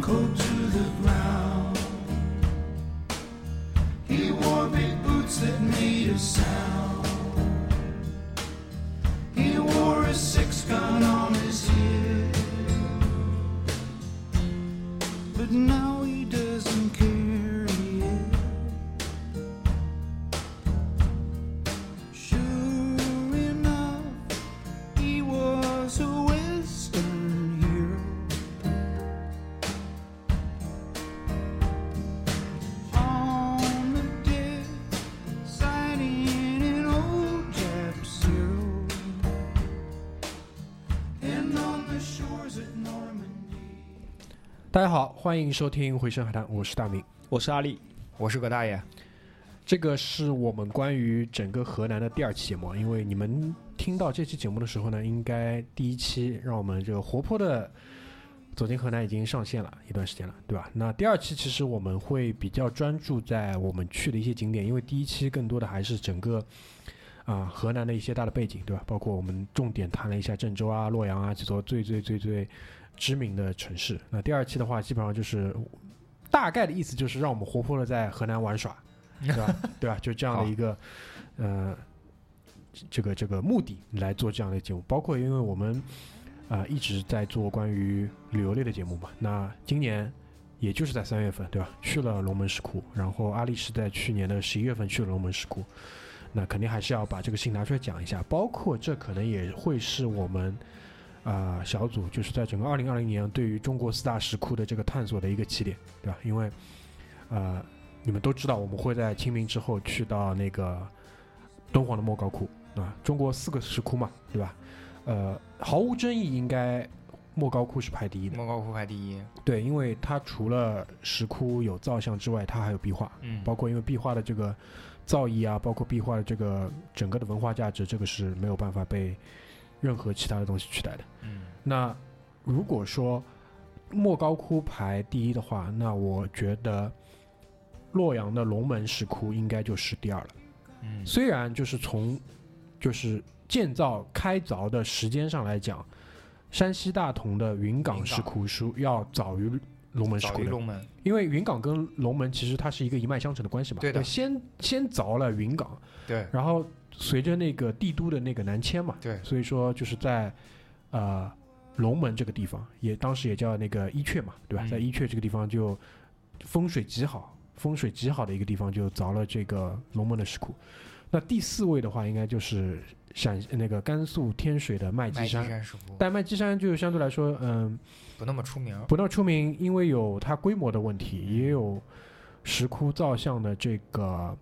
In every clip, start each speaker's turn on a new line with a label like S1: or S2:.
S1: cold to the ground. He wore big boots that made a sound. He wore a six gun on his head. But now he doesn't carry it. Sure enough, he was a Western hero. On the deck, signing an old Jap zero. And on the shores at Normandy.
S2: 大家好，欢迎收听《回声海滩》，我是大明。
S3: 我是阿力，
S4: 我是葛大爷，
S2: 这个是我们关于整个河南的第二期节目，因为你们听到这期节目的时候呢，应该第一期让我们这个活泼的走进河南已经上线了一段时间了，对吧？那第二期其实我们会比较专注在我们去的一些景点，因为第一期更多的还是整个啊、河南的一些大的背景，对吧？包括我们重点谈了一下郑州啊、洛阳啊这座最最最最知名的城市。那第二期的话，基本上就是大概的意思就是让我们活泼的在河南玩耍。对吧？对吧？就这样的一个呃，这个这个目的来做这样的节目，包括因为我们啊、呃一直在做关于旅游类的节目嘛。那今年也就是在三月份，对吧？去了龙门石窟，然后阿丽是在去年的十一月份去了龙门石窟。那肯定还是要把这个事情拿出来讲一下，包括这可能也会是我们啊、呃小组就是在整个二零二零年对于中国四大石窟的这个探索的一个起点，对吧？因为呃，你们都知道，我们会在清明之后去到那个敦煌的莫高窟啊，中国四个石窟嘛，对吧？呃，毫无争议，应该莫高窟是排第一的。
S4: 莫高窟排第一。
S2: 对，因为它除了石窟有造像之外，它还有壁画，
S4: 嗯
S2: 包括因为壁画的这个造诣啊，包括壁画的这个整个的文化价值，这个是没有办法被任何其他的东西取代的。
S4: 嗯
S2: 那如果说莫高窟排第一的话，那我觉得洛阳的龙门石窟应该就是第二了。
S4: 嗯
S2: 虽然就是从就是建造开凿的时间上来讲，山西大同的云
S4: 云
S2: 冈
S4: 冈
S2: 石窟是要早于龙门石
S4: 早
S2: 窟
S4: 于
S2: 的，
S4: 龙门，
S2: 因为云冈跟龙门其实它是一个一脉相承的关系嘛。
S4: 对的
S2: 先先凿了云冈，
S4: 对
S2: 然后随着那个帝都的那个南迁嘛，
S4: 对
S2: 所以说就是在呃龙门这个地方，也当时也叫那个伊阙嘛，对吧？
S4: 嗯
S2: 在伊阙这个地方就风水极好，风水极好的一个地方就凿了这个龙门的石窟。那第四位的话，应该就是陕那个甘肃天水的麦积
S4: 麦积
S2: 山。
S4: 山石窟
S2: 但麦积山就相对来说，嗯，
S4: 不那么出名儿。
S2: 不那么出名，因为有它规模的问题，也有石窟造像的这个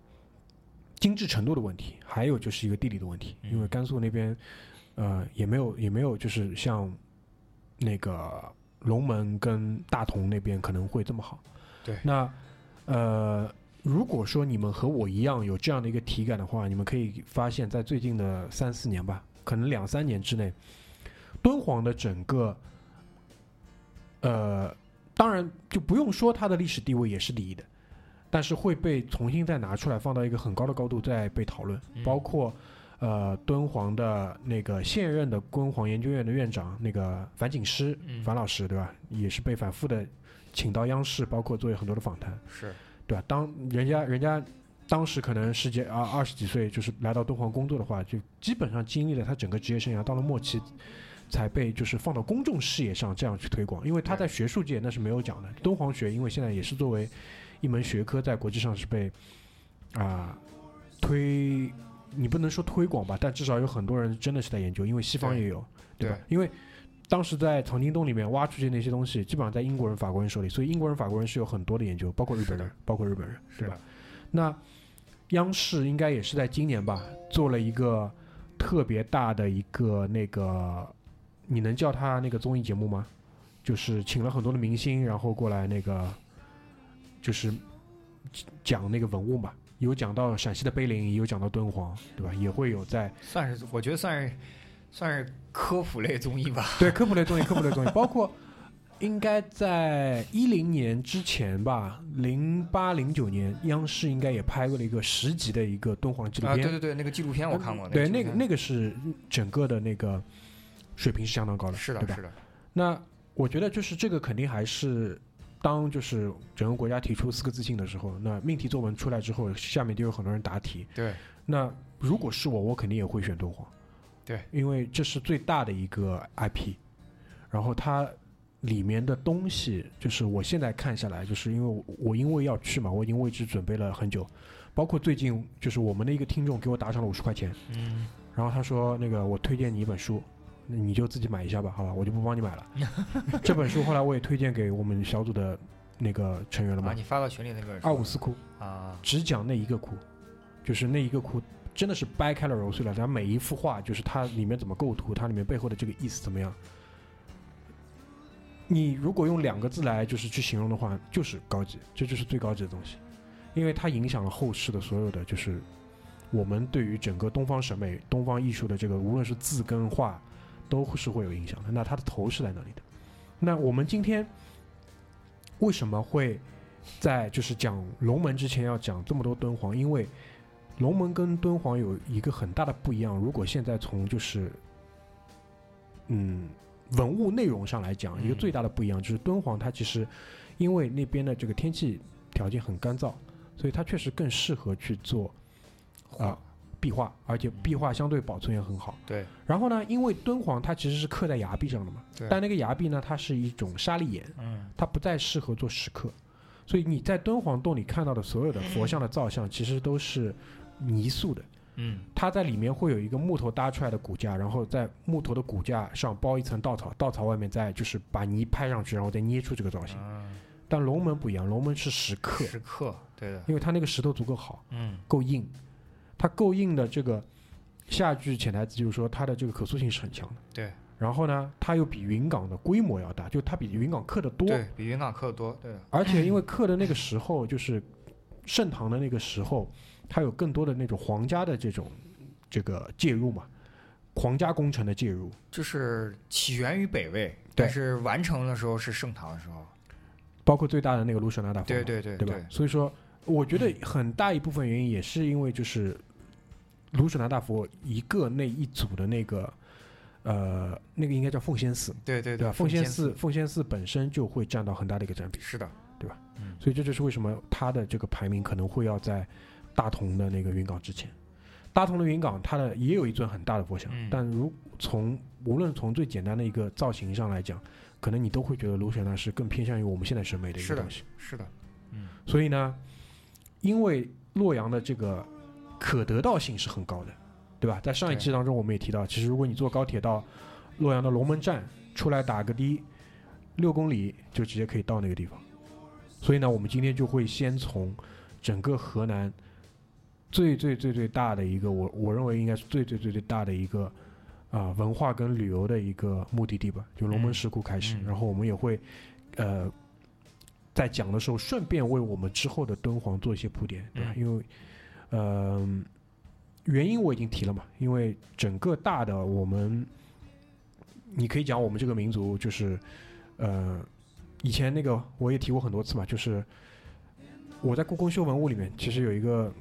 S2: 精致程度的问题，还有就是一个地理的问题。
S4: 嗯
S2: 因为甘肃那边，呃，也没有也没有就是像那个龙门跟大同那边可能会这么好。
S4: 对
S2: 那呃，如果说你们和我一样有这样的一个体感的话，你们可以发现，在最近的三四年吧，可能两三年之内，敦煌的整个，呃，当然就不用说它的历史地位也是第一的，但是会被重新再拿出来放到一个很高的高度再被讨论，
S4: 嗯
S2: 包括。呃，敦煌的那个现任的敦煌研究院的院长，那个樊锦诗，
S4: 嗯
S2: 樊老师，对吧？也是被反复的请到央视，包括做很多的访谈，
S4: 是
S2: 对吧？啊当人家人家当时可能十几啊二十几岁，就是来到敦煌工作的话，就基本上经历了他整个职业生涯，到了末期才被就是放到公众视野上这样去推广，因为他在学术界那是没有讲的。敦煌学，因为现在也是作为一门学科，在国际上是被啊、推。你不能说推广吧，但至少有很多人真的是在研究，因为西方
S4: 对
S2: 也有，
S4: 对
S2: 吧？因为当时在藏经洞里面挖出去那些东西，基本上在英国人、法国人手里，所以英国人、法国人是有很多的研究，包括日本人
S4: 是，
S2: 包括日本人，
S4: 是
S2: 对吧
S4: 的？，
S2: 那央视应该也是在今年吧，做了一个特别大的一个那个，你能叫它那个综艺节目吗？就是请了很多的明星，然后过来那个，就是讲那个文物嘛，有讲到陕西的碑林，也有讲到敦煌，对吧？也会有在
S4: 算是我觉得算是算是科普类综艺吧。
S2: 对科普类综艺，科普类综艺，包括应该在一零年之前吧，零八零九年，央视应该也拍过了一个十集的一个敦煌纪录
S4: 啊，
S2: 片。
S4: 对对对，那个纪录片我看过。
S2: 对，
S4: 纪录
S2: 那个
S4: 片
S2: 那个是整个的那个水平是相当高的，
S4: 是的
S2: 对，吧？
S4: 是的，
S2: 那我觉得就是这个肯定还是当就是整个国家提出四个自信的时候，那命题作文出来之后，下面就有很多人答题。
S4: 对，
S2: 那如果是我，我肯定也会选敦煌，
S4: 对，
S2: 因为这是最大的一个 IP，然后它里面的东西，就是我现在看下来，就是因为我我因为要去嘛，我已经为之准备了很久，包括最近就是我们的一个听众给我打赏了五十块钱，
S4: 嗯，
S2: 然后他说那个我推荐你一本书，那你就自己买一下吧，好吧，我就不帮你买 了。这本书后来我也推荐给我们小组的那个成员了
S4: 啊，
S2: 嘛，
S4: 你发到群里那个
S2: 二五四哭
S4: 啊，
S2: 只讲那一个哭，就是那一个哭真的是掰开了揉碎了，它每一幅画就是它里面怎么构图，它里面背后的这个意思怎么样。你如果用两个字来就是去形容的话，就是高级，这就是最高级的东西，因为它影响了后世的所有的就是我们对于整个东方审美、东方艺术的这个，无论是字跟画，都是会有影响的。那它的头是在那里的。那我们今天为什么会在就是讲龙门之前要讲这么多敦煌？因为龙门跟敦煌有一个很大的不一样。如果现在从就是嗯文物内容上来讲，一个
S4: 嗯
S2: 最大的不一样就是敦煌它其实因为那边的这个天气条件很干燥，所以它确实更适合去做啊、
S4: 画
S2: 壁画，而且壁画相对保存也很好。
S4: 对
S2: 然后呢，因为敦煌它其实是刻在崖壁上的嘛，
S4: 对，
S2: 但那个崖壁呢，它是一种沙砾岩，
S4: 嗯
S2: 它不再适合做石刻，所以你在敦煌洞里看到的所有的佛像的造像，其实都是泥塑的。
S4: 嗯
S2: 它在里面会有一个木头搭出来的骨架，然后在木头的骨架上包一层稻草，稻草外面再就是把泥拍上去，然后再捏出这个造型。
S4: 嗯，
S2: 但龙门不一样，龙门是石刻，
S4: 时刻对的，
S2: 因为它那个石头足够好，
S4: 嗯
S2: 够硬，它够硬的这个下句潜台词就是说它的这个可塑性是很强的。
S4: 对
S2: 然后呢，它又比云冈的规模要大，就它比云冈刻的多，
S4: 对，比云冈刻的多，对的，
S2: 而且因为刻的那个时候就是盛唐的那个时候，它有更多的那种皇家的这种这个介入嘛，皇家工程的介入，
S4: 就是起源于北魏，但是完成的时候是盛唐的时候，
S2: 包括最大的那个卢舍那大佛嘛，
S4: 对对对
S2: 哦对吧？所以说，我觉得很大一部分原因也是因为就是卢舍那大佛一个那一组的那个呃那个应该叫奉先寺，
S4: 对对
S2: 对吧？
S4: 奉
S2: 奉先寺
S4: 寺
S2: 奉先寺本身就会占到很大的一个占比，
S4: 是的，
S2: 对吧？
S4: 嗯，
S2: 所以这就是为什么它的这个排名可能会要在大同的那个云冈之前。大同的云冈，它的也有一尊很大的佛像，
S4: 嗯
S2: 但如从无论从最简单的一个造型上来讲，可能你都会觉得卢舍那是更偏向于我们现在审美的一
S4: 是
S2: 个
S4: 的
S2: 东西。
S4: 是的，嗯
S2: 所以呢，因为洛阳的这个可得到性是很高的，对吧？在上一期当中我们也提到，其实如果你坐高铁到洛阳的龙门站出来打个的，六公里就直接可以到那个地方。所以呢，我们今天就会先从整个河南最最最最大的一个，我我认为应该是最最最最大的一个。啊、文化跟旅游的一个目的地吧，就龙门石窟开始，
S4: 嗯嗯
S2: 然后我们也会，呃，在讲的时候，顺便为我们之后的敦煌做一些铺垫，对吧？
S4: 嗯
S2: 因为，呃，原因我已经提了嘛，因为整个大的我们，你可以讲我们这个民族就是，呃，以前那个我也提过很多次嘛，就是我在故宫修文物里面，其实有一个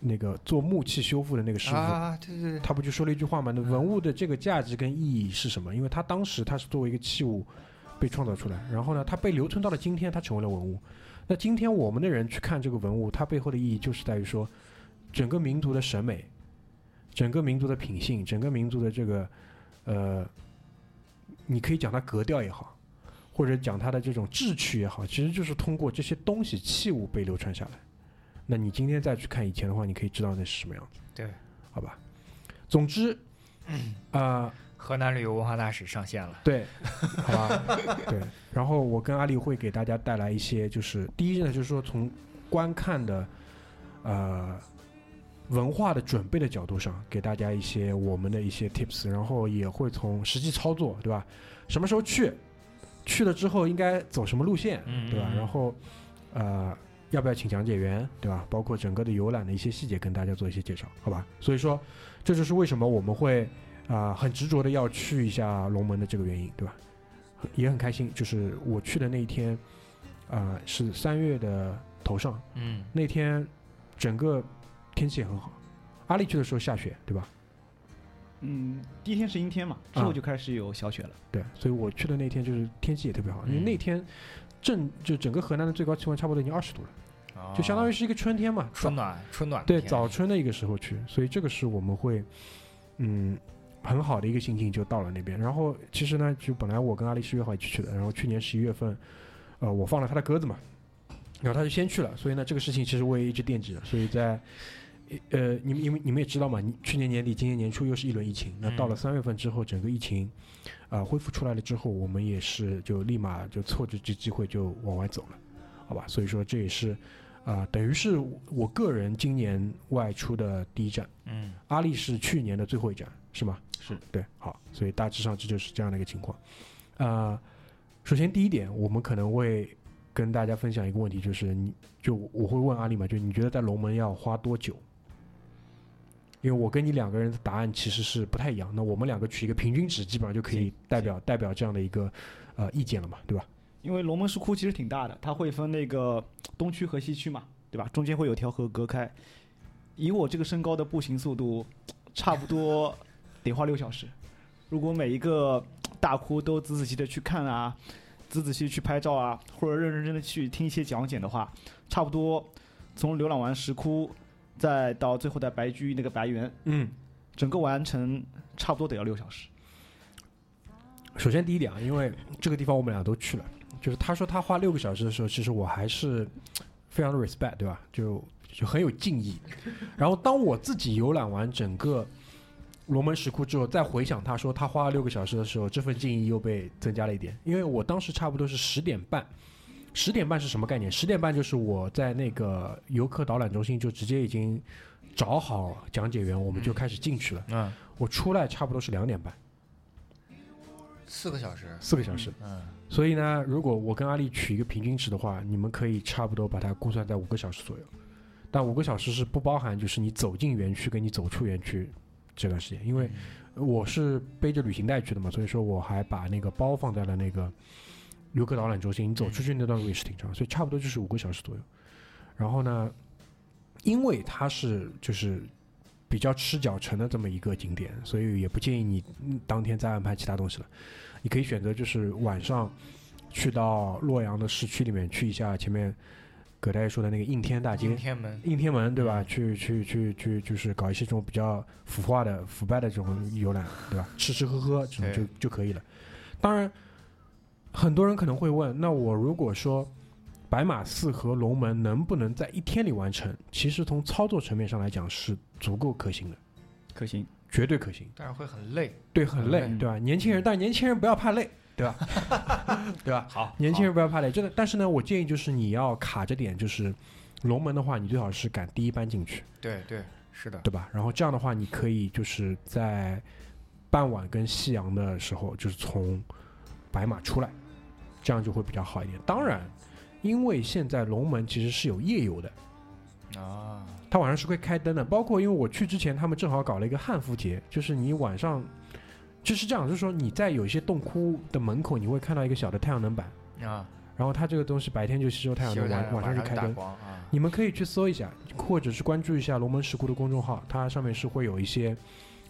S2: 那个做木器修复的那个师傅，
S4: 啊，对对对，
S2: 他不就说了一句话吗？那文物的这个价值跟意义是什么？因为它当时它是作为一个器物被创造出来，然后呢，它被留存到了今天，它成为了文物。那今天我们的人去看这个文物，它背后的意义就是在于说，整个民族的审美，整个民族的品性，整个民族的这个呃，你可以讲它格调也好，或者讲它的这种志趣也好，其实就是通过这些东西器物被流传下来。那你今天再去看以前的话，你可以知道那是什么样子。
S4: 对，
S2: 好吧。总之，啊、
S4: 河南旅游文化大使上线了，
S2: 对， 好吧，对。然后我跟阿丽会给大家带来一些，就是第一呢，就是说从观看的呃文化的准备的角度上，给大家一些我们的一些 tips，然后也会从实际操作，对吧？什么时候去，去了之后应该走什么路线，
S4: 嗯
S2: 对吧？
S4: 嗯嗯
S2: 然后呃，要不要请讲解员，对吧？包括整个的游览的一些细节，跟大家做一些介绍，好吧？所以说，这就是为什么我们会啊、很执着的要去一下龙门的这个原因，对吧？也很开心，就是我去的那一天，啊、是三月的头上，
S4: 嗯，
S2: 那天整个天气也很好。阿丽去的时候下雪，对吧？
S3: 嗯，第一天是阴天嘛，之
S2: 啊
S3: 后就开始有小雪了。
S2: 对，所以我去的那天就是天气也特别好，因为
S4: 嗯
S2: 那天正就整个河南的最高气温差不多已经二十度了，就相当
S4: 于
S2: 于是一个春天嘛，
S4: 哦啊春暖春暖
S2: 对
S4: 天
S2: 早春的一个时候去，所以这个是我们会，嗯，很好的一个心情就到了那边。然后其实呢，就本来我跟阿丽是约好一起去的，然后去年十一月份，呃，我放了他的鸽子嘛，然后他就先去了，所以呢，这个事情其实我也一直惦记着。所以在，呃，你们你们你们也知道嘛，你去年年底、今年年初又是一轮疫情，那到了
S4: 嗯
S2: 三月份之后，整个疫情。啊、恢复出来了之后，我们也是就立马就错着这机会就往外走了，好吧？所以说这也是啊、等于是我个人今年外出的第一站，
S4: 嗯
S2: 阿丽是去年的最后一站，是吗？
S3: 是
S2: 对，好，所以大致上这就是这样的一个情况。啊，首先第一点，我们可能会跟大家分享一个问题，就是你就我会问阿丽嘛，就你觉得在龙门要花多久？因为我跟你两个人的答案其实是不太一样，那我们两个取一个平均值，基本上就可以代表代表这样的一个呃意见了嘛，对吧？
S3: 因为龙门石窟其实挺大的，它会分那个东区和西区嘛，对吧？中间会有条河隔开。以我这个身高的步行速度，差不多 得花六小时。如果每一个大窟都仔仔细细的去看啊，仔仔细细去拍照啊，或者认认真真的去听一些讲解的话，差不多从浏览完石窟，再到最后的白居易那个白猿，
S2: 嗯，
S3: 整个完成差不多得要六小时。
S2: 首先第一点啊，因为这个地方我们俩都去了，就是他说他花六个小时的时候，其实我还是非常的 respect，对吧？就就很有敬意。然后当我自己游览完整个龙门石窟之后，再回想他说他花了六个小时的时候，这份敬意又被增加了一点，因为我当时差不多是十点半。十点半是什么概念？十点半就是我在那个游客导览中心就直接已经找好讲解员，我们就开始进去了。
S4: 嗯
S2: 我出来差不多是两点半，
S4: 四个小时
S2: 四个小时。
S4: 嗯
S2: 所以呢，如果我跟阿丽取一个平均值的话，你们可以差不多把它估算在五个小时左右。但五个小时是不包含就是你走进园区跟你走出园区这段时间，因为我是背着旅行袋去的嘛，所以说我还把那个包放在了那个游客导览中心。你走出去那段路也是挺长，所以差不多就是五个小时左右。然后呢，因为它是就是比较吃脚程的这么一个景点，所以也不建议你嗯当天再安排其他东西了。你可以选择就是晚上去到洛阳的市区里面去一下前面葛大爷说的那个应天大街
S4: 应。天门
S2: 应天门对吧？去去去去，就是搞一些这种比较腐化的、腐败的这种游览，对吧？吃吃喝喝这种
S4: 对
S2: 就就可以了。当然，很多人可能会问，那我如果说白马寺和龙门能不能在一天里完成？其实从操作层面上来讲是足够可行的，
S3: 可行，
S2: 绝对可行。
S4: 但是会很累
S2: 对，很累，
S3: 嗯
S2: 对吧？年轻人，但是年轻人不要怕累，对吧？对吧？
S4: 好
S2: 年轻人不要怕累，真的。但是呢，我建议就是你要卡着点，就是龙门的话，你最好是赶第一班进去。
S4: 对对是的
S2: 对吧？然后这样的话，你可以就是在傍晚跟夕阳的时候，就是从白马出来，这样就会比较好一点。当然，因为现在龙门其实是有夜游的，
S4: 啊
S2: 它晚上是会开灯的。包括因为我去之前，他们正好搞了一个汉服节，就是你晚上就是这样，就是说你在有一些洞窟的门口，你会看到一个小的太阳能板，
S4: 啊
S2: 然后它这个东西白天就吸收太阳
S4: 洗手
S2: 能，
S4: 间
S2: 晚晚上就开
S4: 打
S2: 灯。
S4: 光啊
S2: 你们可以去搜一下，或者是关注一下龙门石窟的公众号，它上面是会有一些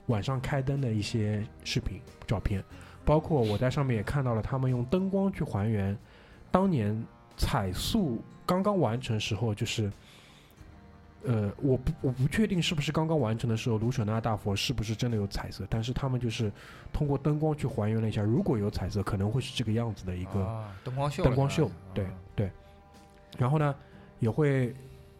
S2: 晚上开灯的一些视频、照片，包括我在上面也看到了他们用灯光去还原当年彩塑刚刚完成时候，就是，呃，我不我不确定是不是刚刚完成的时候，卢舍那大佛是不是真的有彩色，但是他们就是通过灯光去还原了一下，如果有彩色，可能会是这个样子的一个。
S4: 啊灯光秀了
S2: 灯光
S4: 可
S2: 秀
S4: 能，
S2: 对
S4: 啊
S2: 对。然后呢，也会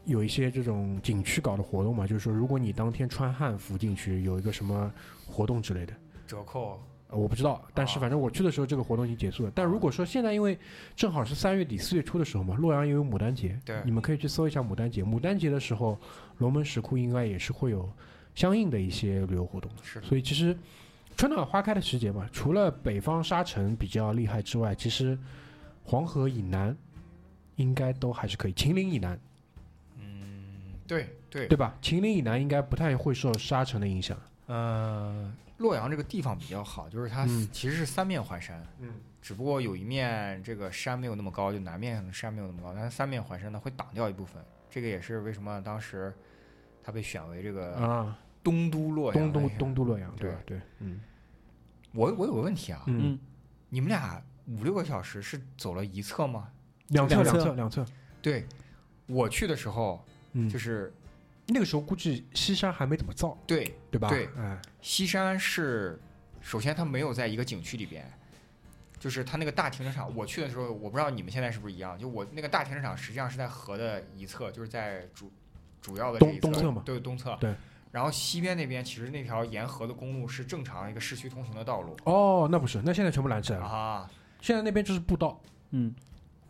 S2: 有一些这种景区搞的活动嘛，就是说，如果你当天穿汉服进去，有一个什么活动之类的，
S4: 折扣
S2: 呃我不知道。但是
S4: 啊
S2: 反正我去的时候，这个活动已经结束了。但如果说现在因为正好是三月底四月初的时候嘛，洛阳也有牡丹节，
S4: 对
S2: 你们可以去搜一下牡丹节。牡丹节的时候，龙门石窟应该也是会有相应的一些旅游活动的。
S4: 是的
S2: 所以其实春暖花开的时节嘛，除了北方沙尘比较厉害之外，其实黄河以南应该都还是可以，秦岭以南
S4: 嗯对对
S2: 对吧？秦岭以南应该不太会受沙尘的影响。
S4: 呃，洛阳这个地方比较好，就是它
S2: 嗯
S4: 其实是三面环山，
S2: 嗯，
S4: 只不过有一面这个山没有那么高，就南面可能山没有那么高，但是三面环山呢会挡掉一部分。这个也是为什么当时它被选为这个
S2: 啊，
S4: 东都呃洛阳
S2: 东都
S4: 的一个
S2: 东都洛阳，
S4: 对
S2: 吧？对，嗯
S4: 我我有个问题啊，
S2: 嗯，
S3: 嗯
S4: 你们俩五六个小时是走了一侧吗？
S2: 两侧
S3: 两
S2: 两
S3: 侧
S2: 侧两侧，
S4: 对，我去的时候
S2: 嗯
S4: 就，是
S2: 那个时候估计西山还没怎么造，
S4: 对
S2: 对吧？
S4: 对
S2: 哎，
S4: 西山是，首先它没有在一个景区里边，就是它那个大停车场。我去的时候，我不知道你们现在是不是一样，就我那个大停车场实际上是在河的一侧，就是在主主要的这
S2: 东
S4: 一
S2: 东侧嘛
S4: 对东侧。
S2: 对。
S4: 然后西边那边其实那条沿河的公路是正常一个市区通行的道路
S2: 哦，那不是，那现在全部拦起来了，
S4: 啊，
S2: 现在那边就是步道，
S3: 嗯，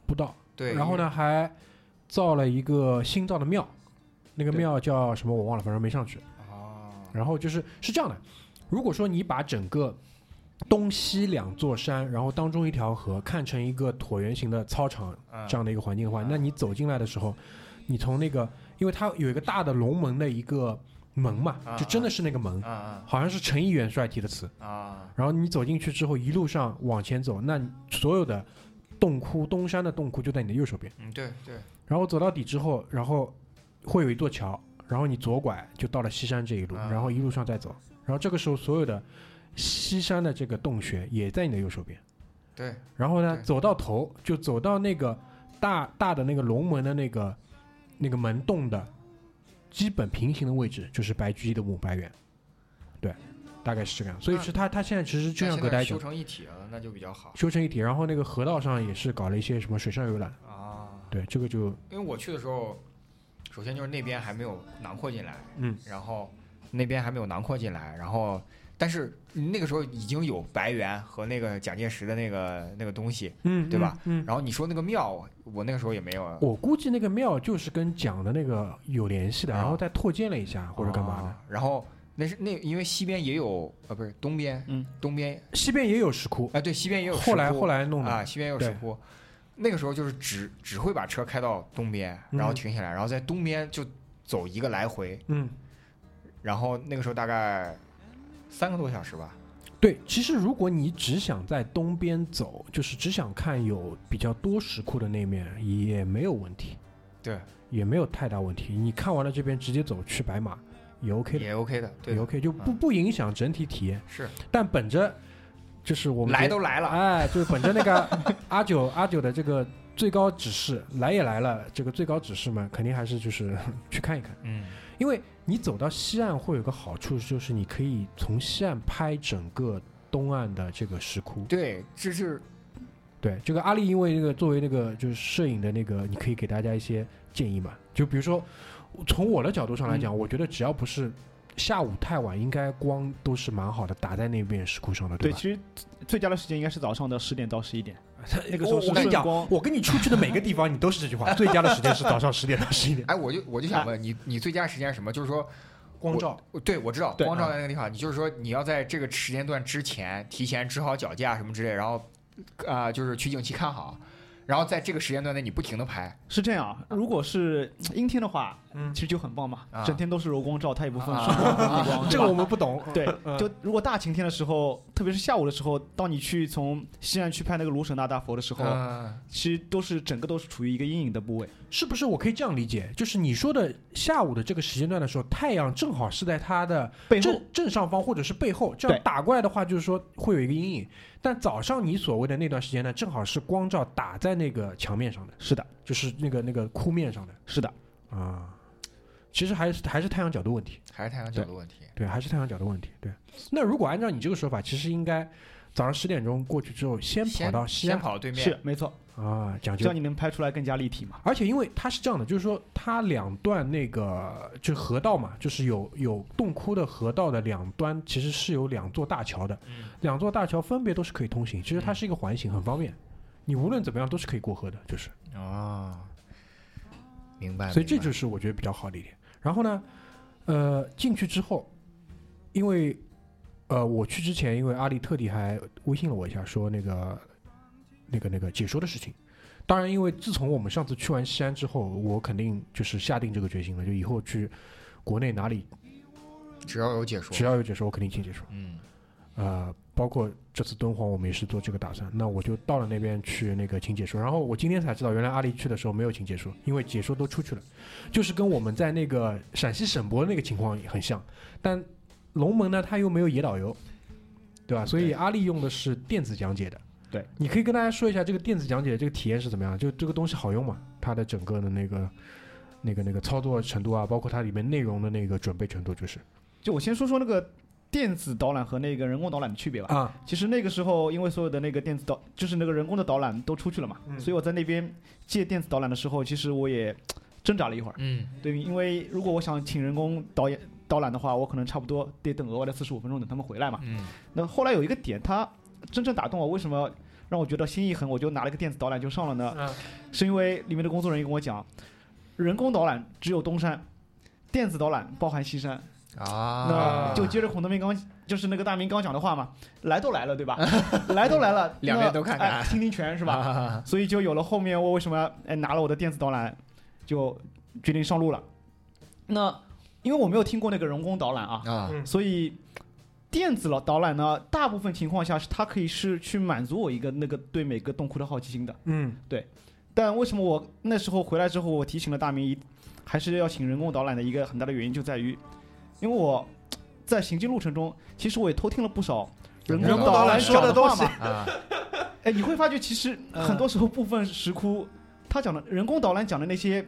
S2: 步道，
S4: 对。
S2: 然后呢还造了一个新造的庙，那个
S3: 对
S2: 庙叫什么我忘了，反正没上去。
S4: 因为？啊，
S2: 然后就是是这样的，如果说你把整个东西两座山，然后当中一条河看成一个椭圆形的操场
S4: 嗯
S2: 这样的一个环境的话，
S4: 嗯
S2: 那你走进来的时候，你从那个，因为它有一个大的龙门的一个门嘛，
S4: 啊
S2: 就真的是那个门，
S4: 啊
S2: 好像是陈毅元帅提的词。
S4: 啊啊
S2: 然后你走进去之后，一路上往前走，那你所有的洞窟，东山的洞窟就在你的右手边。
S4: 嗯，对对，
S2: 然后走到底之后，然后会有一座桥，然后你左拐就到了西山这一路，
S4: 啊
S2: 然后一路上再走，然后这个时候所有的西山的这个洞穴也在你的右手边。
S4: 对，
S2: 然后呢，
S4: 对
S2: 走到头就走到那个大大的那个龙门的那个那个门洞的基本平行的位置，就是白居易的母白园，对，大概是这个样。所以是他他现在其实就
S4: 嗯那
S2: 像葛
S4: 现
S2: 大
S4: 在
S2: 讲
S4: 修，成一体了，那就比较好
S2: 修成一体，然后那个河道上也是搞了一些什么水上游览，
S4: 啊。
S2: 对，这个就
S4: 因为我去的时候，首先就是那边还没有囊括进来，
S2: 嗯，
S4: 然后那边还没有囊括进来，然后但是那个时候已经有白猿和那个蒋介石的那个那个东西，
S2: 嗯
S4: 对吧？
S2: 嗯，
S4: 然后你说那个庙，我那个时候也没有啊，
S2: 我估计那个庙就是跟讲的那个有联系的，
S4: 啊
S2: 然后再拓建了一下或者干嘛的。
S4: 啊然后那是那因为西边也有啊，不是东边，
S3: 嗯，
S4: 东边
S2: 西边也有石窟，
S4: 啊，对，西边也有石窟，
S2: 后来后来弄
S4: 啊，
S2: 的，
S4: 西边也有石
S2: 对
S4: 窟。那个时候就是只只会把车开到东边，然后
S2: 嗯
S4: 停下来，然后在东边就走一个来回，
S2: 嗯，
S4: 然后那个时候大概三个多小时吧。
S2: 对。其实如果你只想在东边走，就是只想看有比较多石窟的那面，也没有问题，
S4: 对，
S2: 也没有太大问题。你看完了这边直接走去白马也 OK 的，
S4: 也 OK 的，对
S2: 也
S4: 的，
S2: OK 就不
S4: 嗯
S2: 不影响整体体验。
S4: 是
S2: 但本着就是我们
S4: 来
S2: 觉得
S4: 都来了，
S2: 哎，就是本着那个 阿九阿九的这个最高指示，来也来了，这个最高指示嘛，肯定还是就是 去看一看，
S4: 嗯，
S2: 因为你走到西岸会有个好处，就是你可以从西岸拍整个东岸的这个石窟。
S4: 对，这是
S2: 对，这个阿丽因为那个作为那个就是摄影的那个，你可以给大家一些建议嘛，就比如说从我的角度上来讲，我觉得只要不是。下午太晚，应该光都是蛮好的，打在那片石窟上的，
S3: 对，
S2: 吧
S3: 其？实最佳的时间应该是早上的十点到十一点， 那个时
S2: 我
S3: 候是
S2: 我跟你
S3: 顺
S2: 讲，
S3: 光。
S2: 我跟你出去的每个地方，你都是这句话。最佳的时间是早上十点到十 一点，
S4: 哎，我就我就想
S2: 啊
S4: 问你，你最佳时间是什么？就是说，
S2: 光照。
S4: 对我知道
S3: 对
S4: 光
S2: 啊
S4: 照在那个地方，你就是说你要在这个时间段之前提前支好脚架什么之类，然后啊，就是取景器看好，然后在这个时间段内你不停的拍，
S3: 是这样啊，如果是阴天的话，
S2: 嗯
S3: 其实就很棒嘛，
S4: 嗯啊
S3: 整天都是柔光照，它也不分
S4: 啊
S3: 顺光和逆 光，
S2: 这个
S3: 对吧
S2: 我们不懂。
S3: 对
S2: 嗯，
S3: 就如果大晴天的时候，特别是下午的时候，当你去从西岸去拍那个卢舍那大佛的时候，
S4: 嗯，
S3: 其实都是整个都是处于一个阴影的部位。
S2: 是不是我可以这样理解？就是你说的下午的这个时间段的时候，太阳正好是在它的
S3: 背后
S2: 正正上方或者是背后，这样
S3: 对
S2: 打过来的话，就是说会有一个阴影。但早上你所谓的那段时间呢，正好是光照打在那个墙面上的，
S3: 是的，
S2: 就是那个那个窟面上的
S3: 是的，
S2: 啊。其实还是还是太阳角度问题。
S4: 还是太阳角度问题，
S2: 对，还是太阳角的问题。对，那如果按照你这个说法，其实应该早上十点钟过去之后，先跑
S4: 先
S2: 到西
S4: 先
S2: 安
S4: 跑到对
S3: 是
S4: 面，
S3: 没错，
S2: 啊，讲
S3: 这
S2: 究
S3: 样。你能拍出来更加立体嘛？
S2: 而且因为它是这样的，就是说它两段那个就河道嘛，就是有有洞窟的河道的两端其实是有两座大桥的，
S4: 嗯
S2: 两座大桥分别都是可以通行，其实它
S4: 嗯
S2: 是一个环形，很方便。你无论怎么样都是可以过河的，就是，
S4: 哦，明白，
S2: 所以这
S4: 哎明白
S2: 就是我觉得比较好的一点。然后呢，呃，进去之后，因为呃，我去之前，因为阿丽特地还微信了我一下，说那个那个那个解说的事情。当然，因为自从我们上次去完西安之后，我肯定就是下定这个决心了，就以后去国内哪里
S4: 只要有解说
S2: 只，要有解说，我肯定听解说。
S4: 嗯，
S2: 呃，包括这次敦煌，我们也是做这个打算。那我就到了那边去那个请解说，然后我今天才知道，原来阿丽去的时候没有请解说，因为解说都出去了，就是跟我们在那个陕西省博那个情况也很像。但龙门呢，它又没有野导游，对吧？所以阿丽用的是电子讲解的，
S3: 对，
S2: 你可以跟大家说一下这个电子讲解这个体验是怎么样，就这个东西好用吗？它的整个的那个、那个、那个操作程度啊，包括它里面内容的那个准备程度，就是
S3: 就我先说说那个电子导览和那个人工导览的区别吧。
S2: 啊，
S3: 其实那个时候，因为所有的那个电子导，就是那个人工的导览都出去了嘛，
S2: 嗯
S3: 所以我在那边借电子导览的时候，其实我也挣扎了一会儿。
S4: 嗯，
S3: 对，因为如果我想请人工导演导览的话，我可能差不多得等额外的四十五分钟等他们回来嘛。
S4: 嗯，
S3: 那后来有一个点，他真正打动我，为什么让我觉得心一横，我就拿了个电子导览就上了呢？
S2: 嗯
S3: 是因为里面的工作人员跟我讲，人工导览只有东山，电子导览包含西山。
S4: 啊
S3: 那，就接着孔德明刚就是那个大明刚讲的话嘛，来都来了， 对吧？来都来了，
S4: 两
S3: 那
S4: 边都看看
S3: 哎听听全是
S4: 是
S3: 吧？
S4: 吧？
S3: 所以就有了后面我为什么哎拿了我的电子导览，就决定上路了。那因为我没有听过那个人工导览啊，
S4: 啊，
S3: 所以电子了导览呢，大部分情况下是它可以是去满足我一个那个对每个洞窟的好奇心的。
S2: 嗯，
S3: 但为什么我那时候回来之后，我提醒了大明一，还是要请人工导览的一个很大的原因就在于，因为我在行进路程中，其实我也偷听了不少人
S4: 人
S3: 工
S4: 工导
S3: 览
S4: 览
S3: 说
S4: 说
S3: 的
S4: 的
S3: 话
S4: 东
S3: 嘛。
S4: 啊，
S3: 哎，你会发觉其实
S2: 嗯
S3: 很多时候部分石窟，他讲的人工导览讲的那些，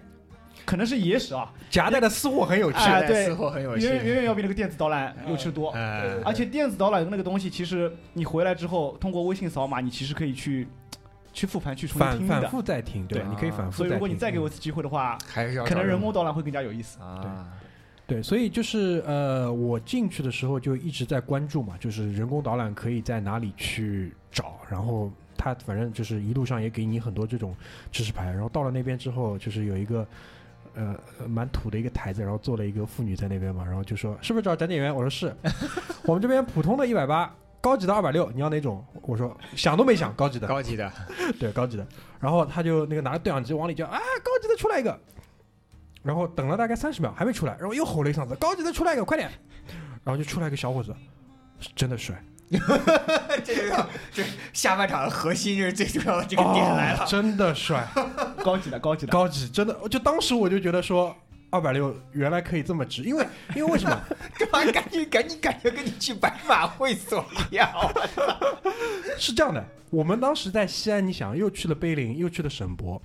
S3: 可能是野史啊，
S2: 夹带的私货很有趣，啊
S3: 哎对
S4: 似乎很有
S3: 远远
S4: 趣。
S3: 远要比那个电子导览有趣
S2: 嗯
S3: 多。
S4: 哎
S3: 而且电子导览那个东西，其实你回来之后，通过微信扫码，你其实可以去去复盘、去重
S2: 反
S3: 听
S2: 反
S3: 的。
S2: 复再听，对吧，
S4: 对
S2: 你可以反复
S3: 所
S2: 再
S3: 以
S2: 听。
S3: 如果你再给我
S2: 嗯
S3: 一次机会的话，
S4: 还是要
S3: 可能
S4: 找
S3: 人工导览会更加有意思。
S4: 啊，
S2: 对，所以就是呃，我进去的时候就一直在关注嘛，就是人工导览可以在哪里去找，然后它反正就是一路上也给你很多这种指示牌，然后到了那边之后，就是有一个呃呃蛮土的一个台子，然后坐了一个妇女在那边嘛，然后就说是不是找讲解员？我说是， 我们这边普通的一百八。高级的二百六，你要哪种？我说想都没想，高级的，
S4: 高级的
S2: 对，高级的。然后他就那个拿着对讲机往里叫啊，高级的出来一个。然后等了大概三十秒还没出来，然后又吼了一嗓子，高级的出来一个，快点！然后就出来一个小伙子，是真的帅，
S4: 这个这下半场的核心就是最重要的这
S2: 这
S4: 个点来了。
S2: 哦真的帅，
S3: 高级的，高级的。
S2: 高级，真的，就当时我就觉得说。二百六原来可以这么值，因为因为为什么？
S4: 干嘛？感觉感觉感觉跟你去白马会所一样。
S2: 是这样的，我们当时在西安，你想又去了碑林，又去了省博。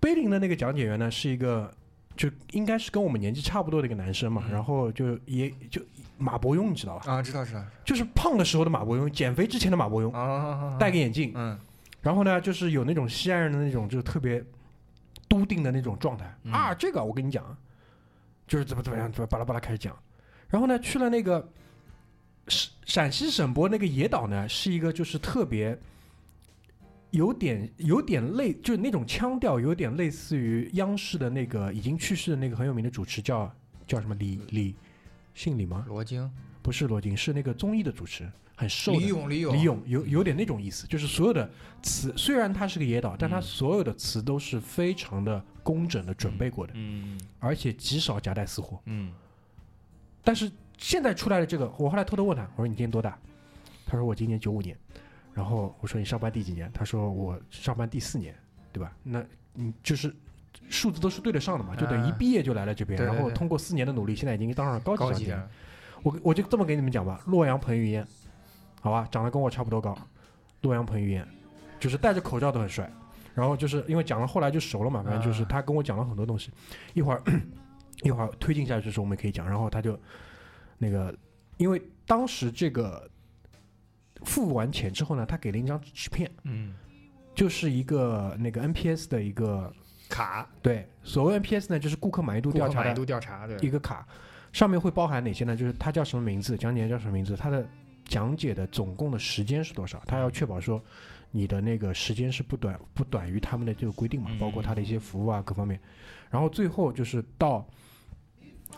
S2: 碑林的那个讲解员呢，是一个就应该是跟我们年纪差不多的一个男生嘛，
S4: 嗯
S2: 然后就也就马伯庸，你知道吧？
S4: 啊，知道知道
S2: 就是胖的时候的马伯庸，减肥之前的马伯庸，
S4: 啊
S2: 戴个眼镜，
S4: 嗯
S2: 然后呢，就是有那种西安人的那种，就是特别笃定的那种状态
S4: 嗯
S2: 啊。这个我跟你讲，就是怎么怎么样，怎么巴拉巴拉开始讲。然后呢，去了那个陕陕西省博那个野岛呢，是一个就是特别有点有点类，就是那种腔调有点类似于央视的那个已经去世的那个很有名的主持叫叫什么李李，姓李吗？
S4: 罗京、
S2: 不是罗京，是那个综艺的主持，很瘦的
S4: 李咏、李咏、
S2: 李咏有有点那种意思，就是所有的词虽然它是个野岛，但它
S4: 嗯
S2: 所有的词都是非常的工整的准备过的，
S4: 嗯
S2: 而且极少夹带私货。
S4: 嗯，
S2: 但是现在出来的这个，我后来偷偷问他，我说你今年多大？他说我今年九五年。然后我说你上班第几年？他说我上班第四年，对吧？那你就是数字都是对得上的嘛，就等于一
S4: 啊
S2: 毕业就来了这边，
S4: 对对
S2: 然后
S4: 对
S2: 通过四年的努力，现在已经当上了高级
S4: 高
S2: 讲
S4: 级
S2: 解了。
S4: 的，
S2: 我我就这么给你们讲吧，洛阳彭于晏，好吧，长得跟我差不多高，洛阳彭于晏，就是戴着口罩都很帅。然后就是因为讲了，后来就熟了嘛，反正就是
S4: 啊
S2: 他跟我讲了很多东西，一会儿一会儿推进下去的时候我们可以讲。然后他就那个，因为当时这个付完钱之后呢，他给了一张纸片，
S4: 嗯，
S2: 就是一个那个 NPS 的一个
S4: 卡
S2: 对，所谓 NPS 呢，就是顾客满意度
S4: 顾
S2: 调
S4: 客
S2: 查
S4: 满意
S2: 的
S4: 度调查，对，
S2: 一个卡，上面会包含哪些呢？就是它叫什么名字，讲解员叫什么名字，它的讲解的总共的时间是多少？它要确保说你的那个时间是不短不短于他们的这个规定嘛，包括它的一些服务啊各方面。然后最后就是到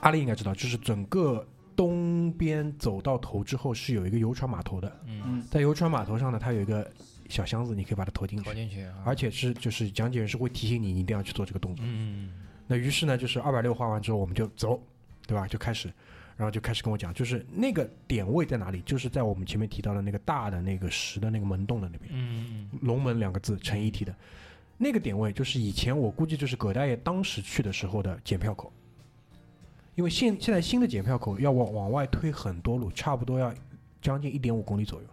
S2: 阿丽应该知道，就是整个东边走到头之后是有一个游船码头的，
S4: 嗯，
S3: 嗯，
S2: 在游船码头上呢，它有一个小箱子，你可以把它投进
S4: 投
S2: 去。
S4: 进去啊，
S2: 而且是就是讲解员是会提醒你，你一定要去做这个动作。
S4: 嗯
S2: 那于是呢，就是二百六花完之后，我们就走，对吧？就开始，然后就开始跟我讲，就是那个点位在哪里？就是在我们前面提到的那个大的那个石的那个门洞的那边，
S4: 嗯
S2: 龙门两个字陈一提的，那个点位就是以前我估计就是葛大爷当时去的时候的检票口，因为现现在新的检票口要往往外推很多路，差不多要将近一点五公里左右。
S4: 嗯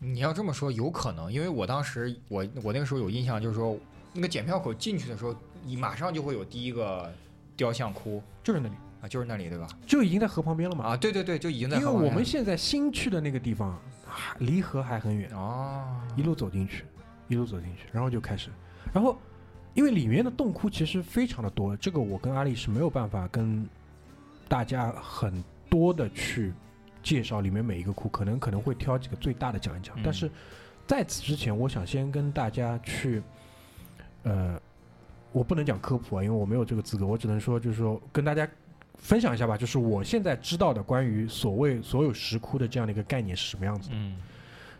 S4: 你要这么说，有可能，因为我当时我我那个时候有印象，就是说那个检票口进去的时候，你马上就会有第一个雕像窟
S3: 就是那里。
S4: 啊，就是那里对吧？
S2: 就已经在河旁边了嘛。
S4: 啊，对对对，就已经在
S2: 因为
S4: 河旁
S2: 我
S4: 边
S2: 们现在新去的那个地方，还离河还很远，
S4: 哦，
S2: 一路走进去，一路走进去，然后就开始，然后因为里面的洞窟其实非常的多，这个我跟阿丽是没有办法跟大家很多的去介绍里面每一个窟，可能可能会挑几个最大的讲一讲，
S4: 嗯
S2: 但是在此之前，我想先跟大家去，呃，我不能讲科普啊，因为我没有这个资格，我只能说就是说跟大家。分享一下吧，就是我现在知道的关于所谓所有石窟的这样的一个概念是什么样子的。
S4: 嗯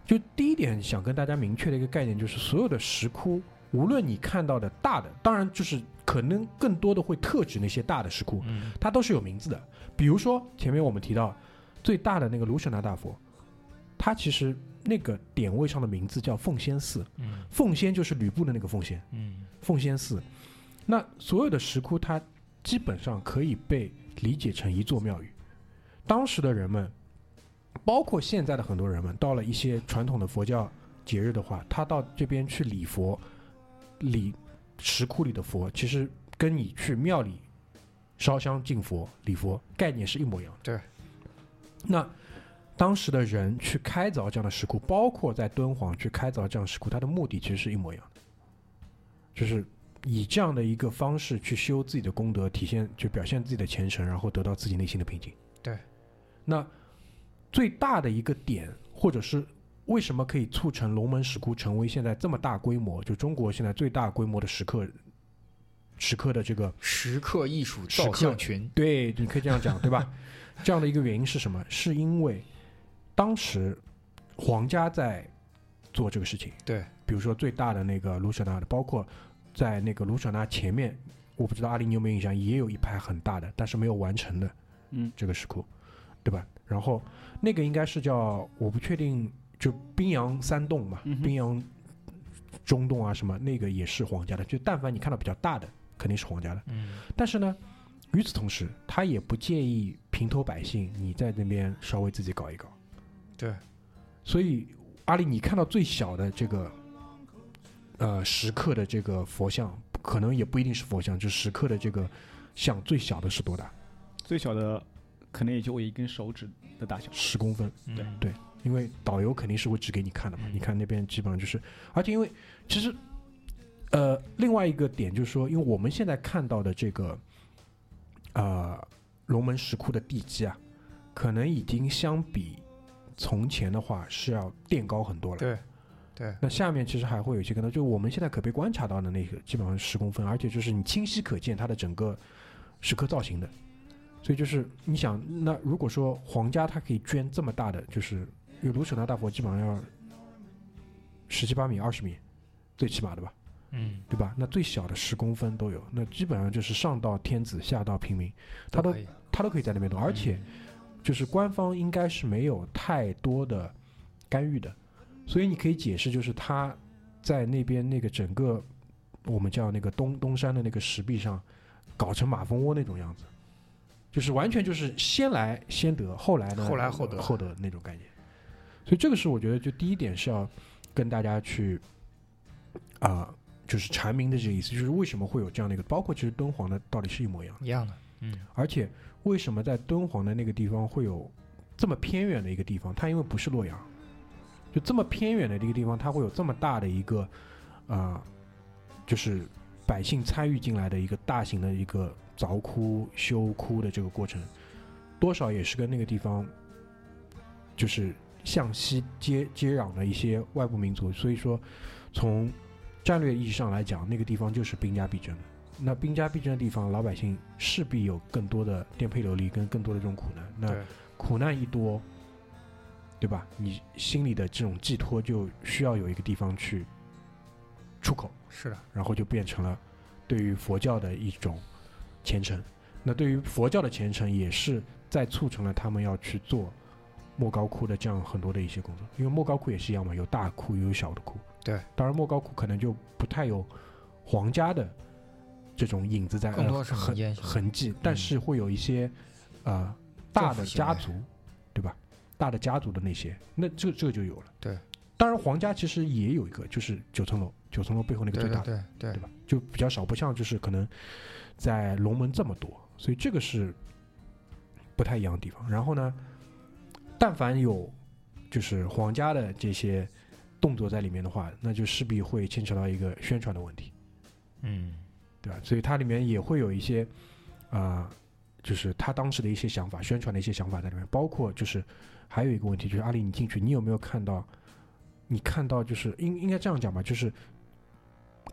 S2: 就第一点想跟大家明确的一个概念，就是所有的石窟，无论你看到的大的，当然就是可能更多的会特指那些大的石窟，
S4: 嗯
S2: 它都是有名字的。比如说前面我们提到最大的那个卢舍那大佛，它其实那个点位上的名字叫奉先寺，
S4: 嗯
S2: 奉先就是吕布的那个奉先，
S4: 嗯
S2: 奉先寺。那所有的石窟，它基本上可以被理解成一座庙宇。当时的人们，包括现在的很多人们，到了一些传统的佛教节日的话，他到这边去礼佛，礼石窟里的佛，其实跟你去庙里烧香敬佛、礼佛概念是一模一样的。
S4: 对。
S2: 那当时的人去开凿这样的石窟，包括在敦煌去开凿这样的石窟，它的目的其实是一模一样的，就是以这样的一个方式去修自己的功德，体现就表现自己的虔诚，然后得到自己内心的平静。
S4: 对，
S2: 那最大的一个点，或者是为什么可以促成龙门石窟成为现在这么大规模，就中国现在最大规模的石刻石刻的这个
S4: 石刻艺术
S2: 石
S4: 造
S2: 刻
S4: 像群，
S2: 对，你可以这样讲，对吧？这样的一个原因是什么？是因为当时皇家在做这个事情。
S4: 对，
S2: 比如说最大的那个卢舍那的，包括在那个卢舍那前面，我不知道阿里你有没有印象，也有一排很大的，但是没有完成的，
S3: 嗯，
S2: 这个石窟，对吧？然后那个应该是叫我不确定，就宾阳三洞嘛，
S3: 嗯哼
S2: 宾阳中洞啊什么，那个也是皇家的。就但凡你看到比较大的，肯定是皇家的。
S4: 嗯
S2: 但是呢，与此同时，他也不介意平头百姓你在那边稍微自己搞一搞。
S4: 对，
S2: 所以阿里，你看到最小的这个呃石刻的这个佛像，可能也不一定是佛像，就石刻的这个像最小的是多大？
S3: 最小的可能也就我一根手指的大小。
S2: 十公分。
S4: 对
S2: 对因为导游肯定是会指给你看的嘛。
S4: 嗯
S2: 你看那边基本上就是，而且因为其实，呃，另外一个点就是说，因为我们现在看到的这个，呃，龙门石窟的地基啊，可能已经相比从前的话是要垫高很多了。
S4: 对对，
S2: 那下面其实还会有一些跟它，就我们现在可被观察到的那个，基本上是十公分，而且就是你清晰可见它的整个石刻造型的。所以就是你想，那如果说皇家它可以捐这么大的，就是因为卢舍那大佛基本上要十七八米、二十米，最起码的吧，
S4: 嗯，
S2: 对吧？那最小的十公分都有，那基本上就是上到天子，下到平民，它都
S4: 可以
S2: 它都可以在那
S4: 嗯
S2: 边动，而且就是官方应该是没有太多的干预的，所以你可以解释就是他在那边那个整个我们叫那个东东山的那个石壁上搞成马蜂窝那种样子，就是完全就是先来先得，后来呢
S4: 后来后得
S2: 后得那种概念。所以这个是我觉得就第一点是要跟大家去啊、就是阐明的这个意思，就是为什么会有这样的一个，包括其实敦煌的道理是一模一样的。
S4: 一样的，嗯
S2: 而且为什么在敦煌的那个地方会有这么偏远的一个地方？它因为不是洛阳，就这么偏远的一个地方，它会有这么大的一个啊、呃就是百姓参与进来的一个大型的一个凿窟、修窟的这个过程，多少也是跟那个地方就是向西接接壤的一些外部民族，所以说从战略意义上来讲，那个地方就是兵家必争的。那兵家必争的地方，老百姓势必有更多的颠沛流离跟更多的这种苦难。那
S4: 对
S2: 苦难一多，对吧？你心里的这种寄托就需要有一个地方去出口，
S4: 是的，
S2: 然后就变成了对于佛教的一种虔诚。那对于佛教的虔诚，也是在促成了他们要去做莫高窟的这样很多的一些工作，因为莫高窟也是一样嘛，有大窟，也有小的窟。
S4: 对，
S2: 当然莫高窟可能就不太有皇家的这种影子在，
S4: 更多是
S2: 呃
S4: 民间
S2: 痕
S4: 性嗯
S2: 痕迹，但是会有一些呃大的家族，对吧？大的家族的那些，那这这就有了。
S4: 对，
S2: 当然，皇家其实也有一个，就是九层楼，九层楼背后那个最大的，
S4: 对对
S2: 对吧？就比较少，不像就是可能在龙门这么多，所以这个是不太一样的地方。然后呢，但凡有就是皇家的这些动作在里面的话，那就势必会牵扯到一个宣传的问题，
S4: 嗯
S2: 对吧？所以它里面也会有一些啊、呃就是他当时的一些想法，宣传的一些想法在里面，包括就是还有一个问题就是阿里，你进去你有没有看到？你看到就是应应该这样讲吧，就是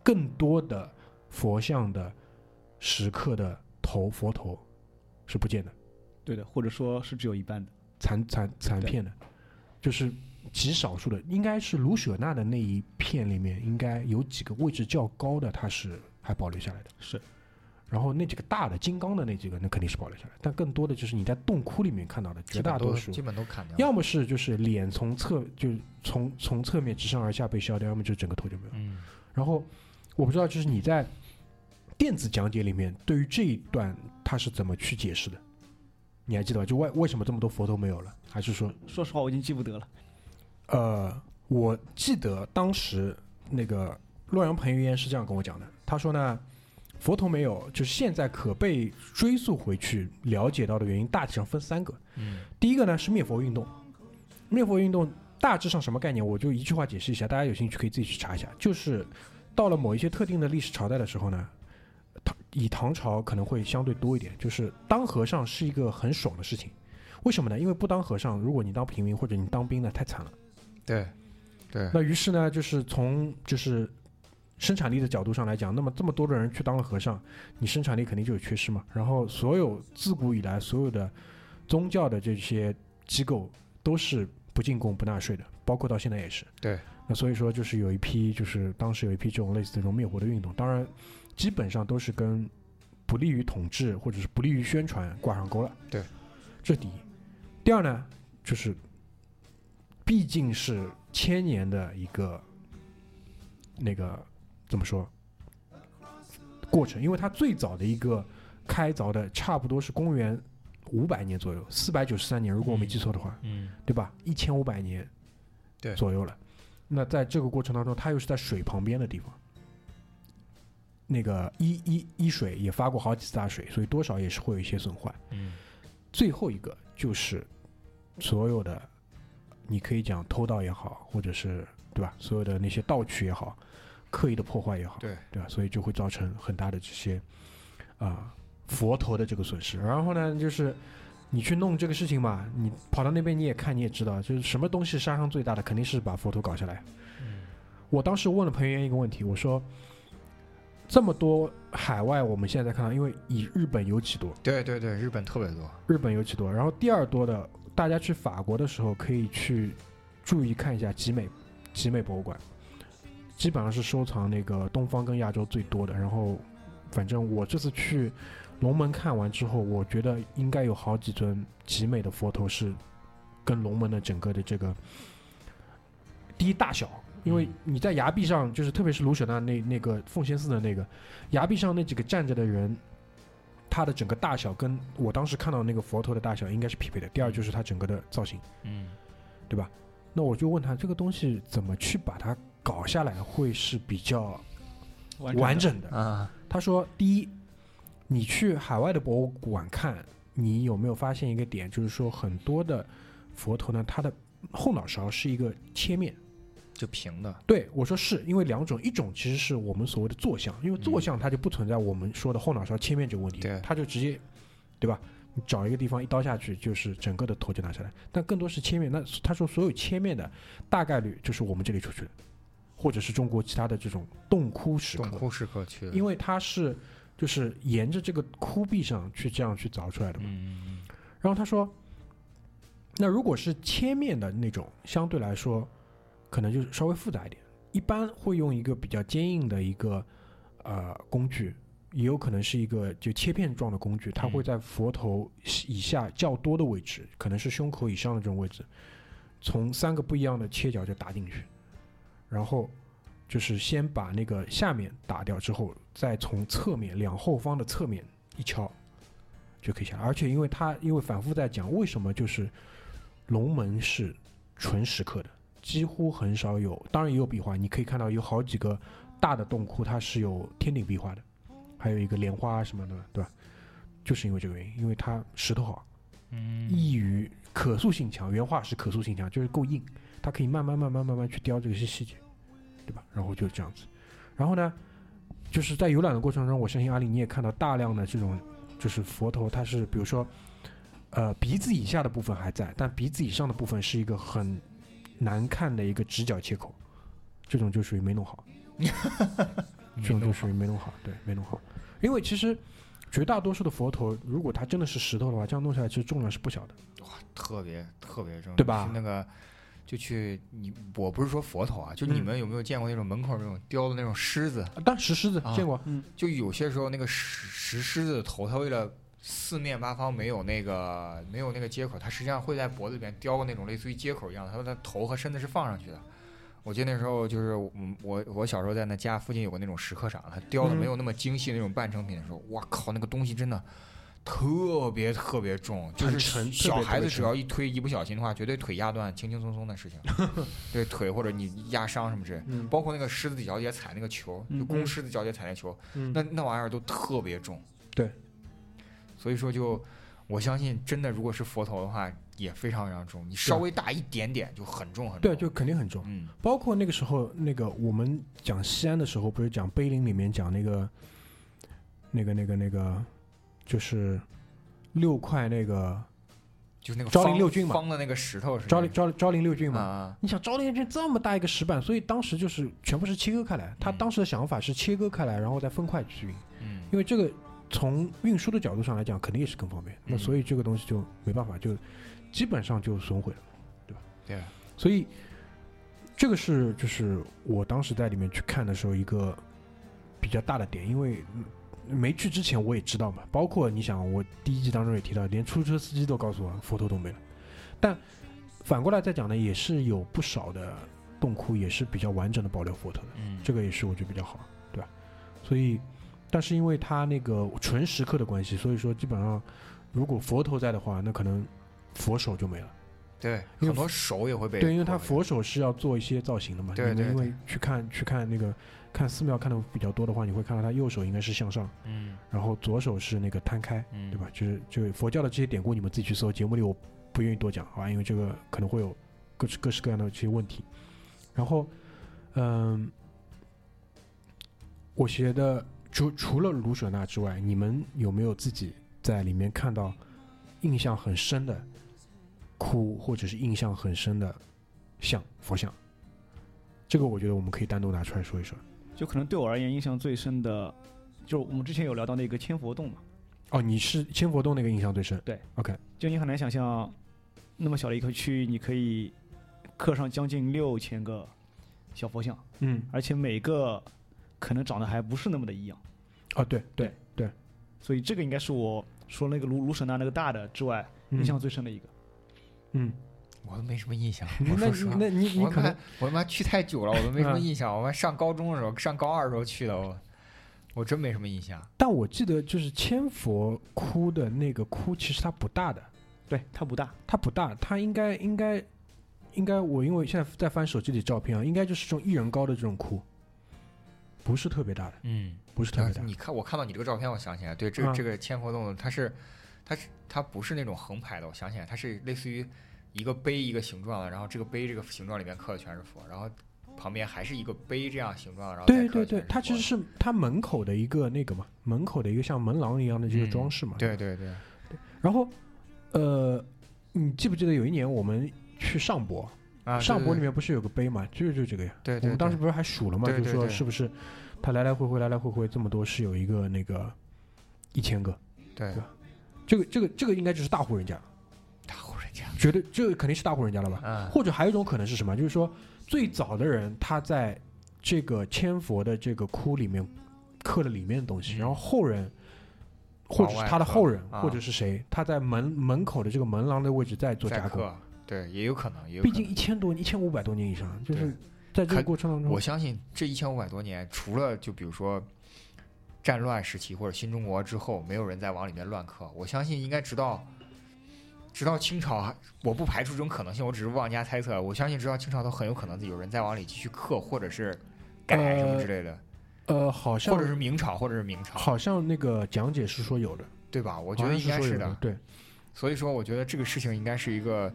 S2: 更多的佛像的石刻的头佛头是不见的，
S3: 对的，或者说是只有一半的。
S2: 残残残
S3: 对
S2: 片的，就是极少数的，应该是卢舍那的那一片里面，应该有几个位置较高的，它是还保留下来的。
S3: 是，
S2: 然后那几个大的金刚的那几个，那肯定是保留下来，但更多的就是你在洞窟里面看到的绝大多数，
S4: 基本都砍掉了，
S2: 要么是就是脸从侧就从从侧面直上而下被削掉，要么就整个头就没有。
S4: 嗯
S2: 然后我不知道，就是你在电子讲解里面对于这一段他是怎么去解释的？你还记得吧？就为为什么这么多佛头没有了？还是说，
S3: 说实话，我已经记不得了。
S2: 呃，我记得当时那个洛阳彭于晏是这样跟我讲的，他说呢，佛头没有，就是现在可被追溯回去了解到的原因，大体上分三个。
S4: 嗯
S2: 第一个呢是灭佛运动，灭佛运动大致上什么概念？我就一句话解释一下，大家有兴趣可以自己去查一下。就是到了某一些特定的历史朝代的时候呢，唐以唐朝可能会相对多一点，就是当和尚是一个很爽的事情。为什么呢？因为不当和尚，如果你当平民或者你当兵呢，太惨了。
S4: 对对
S2: 那于是呢，就是从就是生产力的角度上来讲，那么这么多的人去当了和尚，你生产力肯定就有缺失嘛。然后所有自古以来所有的宗教的这些机构都是不进贡不纳税的，包括到现在也是。
S4: 对。
S2: 那所以说，就是有一批，就是当时有一批这种类似这种灭火的运动，当然基本上都是跟不利于统治或者是不利于宣传挂上钩了。
S4: 对，
S2: 这是第一。第二呢，就是毕竟是千年的一个那个怎么说过程，因为它最早的一个开凿的差不多是公元五百年左右，四百九十三年，如果我没记错的话，
S4: 嗯
S2: 对吧？一千五百年
S4: 对
S2: 左右了。那在这个过程当中，它又是在水旁边的地方，那个一一一水也发过好几次大水，所以多少也是会有一些损坏。
S4: 嗯
S2: 最后一个就是所有的，你可以讲偷盗也好，或者是对吧？所有的那些盗取也好，刻意的破坏也好，
S4: 对
S2: 对吧？所以就会造成很大的这些啊、佛头的这个损失。然后呢，就是你去弄这个事情嘛，你跑到那边你也看你也知道，就是什么东西杀伤最大的肯定是把佛头搞下来。
S4: 嗯
S2: 我当时问了彭于晏一个问题，我说。这么多海外，我们现在看到，因为以日本尤其多，
S4: 对对对，日本特别多，
S2: 日本尤其多。然后第二多的，大家去法国的时候可以去注意看一下集美集美博物馆，基本上是收藏那个东方跟亚洲最多的。然后，反正我这次去龙门看完之后，我觉得应该有好几尊集美的佛头是跟龙门的整个的这个第一大小。因为
S4: 嗯
S2: 你在崖壁上，就是特别是卢舍那那那个奉先寺的那个崖壁上那几个站着的人，它的整个大小跟我当时看到那个佛头的大小应该是匹配的。第二就是它整个的造型，
S4: 嗯
S2: 对吧？那我就问他这个东西怎么去把它搞下来会是比较
S3: 完
S2: 完整的？
S4: 啊
S2: 他说，第一，你去海外的博物馆看，你有没有发现一个点，就是说很多的佛头呢，它的后脑勺是一个切面。
S4: 就平的，
S2: 对我说是因为两种，一种其实是我们所谓的坐像，因为坐
S4: 嗯
S2: 像它就不存在我们说的后脑勺切面这个问题，
S4: 对
S2: 它就直接，对吧？你找一个地方一刀下去，就是整个的头就拿下来。但更多是切面，那他说所有切面的大概率就是我们这里出去的，或者是中国其他的这种洞窟石刻
S4: 洞，窟石刻去的，
S2: 因为它是就是沿着这个窟壁上去这样去凿出来的嘛。
S4: 嗯
S2: 然后他说，那如果是切面的那种，相对来说可能就是稍微复杂一点，一般会用一个比较坚硬的一个呃工具，也有可能是一个就切片状的工具，它
S4: 嗯
S2: 会在佛头以下较多的位置，可能是胸口以上的这种位置，从三个不一样的切角就打进去，然后。就是先把那个下面打掉之后，再从侧面两后方的侧面一敲，就可以下来。而且因为他因为反复在讲为什么就是龙门是纯石刻的，几乎很少有，当然也有壁画，你可以看到有好几个大的洞窟它是有天顶壁画的，还有一个莲花什么的，对吧？就是因为这个原因，因为它石头好，
S4: 嗯，
S2: 易于可塑性强，原画石可塑性强，就是够硬，它可以慢慢慢慢慢慢去雕这个些细节，对吧？然后就是这样子，然后呢，就是在游览的过程中，我相信阿里你也看到大量的这种就是佛头，它是比如说，呃，鼻子以下的部分还在，但鼻子以上的部分是一个很难看的一个直角切口，这种就属于没弄好，
S4: 嗯
S2: 这种就属于没弄好，对，没弄好，因为其实。绝大多数的佛头，如果它真的是石头的话，这样弄下来其实重量是不小的。
S4: 特别特别正，
S2: 对吧
S4: 去那个就去你，我不是说佛头啊，就你
S2: 嗯
S4: 们有没有见过那种门口那种雕的那种狮子？
S2: 啊但石狮子
S4: 啊
S2: 见过，
S4: 就有些时候那个石石狮子的头，它为了四面八方没有那个没有那个接口，它实际上会在脖子里面雕个那种类似于接口一样的，它的头和身子是放上去的。我记得那时候就是我我我小时候在那家附近有个那种石刻厂，它雕的
S3: 嗯
S4: 没有那么精细那种半成品的时候，我靠，那个东西真的特别特别重，就
S2: 很
S4: 是
S2: 沉特
S4: 小
S2: 别特
S4: 孩
S2: 别
S4: 子只
S2: 沉
S4: 要一推一不小心的话，绝对腿压断，轻轻松松 的事情，对腿或者你压伤什么之类。
S2: 嗯
S4: 包括那个狮子脚底下踩那个球，就
S3: 嗯
S4: 公
S2: 嗯
S4: 狮子脚底下踩那球，
S2: 嗯
S4: 那那玩意儿都特别重。
S2: 对，
S4: 所以说就我相信，真的如果是佛头的话，也非常非常重。你稍微大一点点就很重很重。
S2: 对，就肯定很重。
S4: 嗯
S2: 包括那个时候，那个我们讲西安的时候，不是讲碑林里面讲那个，那个那个那个，就是六块那个
S4: 就是那个
S2: 昭
S4: 方
S2: 陵六郡嘛
S4: 方的那个石头是
S2: 昭陵昭昭陵六郡
S4: 郡
S2: 嘛。
S4: 啊，
S2: 你想昭陵六郡这么大一个石板，所以当时就是全部是切割开来。他
S4: 嗯
S2: 当时的想法是切割开来，然后再分块去运，
S4: 嗯
S2: 因为这个从运输的角度上来讲，肯定也是更方便。那
S4: 嗯
S2: 所以这个东西就没办法，就基本上就损毁了。
S4: 对啊，
S2: 所以这个是就是我当时在里面去看的时候一个比较大的点，因为嗯没去之前我也知道嘛，包括你想我第一集当中也提到，连出租车司机都告诉我佛头都没了，但反过来再讲呢，也是有不少的洞窟也是比较完整的保留佛头的，
S4: 嗯
S2: 这个也是我觉得比较好，对吧？所以，但是因为它那个纯石刻的关系，所以说基本上如果佛头在的话，那可能佛手就没了。
S4: 对
S2: 因为
S4: 很多手也会被
S2: 对，因为他佛手是要做一些造型的嘛。
S4: 对
S2: 你
S4: 对
S2: 们因为
S4: 对
S2: 去看去看那个看寺庙看的比较多的话，你会看到他右手应该是向上，
S4: 嗯
S2: 然后左手是那个摊开，
S4: 嗯
S2: 对吧？就是就是佛教的这些典故，你们自己去搜。节目里我不愿意多讲，好吧？因为这个可能会有各式各式各样的这些问题。然后，嗯，我觉得除除了卢舍那之外，你们有没有自己在里面看到印象很深的窟，或者是印象很深的像佛像？这个我觉得我们可以单独拿出来说一说。
S3: 就可能对我而言印象最深的，就是我们之前有聊到那个千佛洞嘛，
S2: 哦，你是千佛洞那个印象最深？
S3: 对
S2: ，OK，
S3: 就你很难想象，那么小的一个区域，你可以刻上将近六千个小佛像，
S2: 嗯，
S3: 而且每个可能长得还不是那么的一样，
S2: 哦，对对，
S3: 所以这个应该是我说那个卢卢舍那那个大的之外，
S2: 嗯
S3: 印象最深的一个。
S2: 嗯，
S4: 我都没什么印象。我
S2: 那
S4: 说实话，
S2: 那你你
S4: 我
S2: 可
S4: 他妈
S2: 能
S4: 我他妈去太久了，我都没什么
S2: 嗯
S4: 印象。我们上高中的时候，上高二的时候去的，我我真没什么印象。
S2: 但我记得就是千佛窟的那个窟，其实它不大的，
S3: 对，它不大，
S2: 它不大，它应该应该应该，我因为现在在翻手机里照片啊，应该就是这种一人高的这种窟，不是特别大的，
S4: 嗯，
S2: 不是特别
S4: 啊
S2: 大。
S4: 你看，我看到你这个照片，我想起来，对，这、
S2: 嗯
S4: 这个千佛洞，它是，它是它不是那种横排的，我想起来，它是类似于一个碑一个形状的，然后这个碑这个形状里面刻的全是佛，然后旁边还是一个碑这样形状的，然后再
S2: 对
S4: 刻
S2: 对
S4: 的全
S2: 对，它其实
S4: 是
S2: 是它门口的一个那个嘛，门口的一个像门廊一样的这个装饰嘛。
S4: 佛。嗯对对对，
S2: 然后，呃，你记不记得有一年我们去上博，
S4: 啊，
S2: 上博
S4: 博
S2: 里，面不是有个碑嘛？就是就这个呀。
S4: 对对
S2: 我
S4: 对，
S2: 们当时
S4: 对
S2: 不是还数了嘛，
S4: 对
S2: 就是
S4: 对
S2: 说
S4: 对
S2: 是不是他来来回回来来回回这么多是有一个那个一千个，
S4: 对
S2: 对这个这个这个应该就是大户人家，
S4: 大户人家，
S2: 绝对这个肯定是大户人家了吧？
S4: 嗯，
S2: 或者还有一种可能是什么？就是说最早的人他在这个千佛的这个窟里面刻了里面的东西，
S4: 嗯
S2: 然后后人。或者
S4: 往
S2: 是
S4: 外
S2: 他的
S4: 刻
S2: 后人，
S4: 啊
S2: 或者是谁，他在门门口的这个门廊的位置在做
S4: 再
S2: 加工。
S4: 刻，对，也有可能，也有可
S2: 毕
S4: 能
S2: 竟一千多、一千五百多年以上，就是
S4: 对
S2: 在这个
S4: 肯
S2: 过程当中
S4: 我，相信这一千五百多年，除了就比如说战乱时期或者新中国之后，没有人再往里面乱刻。我相信应该直到直到清朝，我不排除这种可能性，我只是妄加猜测。我相信，直到清朝都很有可能有人再往里继续刻，或者是改什么之类的，
S2: 呃，好像
S4: 或者是明朝，或者是明朝，
S2: 好像那个讲解是说有的，
S4: 对吧？我
S2: 我
S4: 觉得应该
S2: 是说
S4: 是
S2: 有
S4: 的。
S2: 对，
S4: 所以说，我觉得这个事情应该是一个，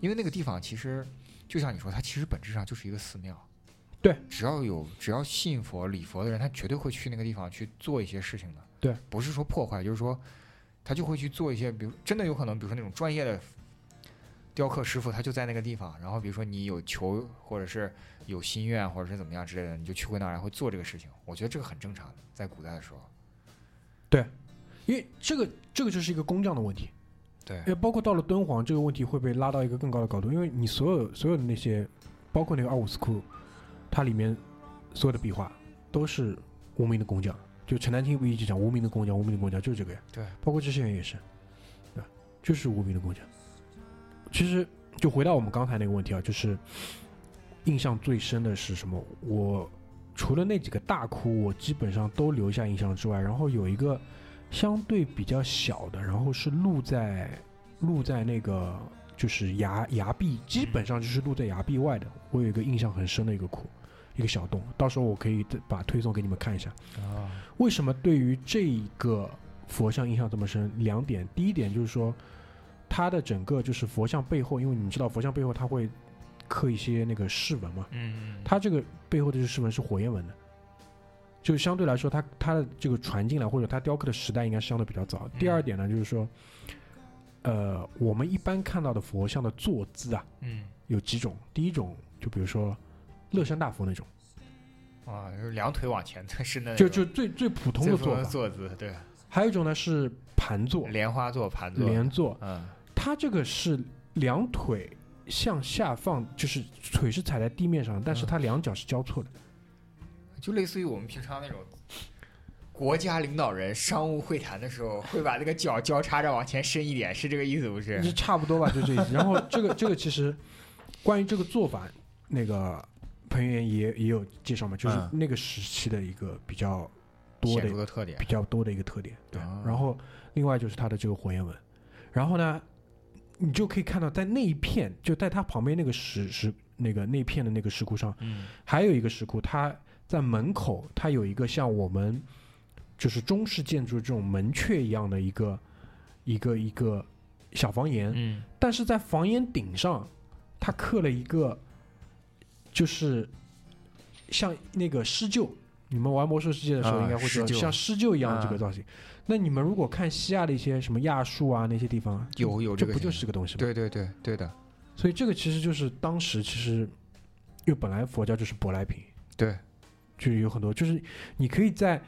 S4: 因为那个地方其实就像你说，它其实本质上就是一个寺庙。
S2: 对，
S4: 只要有只要信佛礼佛的人，他绝对会去那个地方去做一些事情的。
S2: 对，
S4: 不是说破坏，就是说他就会去做一些，比如真的有可能，比如说那种专业的雕刻师傅，他就在那个地方。然后比如说你有求或者是有心愿或者是怎么样之类的，你就去过那儿，然后做这个事情。我觉得这个很正常的，在古代的时候。
S2: 因为这个这个就是一个工匠的问题，
S4: 对
S2: 也包括到了敦煌这个问题会被拉到一个更高的高度，因为你所有所有的那些，包括那个奥古斯库，它里面所有的壁画都是无名的工匠，就陈丹青不一直讲无名的工匠，无名的工匠就是这个呀。
S4: 对，
S2: 包括这些人也是，对吧，就是无名的工匠。其实就回到我们刚才那个问题啊，就是印象最深的是什么？我除了那几个大窟，我基本上都留下印象之外，然后有一个相对比较小的，然后是露在露在那个就是崖崖壁，基本上就是露在崖壁外的。我有一个印象很深的一个窟，一个小洞，到时候我可以把推送给你们看一下。
S4: 啊，
S2: 为什么对于这一个佛像印象这么深？两点，第一点就是说，它的整个就是佛像背后，因为你知道佛像背后它会刻一些那个饰文嘛，
S4: 嗯，
S2: 它这个背后的这个饰文是火焰纹的，就相对来说它它的这个传进来或者它雕刻的时代应该是相对比较早。第
S4: 嗯
S2: 二点呢，就是说，呃，我们一般看到的佛像的坐姿啊
S4: 嗯
S2: 有几种，第一种就比如说乐山大佛那种，
S4: 啊，就是两腿往前 推是那
S2: 就
S4: 种
S2: 就最最普通
S4: 哎
S2: 的
S4: 最普
S2: 做
S4: 通的
S2: 法，
S4: 坐姿，对，
S2: 还有一种呢是盘坐。
S4: 莲花坐、盘坐，
S2: 连坐，
S4: 嗯
S2: 它这个是两腿向下放，就是腿是踩在地面上，
S4: 嗯
S2: 但是它两脚是交错的。
S4: 就类似于我们平常那种国家领导人商务会谈的时候，会把那个脚交叉着往前伸一点，是这个意思不是
S2: 就？差不多吧，就这意思。然后这个这个其实关于这个做法，那个彭于晏也也有介绍嘛，就是
S4: 嗯
S2: 那个时期的一个比较多的
S4: 显著的特点
S2: 比，较多的一个特点。对，
S4: 啊
S2: 然后另外就是它的这个火焰纹，然后呢，你就可以看到在那一片，就在它旁边那个石石那个那一片的那个石窟上，
S4: 嗯
S2: 还有一个石窟，它在门口，它有一个像我们就是中式建筑这种门阙一样的一个一个一个小房檐，
S4: 嗯，
S2: 但是在房檐顶上，它刻了一个就是像那个施鹫。你们玩魔兽世界的时候，
S4: 啊
S2: 应该会知道
S4: 施鹫
S2: 像施鹫一样这个
S4: 啊
S2: 造型。那你们如果看西亚的一些什么亚述啊那些地方，
S4: 有有
S2: 这
S4: 这
S2: 不
S4: 个
S2: 就
S4: 形
S2: 是这个东西吗？
S4: 对对对对的，
S2: 所以这个其实就是当时其实，因为本来佛教就是舶来品，
S4: 对，
S2: 就是有很多，就是你可以在，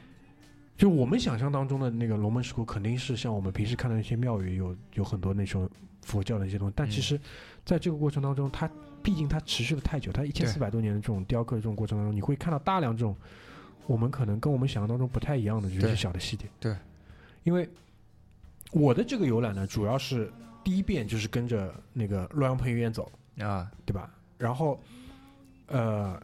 S2: 就是我们想象当中的那个龙门石窟，肯定是像我们平时看到那些庙宇有有很多那种佛教的一些东西，但
S4: 嗯
S2: 其实在这个过程当中，它毕竟它持续了太久，它一千四百多年的这种雕刻的这种过程当中，你会看到大量这种我们可能跟我们想象当中不太一样的就是
S4: 对
S2: 小的细节。
S4: 对，
S2: 因为我的这个游览呢，主要是第一遍就是跟着那个洛阳彭于晏走，
S4: 啊，
S2: 对吧？然后，呃，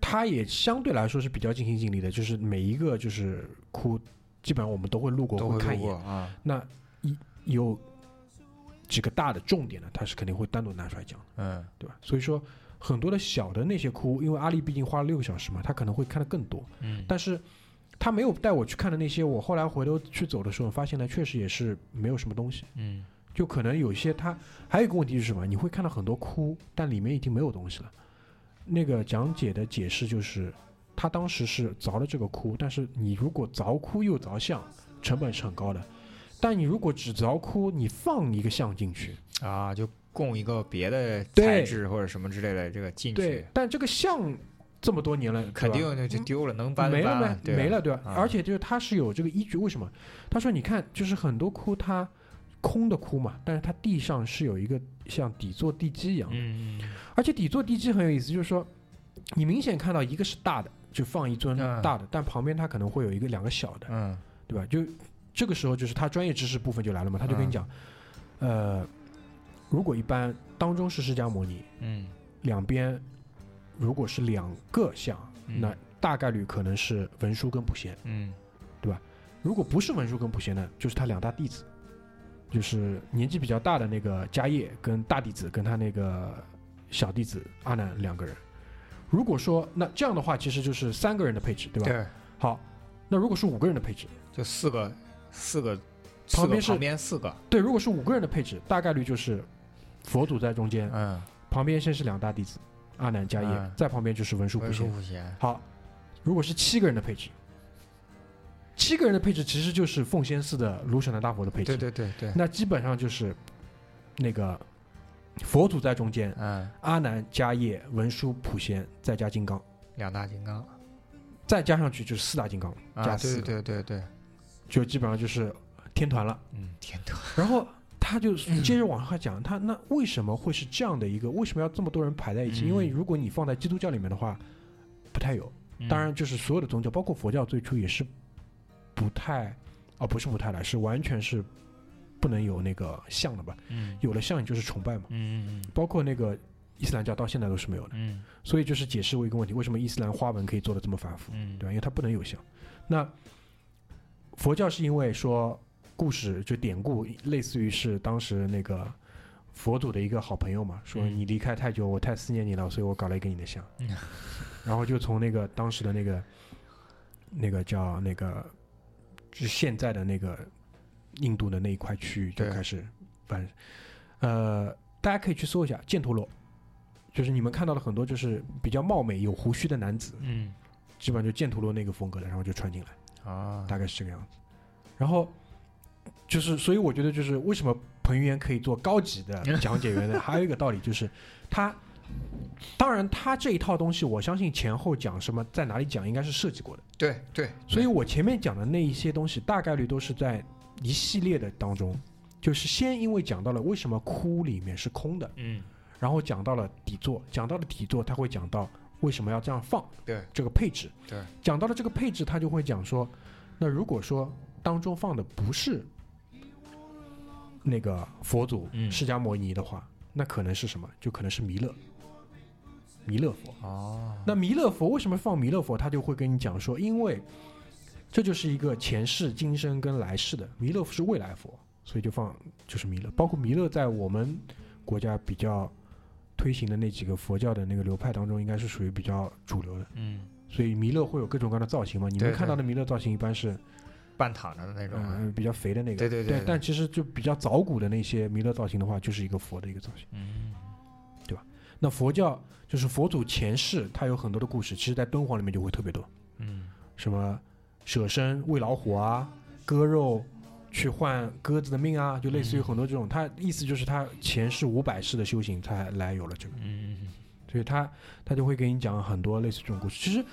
S2: 他也相对来说是比较尽心尽力的，就是每一个就是窟，基本上我们都会路过，
S4: 都会
S2: 看
S4: 路
S2: 一
S4: 过
S2: 眼。
S4: 啊，
S2: 那一有几个大的重点呢，他是肯定会单独拿出来讲的，
S4: 嗯
S2: 对吧？所以说，很多的小的那些窟，因为阿丽毕竟花了六个小时嘛，他可能会看的更多，
S4: 嗯，
S2: 但是。他没有带我去看的那些，我后来回头去走的时候，发现呢，确实也是没有什么东西。
S4: 嗯
S2: 就可能有一些它还有一个问题是什么？你会看到很多窟，但里面已经没有东西了。那个讲解的解释就是，他当时是凿了这个窟，但是你如果凿窟又凿像，成本是很高的。但你如果只凿窟，你放一个像进去，
S4: 啊，就供一个别的材
S2: 对
S4: 质或者什么之类的这个进
S2: 对
S4: 去，，
S2: 但这个像这么多年了，对吧
S4: 肯定就就丢了，能搬
S2: 没
S4: 就搬
S2: 了呗，
S4: 对吧
S2: 没了对吧？
S4: 啊
S2: 而且就是它是有这个依据，为什么？他说你看，就是很多窟它空的窟嘛，但是它地上是有一个像底座地基一样的。
S4: 嗯，嗯
S2: 而且底座地基很有意思，就是说，你明显看到一个是大的，就放一尊
S4: 嗯
S2: 大的，但旁边它可能会有一个两个小的，
S4: 嗯
S2: 对吧？就这个时候就是他专业知识部分就来了嘛，他就
S4: 嗯
S2: 跟你讲，呃，如果一般当中是释迦摩尼，
S4: 嗯
S2: 两边如果是两个像，
S4: 嗯
S2: 那大概率可能是文殊跟普贤；
S4: 嗯
S2: 如果不是文殊跟普贤呢，就是他两大弟子。就是年纪比较大的那个迦叶跟大弟子跟他那个小弟子阿难两个人。如果说那这样的话，其实就是三个人的配置，对吧？
S4: 对，
S2: 好，那如果是五个人的配置，
S4: 就四个，四个，四
S2: 旁
S4: 个
S2: 边是
S4: 旁边四个，
S2: 对，如果是五个人的配置，大概率就是佛祖在中间，
S4: 嗯，
S2: 旁边先是两大弟子阿难迦叶，
S4: 嗯
S2: 在旁边就是文殊普
S4: 文殊
S2: 贤。
S4: 普贤，
S2: 好，如果是七个人的配置，七个人的配置其实就是奉先寺的卢舍那大佛的配置。
S4: 对对对对，
S2: 那基本上就是那个佛祖在中间，
S4: 嗯，
S2: 阿难、迦叶、文殊、普贤，再加金刚，
S4: 两大金刚，
S2: 再加上去就是四大金刚，
S4: 啊，
S2: 加
S4: 对
S2: 四
S4: 对对对，
S2: 就基本上就是天团了。
S4: 嗯，天团，嗯
S2: 然后他就接着往下讲，他那为什么会是这样的一个？为什么要这么多人排在一起？
S4: 嗯
S2: 因为如果你放在基督教里面的话，不太有。
S4: 嗯
S2: 当然，就是所有的宗教，包括佛教，最初也是不太，啊，不是不太了，是完全是不能有那个像的吧？
S4: 嗯，
S2: 有了像，你就是崇拜嘛。
S4: 嗯嗯
S2: 包括那个伊斯兰教到现在都是没有的。
S4: 嗯
S2: 所以就是解释过一个问题，为什么伊斯兰花纹可以做的这么繁复，
S4: 嗯
S2: 对吧？因为它不能有像。那佛教是因为说故事就典故，类似于是当时那个佛祖的一个好朋友嘛，说
S4: 嗯
S2: 你离开太久，我太思念你了，所以我搞了一个你的像，
S4: 嗯
S2: 然后就从那个当时的那个那个叫那个就是现在的那个印度的那一块区域就
S4: 对
S2: 开始办，呃，大家可以去搜一下犍陀罗。就是你们看到的很多就是比较貌美有胡须的男子，
S4: 嗯
S2: 基本上就犍陀罗那个风格的，然后就穿进来，
S4: 啊，
S2: 大概是这个样子。然后就是，所以我觉得就是为什么彭于晏可以做高级的讲解员呢？还有一个道理就是他。当然，他这一套东西，我相信前后讲什么，在哪里讲，应该是设计过的。
S4: 对对，
S2: 所以我前面讲的那一些东西，大概率都是在一系列的当中，就是先因为讲到了为什么窟里面是空的，
S4: 嗯
S2: 然后讲到了底座，讲到了底座，他会讲到为什么要这样放，
S4: 对
S2: 这个配置，
S4: 对，
S2: 讲到了这个配置，他就会讲说，那如果说当中放的不是那个佛祖
S4: 嗯
S2: 释迦摩尼的话，那可能是什么？就可能是弥勒，弥勒佛。
S4: 哦，
S2: 那弥勒佛为什么放弥勒佛？他就会跟你讲说，因为这就是一个前世、今生跟来世的，弥勒佛是未来佛，所以就放就是弥勒。包括弥勒在我们国家比较推行的那几个佛教的那个流派当中，应该是属于比较主流的。
S4: 嗯，
S2: 所以弥勒会有各种各样的造型嘛？你们
S4: 对
S2: 看到的弥勒造型一般是
S4: 半躺着的那种啊，
S2: 嗯、比较肥的那个，
S4: 对对对
S2: 但其实就比较早古的那些弥勒造型的话，就是一个佛的一个造型。
S4: 嗯
S2: 那佛教就是佛祖前世，他有很多的故事，其实在敦煌里面就会特别多。
S4: 嗯
S2: 什么舍身喂老虎啊，割肉去换鸽子的命啊，就类似于很多这种。他意思就是他前世五百世的修行才来有了这个，
S4: 嗯
S2: 所以他他就会给你讲很多类似这种故事。其实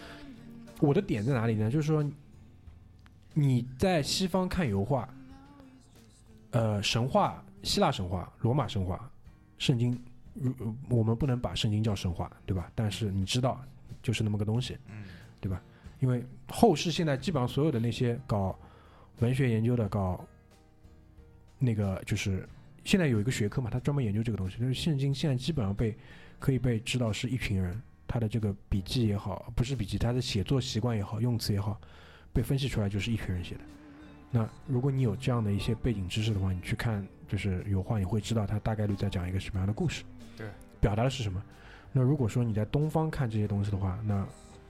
S2: 我的点在哪里呢？就是说你在西方看油画，呃，神话、希腊神话、罗马神话、圣经，如呃我们不能把圣经叫神话，对吧？但是你知道，就是那么个东西。
S4: 嗯
S2: 因为后世现在基本上所有的那些搞文学研究的、搞那个就是现在有一个学科嘛，他专门研究这个东西。就是现今现在基本上被可以被知道是一群人，他的这个笔记也好，不是笔记，他的写作习惯也好，用词也好，被分析出来就是一群人写的。那如果你有这样的一些背景知识的话，你去看就是油画，你会知道他大概率在讲一个什么样的故事，
S4: 对，
S2: 表达的是什么。那如果说你在东方看这些东西的话，那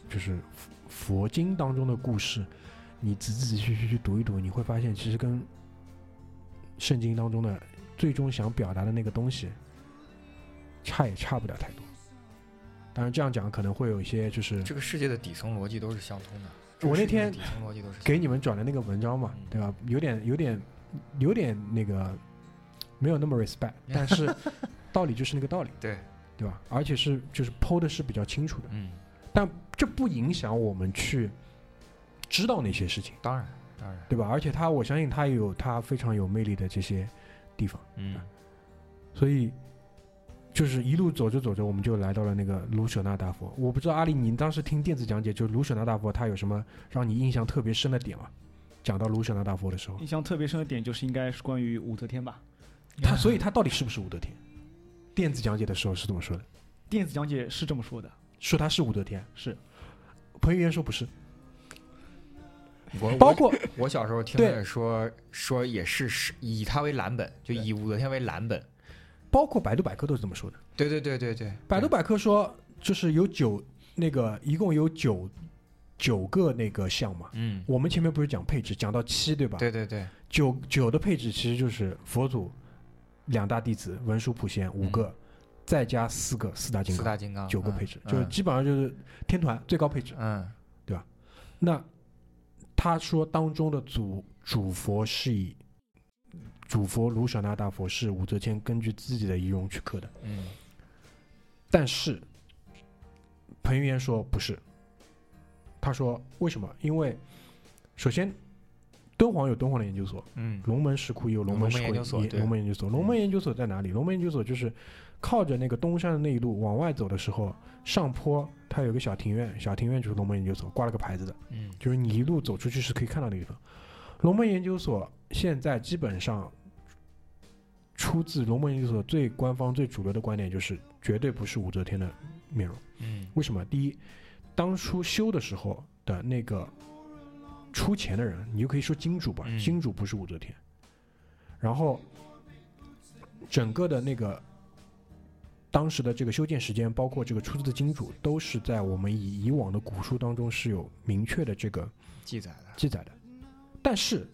S2: 就是佛经当中的故事，你仔仔细细去读一读，你会发现其实跟圣经当中的最终想表达的那个东西，差也差不了太多。当然这样讲可能会有一些就是
S4: 这个世界的底层逻辑都是相通的。
S2: 我那天
S4: 这个世界的底层逻辑都是
S2: 给你们转的那个文章嘛，对吧？有点有点有点那个没有那么 respect，但是道理就是那个道理，
S4: 对
S2: 对吧？而且是就是剖的是比较清楚的，
S4: 嗯，
S2: 但这不影响我们去知道那些事情。
S4: 当然当然，
S2: 对吧？而且他，我相信他也有他非常有魅力的这些地方，
S4: 嗯
S2: 所以就是一路走着走着，我们就来到了那个卢舍那大佛。我不知道阿里，你当时听电子讲解，就卢舍那大佛，它有什么让你印象特别深的点吗？讲到卢舍那大佛的时候，
S3: 印象特别深的点就是应该是关于武则 天吧。
S4: 嗯
S2: 他所以他到底是不是武则天？电子讲解的时候是这么说的，
S3: 电子讲解是这么说的，
S2: 说他是武则天，
S3: 是
S2: 彭于晏说不是，
S4: 我
S2: 包括
S4: 我小时候听
S2: 对
S4: 的说说也是是以它为蓝本，就以武则天为蓝本。
S2: 包括百度百科都是这么说的。
S4: 对对对对对，
S2: 百度百科说，就是有九那个一共有九九个那个项嘛。
S4: 嗯，
S2: 我们前面不是讲配置，讲到七对吧？
S4: 对对对，
S2: 九九的配置其实就是佛祖两大弟子文殊普贤五个，再加四个四大金
S4: 嗯四
S2: 刚，
S4: 大金刚
S2: 九个配置，
S4: 嗯
S2: 就是基本上就是天团最高配置。
S4: 嗯
S2: 那他说当中的主主佛是以主佛卢舍那大佛是武则天根据自己的仪容去刻的，
S4: 嗯
S2: 但是彭于晏说不是，他说为什么？因为首先敦煌有敦煌的研究所，
S4: 嗯
S2: 龙门石窟也有龙门石窟
S4: 龙门研究所
S2: 也
S4: 对
S2: 龙门研究所，龙门研究所在哪里？龙门研究所就是靠着那个东山的那一路往外走的时候，上坡它有个小庭院，小庭院就是龙门研究所，挂了个牌子的，
S4: 嗯
S2: 就是你一路走出去是可以看到那个地方。龙门研究所现在基本上出自龙门研究所最官方、最主流的观点，就是绝对不是武则天的面容。
S4: 嗯
S2: 为什么？第一，当初修的时候的那个出钱的人，你就可以说金主吧，
S4: 嗯
S2: 金主不是武则天。然后，整个的那个当时的这个修建时间，包括这个出资的金主，都是在我们以以往的古书当中是有明确的这个
S4: 记载的，
S2: 记载的。但是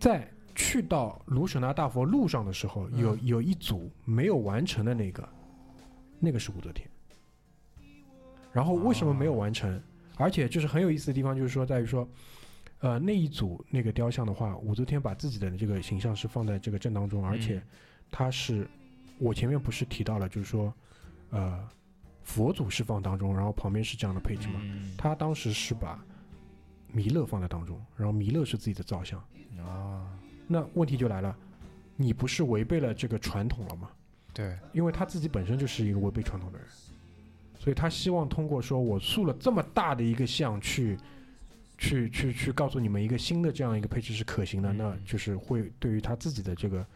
S2: 在去到卢舍那大佛路上的时候，
S4: 嗯
S2: 有有一组没有完成的那个，那个是武则天。然后为什么没有完成？而且就是很有意思的地方，就是说在于说，呃，那一组那个雕像的话，武则天把自己的这个形象是放在这个正当中，而且她是，我前面不是提到了，就是说，呃，佛祖是放当中，然后旁边是这样的配置嘛，
S4: 嗯
S2: 他当时是把弥勒放在当中，然后弥勒是自己的造像。
S4: 哦，
S2: 那问题就来了，你不是违背了这个传统了吗？
S4: 对，
S2: 因为他自己本身就是一个违背传统的人，所以他希望通过说我塑了这么大的一个像去。去去去告诉你们一个新的这样一个配置是可行的，
S4: 嗯
S2: 那就是会对于他自己的这个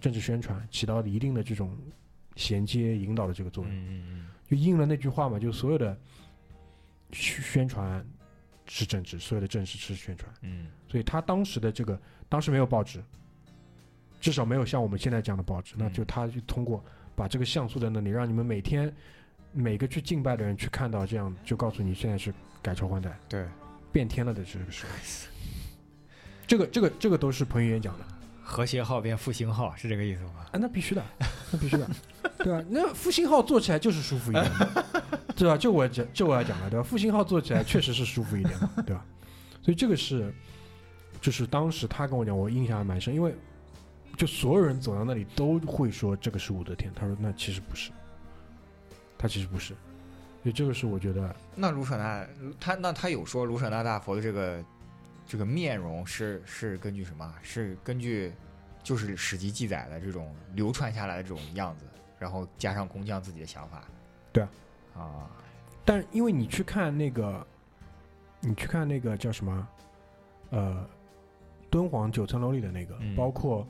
S2: 政治宣传起到一定的这种衔接引导的这个作用。
S4: 嗯
S2: 就应了那句话嘛，就所有的宣宣传是政治，所有的政治是宣传。
S4: 嗯
S2: 所以他当时的这个，当时没有报纸，至少没有像我们现在这样的报纸。
S4: 嗯
S2: 那就他就通过把这个像素在那里，让你们每天每个去敬拜的人去看到，这样就告诉你现在是改朝换代、
S4: 对，
S2: 变天了的这个时候。这个这个这个都是彭于晏讲的。
S4: 和谐号变复兴号是这个意思吗？
S2: 啊，那必须的，那必须的，对吧？那复兴号做起来就是舒服一点嘛，对吧？就我讲，就我要讲了，对吧？复兴号做起来确实是舒服一点嘛，对吧？所以这个是，就是当时他跟我讲，我印象还蛮深，因为就所有人走到那里都会说这个是武则天，他说那其实不是，他其实不是，所以这个是我觉得
S4: 那卢舍那他那他有说卢舍那大佛的这个这个面容是是根据什么？是根据就是史籍记载的这种流传下来的这种样子，然后加上工匠自己的想法。
S2: 对啊，
S4: 啊，
S2: 但因为你去看那个，你去看那个叫什么，呃，敦煌九层楼里的那个，
S4: 嗯
S2: 包括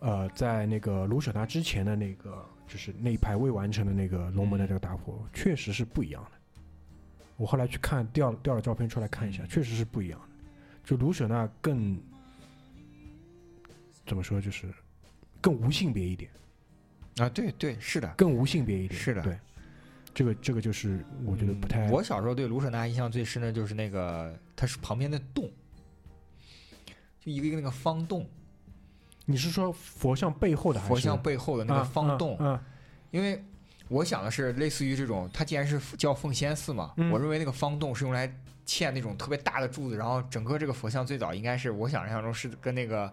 S2: 呃，在那个卢舍那之前的那个，就是那一排未完成的那个龙门的这个大
S4: 嗯
S2: 佛，确实是不一样的。我后来去看调调了照片出来看一下，
S4: 嗯
S2: 确实是不一样的。就卢舍那更怎么说，就是更无性别一点，
S4: 啊，对对，是的。
S2: 更无性别一点。
S4: 是的嗯
S2: 对，这个这个就是我觉得不太、
S4: 我小时候对卢舍那印象最深的就是那个，它是旁边的洞，就一个一个那个方洞，
S2: 你是说佛像背后的还是
S4: 佛像背后的那个方洞，
S2: 啊啊
S4: 因为我想的是类似于这种，它既然是叫奉先寺嘛，
S2: 嗯
S4: 我认为那个方洞是用来嵌那种特别大的柱子，然后整个这个佛像最早应该是我想象中是跟那个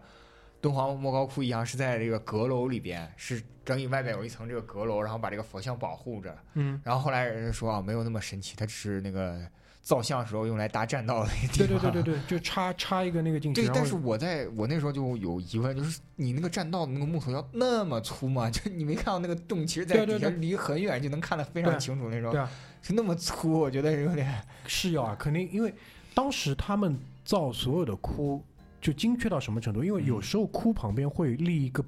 S4: 敦煌莫高窟一样，是在这个阁楼里边，是整体外边有一层这个阁楼，然后把这个佛像保护着。
S2: 嗯，
S4: 然后后来人家说啊，没有那么神奇，它只是那个造像时候用来搭栈道的一个
S2: 对
S4: 地
S2: 对
S4: 方。
S2: 对对对，就插插一个那个进去，
S4: 对，
S2: 然后
S4: 但是我在我那时候就有疑问，就是你那个栈道的那个木头要那么粗吗？就你没看到那个洞，其实在
S2: 对
S4: 底
S2: 对
S4: 下
S2: 对
S4: 离很远就能看得非
S2: 对
S4: 常清楚那种，
S2: 对啊
S4: 就那么粗，我觉得有点
S2: 是要啊，肯定因为当时他们造所有的窟就精确到什么程度？因为
S4: 嗯
S2: 有时候窟旁边会立一个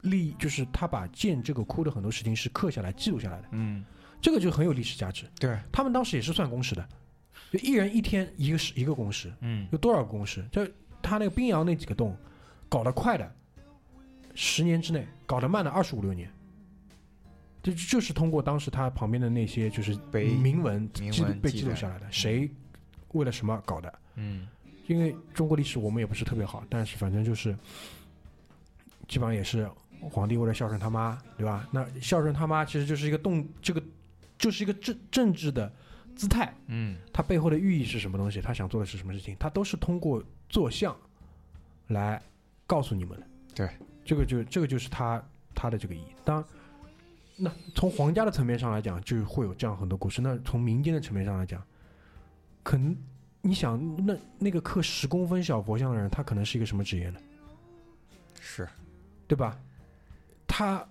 S2: 立，就是他把建这个窟的很多事情是刻下来记录下来的，
S4: 嗯，
S2: 这个就很有历史价值。
S4: 对，
S2: 他们当时也是算工时的，就一人一天一个时一个工时，
S5: 嗯
S2: 有多少个工时？就他那个冰洋那几个洞，搞得快的，十年之内；搞得慢的，二十五六年。这就是通过当时他旁边的那些就是
S4: 碑
S2: 铭文
S4: 铭
S2: 记录
S4: 文
S2: 被
S4: 记
S2: 记录
S4: 载嗯
S2: 下来的，谁为了什么搞的？
S5: 嗯
S2: 因为中国历史我们也不是特别好，但是反正就是，基本上也是皇帝为了孝顺他妈，对吧？那孝顺他妈其实就是一个动，这个就是一个政政治的姿态，
S5: 嗯
S2: 它背后的寓意是什么东西，他想做的是什么事情，他都是通过做像来告诉你们的。
S4: 对，
S2: 这个就这个就是他他的这个意义。当那从皇家的层面上来讲，就会有这样很多故事。那从民间的层面上来讲，可能你想那那个刻十公分小佛像的人，他可能是一个什么职业呢？
S4: 是
S2: 对吧？他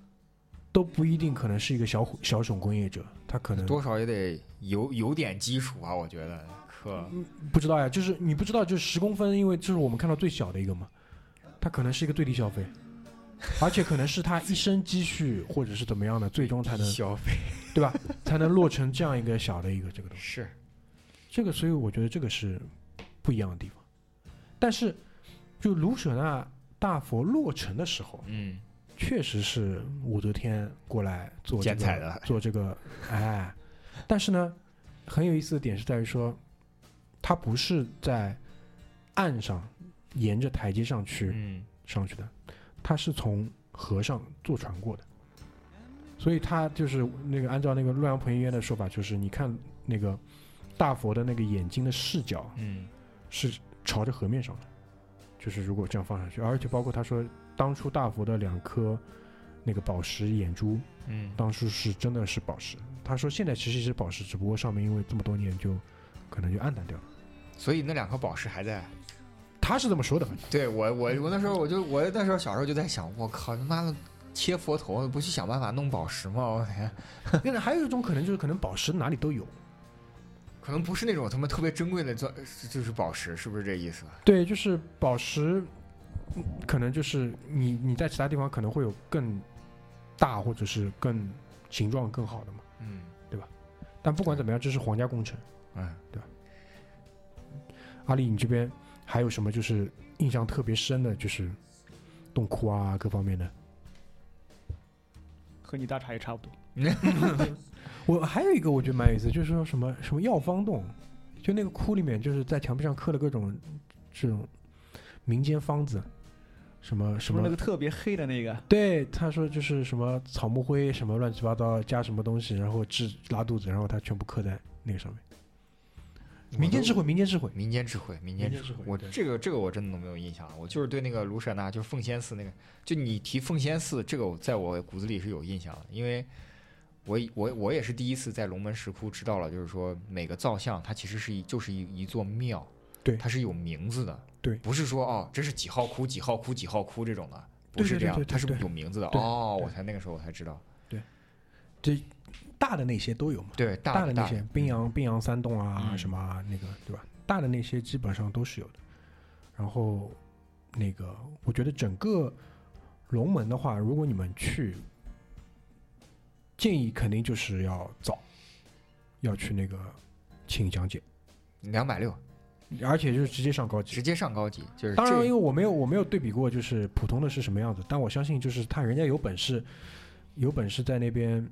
S2: 都不一定可能是一个小虎小手工业者，他可能
S4: 多少也得有有点基础啊，我觉得可
S2: 不知道呀，就是你不知道，就是十公分，因为这是我们看到最小的一个嘛，它可能是一个最低消费，而且可能是他一身积蓄或者是怎么样的，最终才能
S4: 消费
S2: 对吧，才能落成这样一个小的一个这个东西。
S4: 是
S2: 这个，所以我觉得这个是不一样的地方。但是，就卢舍那大佛落成的时候，
S4: 嗯
S2: 确实是武则天过来做、这个、
S4: 剪彩的
S2: 做这个，哎，但是呢，很有意思的点是在于说，他不是在岸上沿着台阶上去
S5: 嗯
S2: 上去的，他是从河上坐船过的，所以他就是那个按照那个洛阳彭于晏的说法，就是你看那个大佛的那个眼睛的视角
S5: 嗯
S2: 是朝着河面上的，就是如果这样放上去，而且包括他说当初大佛的两颗那个宝石眼珠，
S5: 嗯
S2: 当初是真的是宝石。他说现在其实是宝石，只不过上面因为这么多年就可能就暗淡掉了。
S4: 所以那两颗宝石还在。
S2: 他是这么说 的，
S4: 对我我我那时候我就我那时候小时候就在想，我靠他妈的切佛头不去想办法弄宝石吗？我天，
S2: 现在还有一种可能就是可能宝石哪里都有。
S4: 可能不是那种他妈特别珍贵的钻，就是宝石，是不是这意思？
S2: 对，就是宝石，嗯可能就是你你在其他地方可能会有更大或者是更形状更好的嘛。
S4: 嗯
S2: 但不管怎么样，这是皇家工程。
S4: 嗯，
S2: 阿丽，你这边还有什么就是印象特别深的，就是洞窟啊各方面的？
S3: 和你大差也差不多。
S2: 我还有一个我觉得蛮有意思，就是说什么什么药方洞，就那个窟里面就是在墙壁上刻了各种这种民间方子，什么什
S3: 不
S2: 么
S3: 是那个特别黑的那个，
S2: 对，他说就是什么草木灰什么乱七八糟加什么东西，然后治拉肚子，然后他全部刻在那个上面。民间智慧，民间智慧，
S4: 民间智慧，民间
S2: 民
S4: 智
S2: 间智慧
S4: 我
S2: 对
S4: 这个这个我真的都没有印象了，我就是对那个卢舍那，就是奉先寺那个，就你提奉先寺这个，我在我骨子里是有印象的，因为我我我也是第一次在龙门石窟知道了，就是说每个造像它其实是一就是一一座庙，
S2: 对
S4: 它是有名字的，
S2: 对
S4: 不是说哦这是几号窟几号窟几号窟这种的，不
S2: 对
S4: 是
S2: 对
S4: 这
S2: 对
S4: 样
S2: 对，
S4: 它是
S2: 对
S4: 有名字的
S2: 对
S4: 哦，
S2: 对
S4: 我才那个时候我才知道，
S2: 大的那些都有嘛。
S4: 对大
S2: 大
S4: 的
S2: 的那些冰洋冰洋三洞啊、
S4: 嗯
S2: 什么啊那个对吧？大的那些基本上都是有的。然后那个我觉得整个龙门的话，如果你们去，建议肯定就是要早，要去那个请讲解，
S4: 两百六
S2: 而且就是直接上高级
S4: 直。接上高级，就是
S2: 当然，因
S4: 这
S2: 为我没有我没有对比过，就是普通的是什么样子，但我相信就是他人家有本事，有本事在那边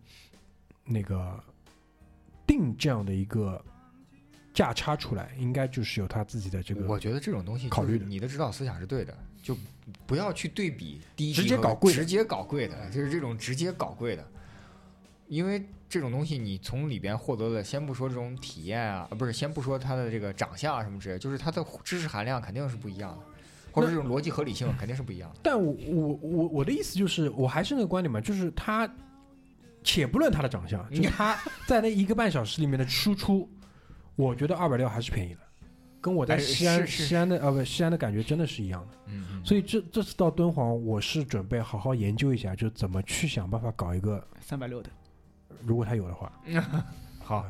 S2: 那个定这样的一个价差出来，应该就是有他自己的这
S4: 我
S2: 个。
S4: 觉得这种东西就是
S2: 考虑的
S4: 你的指导思想是对的，就不要去对比低级
S2: 直接
S4: 和
S2: 搞贵的
S4: 直接搞贵的，就是这种直接搞贵的，因为这种东西你从里边获得的，先不说这种体验啊，呃不是先不说它的这个长相啊什么之类，就是它的知识含量肯定是不一样的，或者这种逻辑合理性肯定是不一样的。
S2: 但我我我我的意思就是，我还是那个观点嘛，就是他，且不论他的长相， 就他在那一个半小时里面的输出，我觉得二百六还是便宜了，跟我在
S4: 哎
S2: 西安
S4: 是是
S2: 西安的啊不西安的感觉真的是一样的。
S4: 嗯，
S2: 所以这这次到敦煌，我是准备好好研究一下，就怎么去想办法搞一个，
S3: 三百六的，
S2: 如果他有的话。
S4: 好，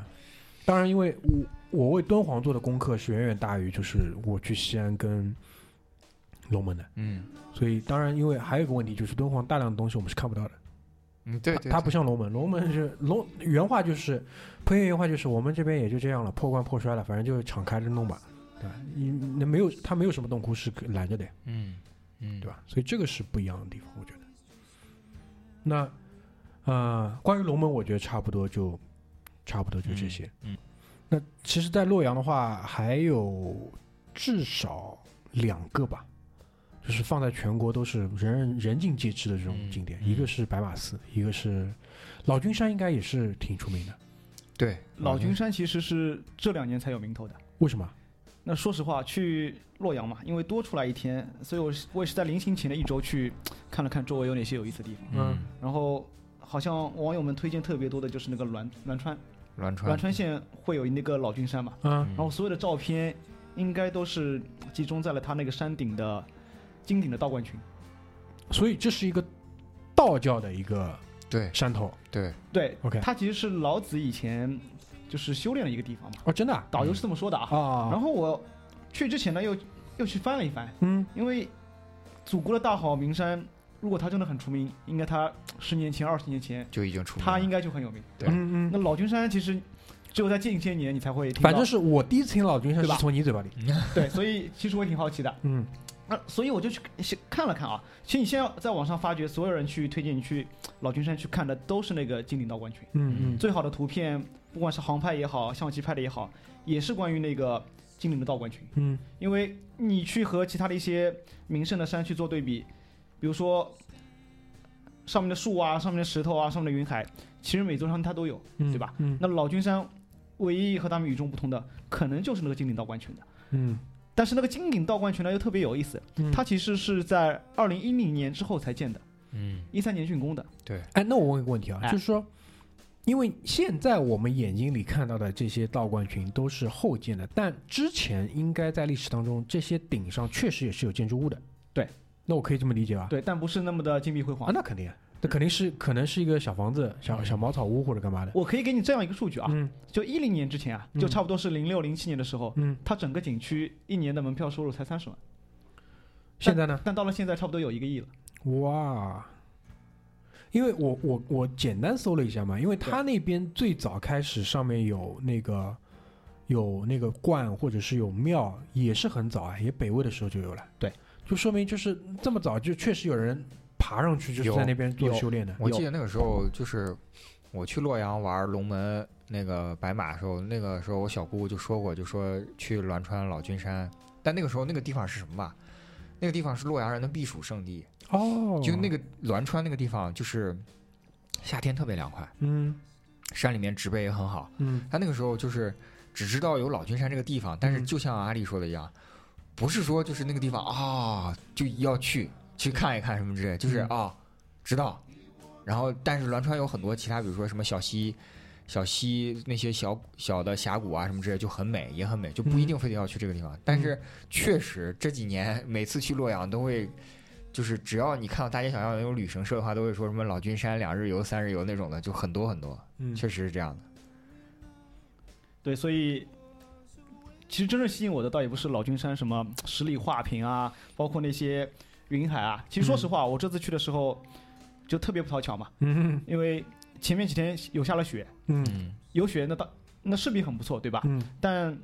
S2: 当然，因为我我为敦煌做的功课是远远大于就是我去西安跟龙门的，
S4: 嗯，
S2: 所以当然，因为还有一个问题就是敦煌大量的东西我们是看不到的，
S4: 嗯，对
S2: 它
S4: 对，
S2: 它
S4: 对
S2: 不像龙门，龙门是龙原话就是，破原原话就是我们这边也就这样了，破罐破摔了，反正就敞开着弄吧，对吧？你那没有它没有什么洞窟是可拦着的，
S4: 嗯嗯，
S2: 对吧？所以这个是不一样的地方，我觉得。那呃，关于龙门，我觉得差不多就差不多就这些。
S4: 嗯嗯
S2: 那其实，在洛阳的话，还有至少两个吧，就是放在全国都是人人人尽皆知的这种
S4: 嗯
S2: 景点，
S4: 嗯
S2: 一个是白马寺，一个是老君山，应该也是挺出名的。
S4: 对，嗯
S3: 老君
S4: 君
S3: 山其实是这两年才有名头的。
S2: 为什么？
S3: 那说实话，去洛阳嘛，因为多出来一天，所以我是我也是在临行前的一周去看了看周围有哪些有意思的地方。
S4: 嗯，
S3: 然后好像网友们推荐特别多的就是那个栾栾川，
S4: 栾
S2: 嗯
S4: 川
S3: 栾川县会有那个老君山嘛，
S4: 嗯
S2: 啊，
S3: 然后所有的照片应该都是集中在了它那个山顶的金顶的道观群。
S2: 所以这是一个道教的一个
S4: 对
S2: 山头
S4: 对，
S3: 对
S2: OK
S3: 它其实是老子以前就是修炼的一个地方嘛，
S2: 哦，真的啊
S3: 导游是这么说的啊。
S2: 啊，
S4: 哦
S3: 然后我去之前呢，又又去翻了一翻，
S2: 嗯，
S3: 因为祖国的大好名山，如果它真的很出名，应该它十年前、二十年前，
S4: 就已经出名
S3: 它
S4: 了
S3: 应该就很有名。
S4: 对
S2: 嗯嗯，
S3: 那老君山其实只有在近些年你才会听到，
S2: 反正是我第一次听老君山
S3: 对
S2: 是
S3: 吧
S2: 从你嘴巴里。
S3: 对，所以其实我也挺好奇的。
S2: 嗯
S3: 那、所以我就去先看了看啊，其实你现在在网上发掘，所有人去推荐你去老君山去看的都是那个金顶道观群，
S2: 嗯嗯，
S3: 最好的图片，不管是航拍也好，相机拍的也好，也是关于那个金顶的道观群。
S2: 嗯，
S3: 因为你去和其他的一些名胜的山去做对比，比如说上面的树啊、上面的石头啊、上面的云海，其实每座山它都有。
S2: 嗯
S3: 对吧？
S2: 嗯
S3: 那老君山唯一和他们与众不同的，可能就是那个金顶道观群的。
S2: 嗯
S3: 但是那个金顶道观群呢，又特别有意思，
S2: 嗯
S3: 它其实是在二零一零年之后才建的，
S4: 嗯
S3: 一三年竣工的。
S2: 哎，那我问一个问题啊，
S3: 哎
S2: 就是说，因为现在我们眼睛里看到的这些道观群都是后建的，但之前应该在历史当中，这些顶上确实也是有建筑物的。
S3: 对，
S2: 那我可以这么理解吧？
S3: 对，但不是那么的金碧辉煌。
S2: 啊，那肯定啊，那肯定是可能是一个小房子、小小茅草屋或者干嘛的。
S3: 嗯我可以给你这样一个数据啊，
S2: 嗯
S3: 就一零年之前啊，
S2: 嗯
S3: 就差不多是零六零七年的时候，
S2: 嗯，
S3: 它整个景区一年的门票收入才三十万，
S2: 现在呢？
S3: 但到了现在差不多有一个亿了。
S2: 哇！因为我我我简单搜了一下嘛，因为他那边最早开始上面有那个有那个观或者是有庙，也是很早啊，也北魏的时候就有了。
S3: 对，
S2: 就说明就是这么早就确实有人爬上去，就是
S4: 有
S2: 在那边做
S3: 有
S2: 修炼的。
S4: 我
S3: 有
S4: 记得那个时候就是我去洛阳玩龙门那个白马的时候，那个时候我小姑就说过，就说去栾川老君山，但那个时候那个地方是什么吧？那个地方是洛阳人的避暑胜地，
S2: 哦，
S4: 就那
S2: 个
S4: 个栾川那个地方就是夏天特别凉快，
S2: 嗯
S4: 山里面植被也很好。
S2: 嗯
S4: 他那个时候就是只知道有老君山这个地方，但是
S2: 嗯
S4: 就像阿丽说的一样，不是说就是那个地方啊、就要去去看一看什么之类，就是啊、
S2: 嗯
S4: 知道。然后，但是栾川有很多其他，比如说什么小溪、小溪那些小小的峡谷啊什么之类，就很美，也很美，就不
S2: 嗯
S4: 一定非得要去这个地方。但是确实这几年每次去洛阳都会。就是只要你看到大街小巷有那种旅行社的话，都会说什么老君山两日游、三日游那种的，就很多很多，
S2: 嗯，
S4: 确实是这样的。
S3: 对，所以其实真正吸引我的倒也不是老君山什么十里画屏啊，包括那些云海啊。其实说实话，我这次去的时候就特别不讨巧嘛，
S2: 嗯
S3: 因为前面几天有下了雪，
S2: 嗯
S4: 嗯，
S3: 有雪那当那势必很不错，对吧？
S2: 嗯
S3: 但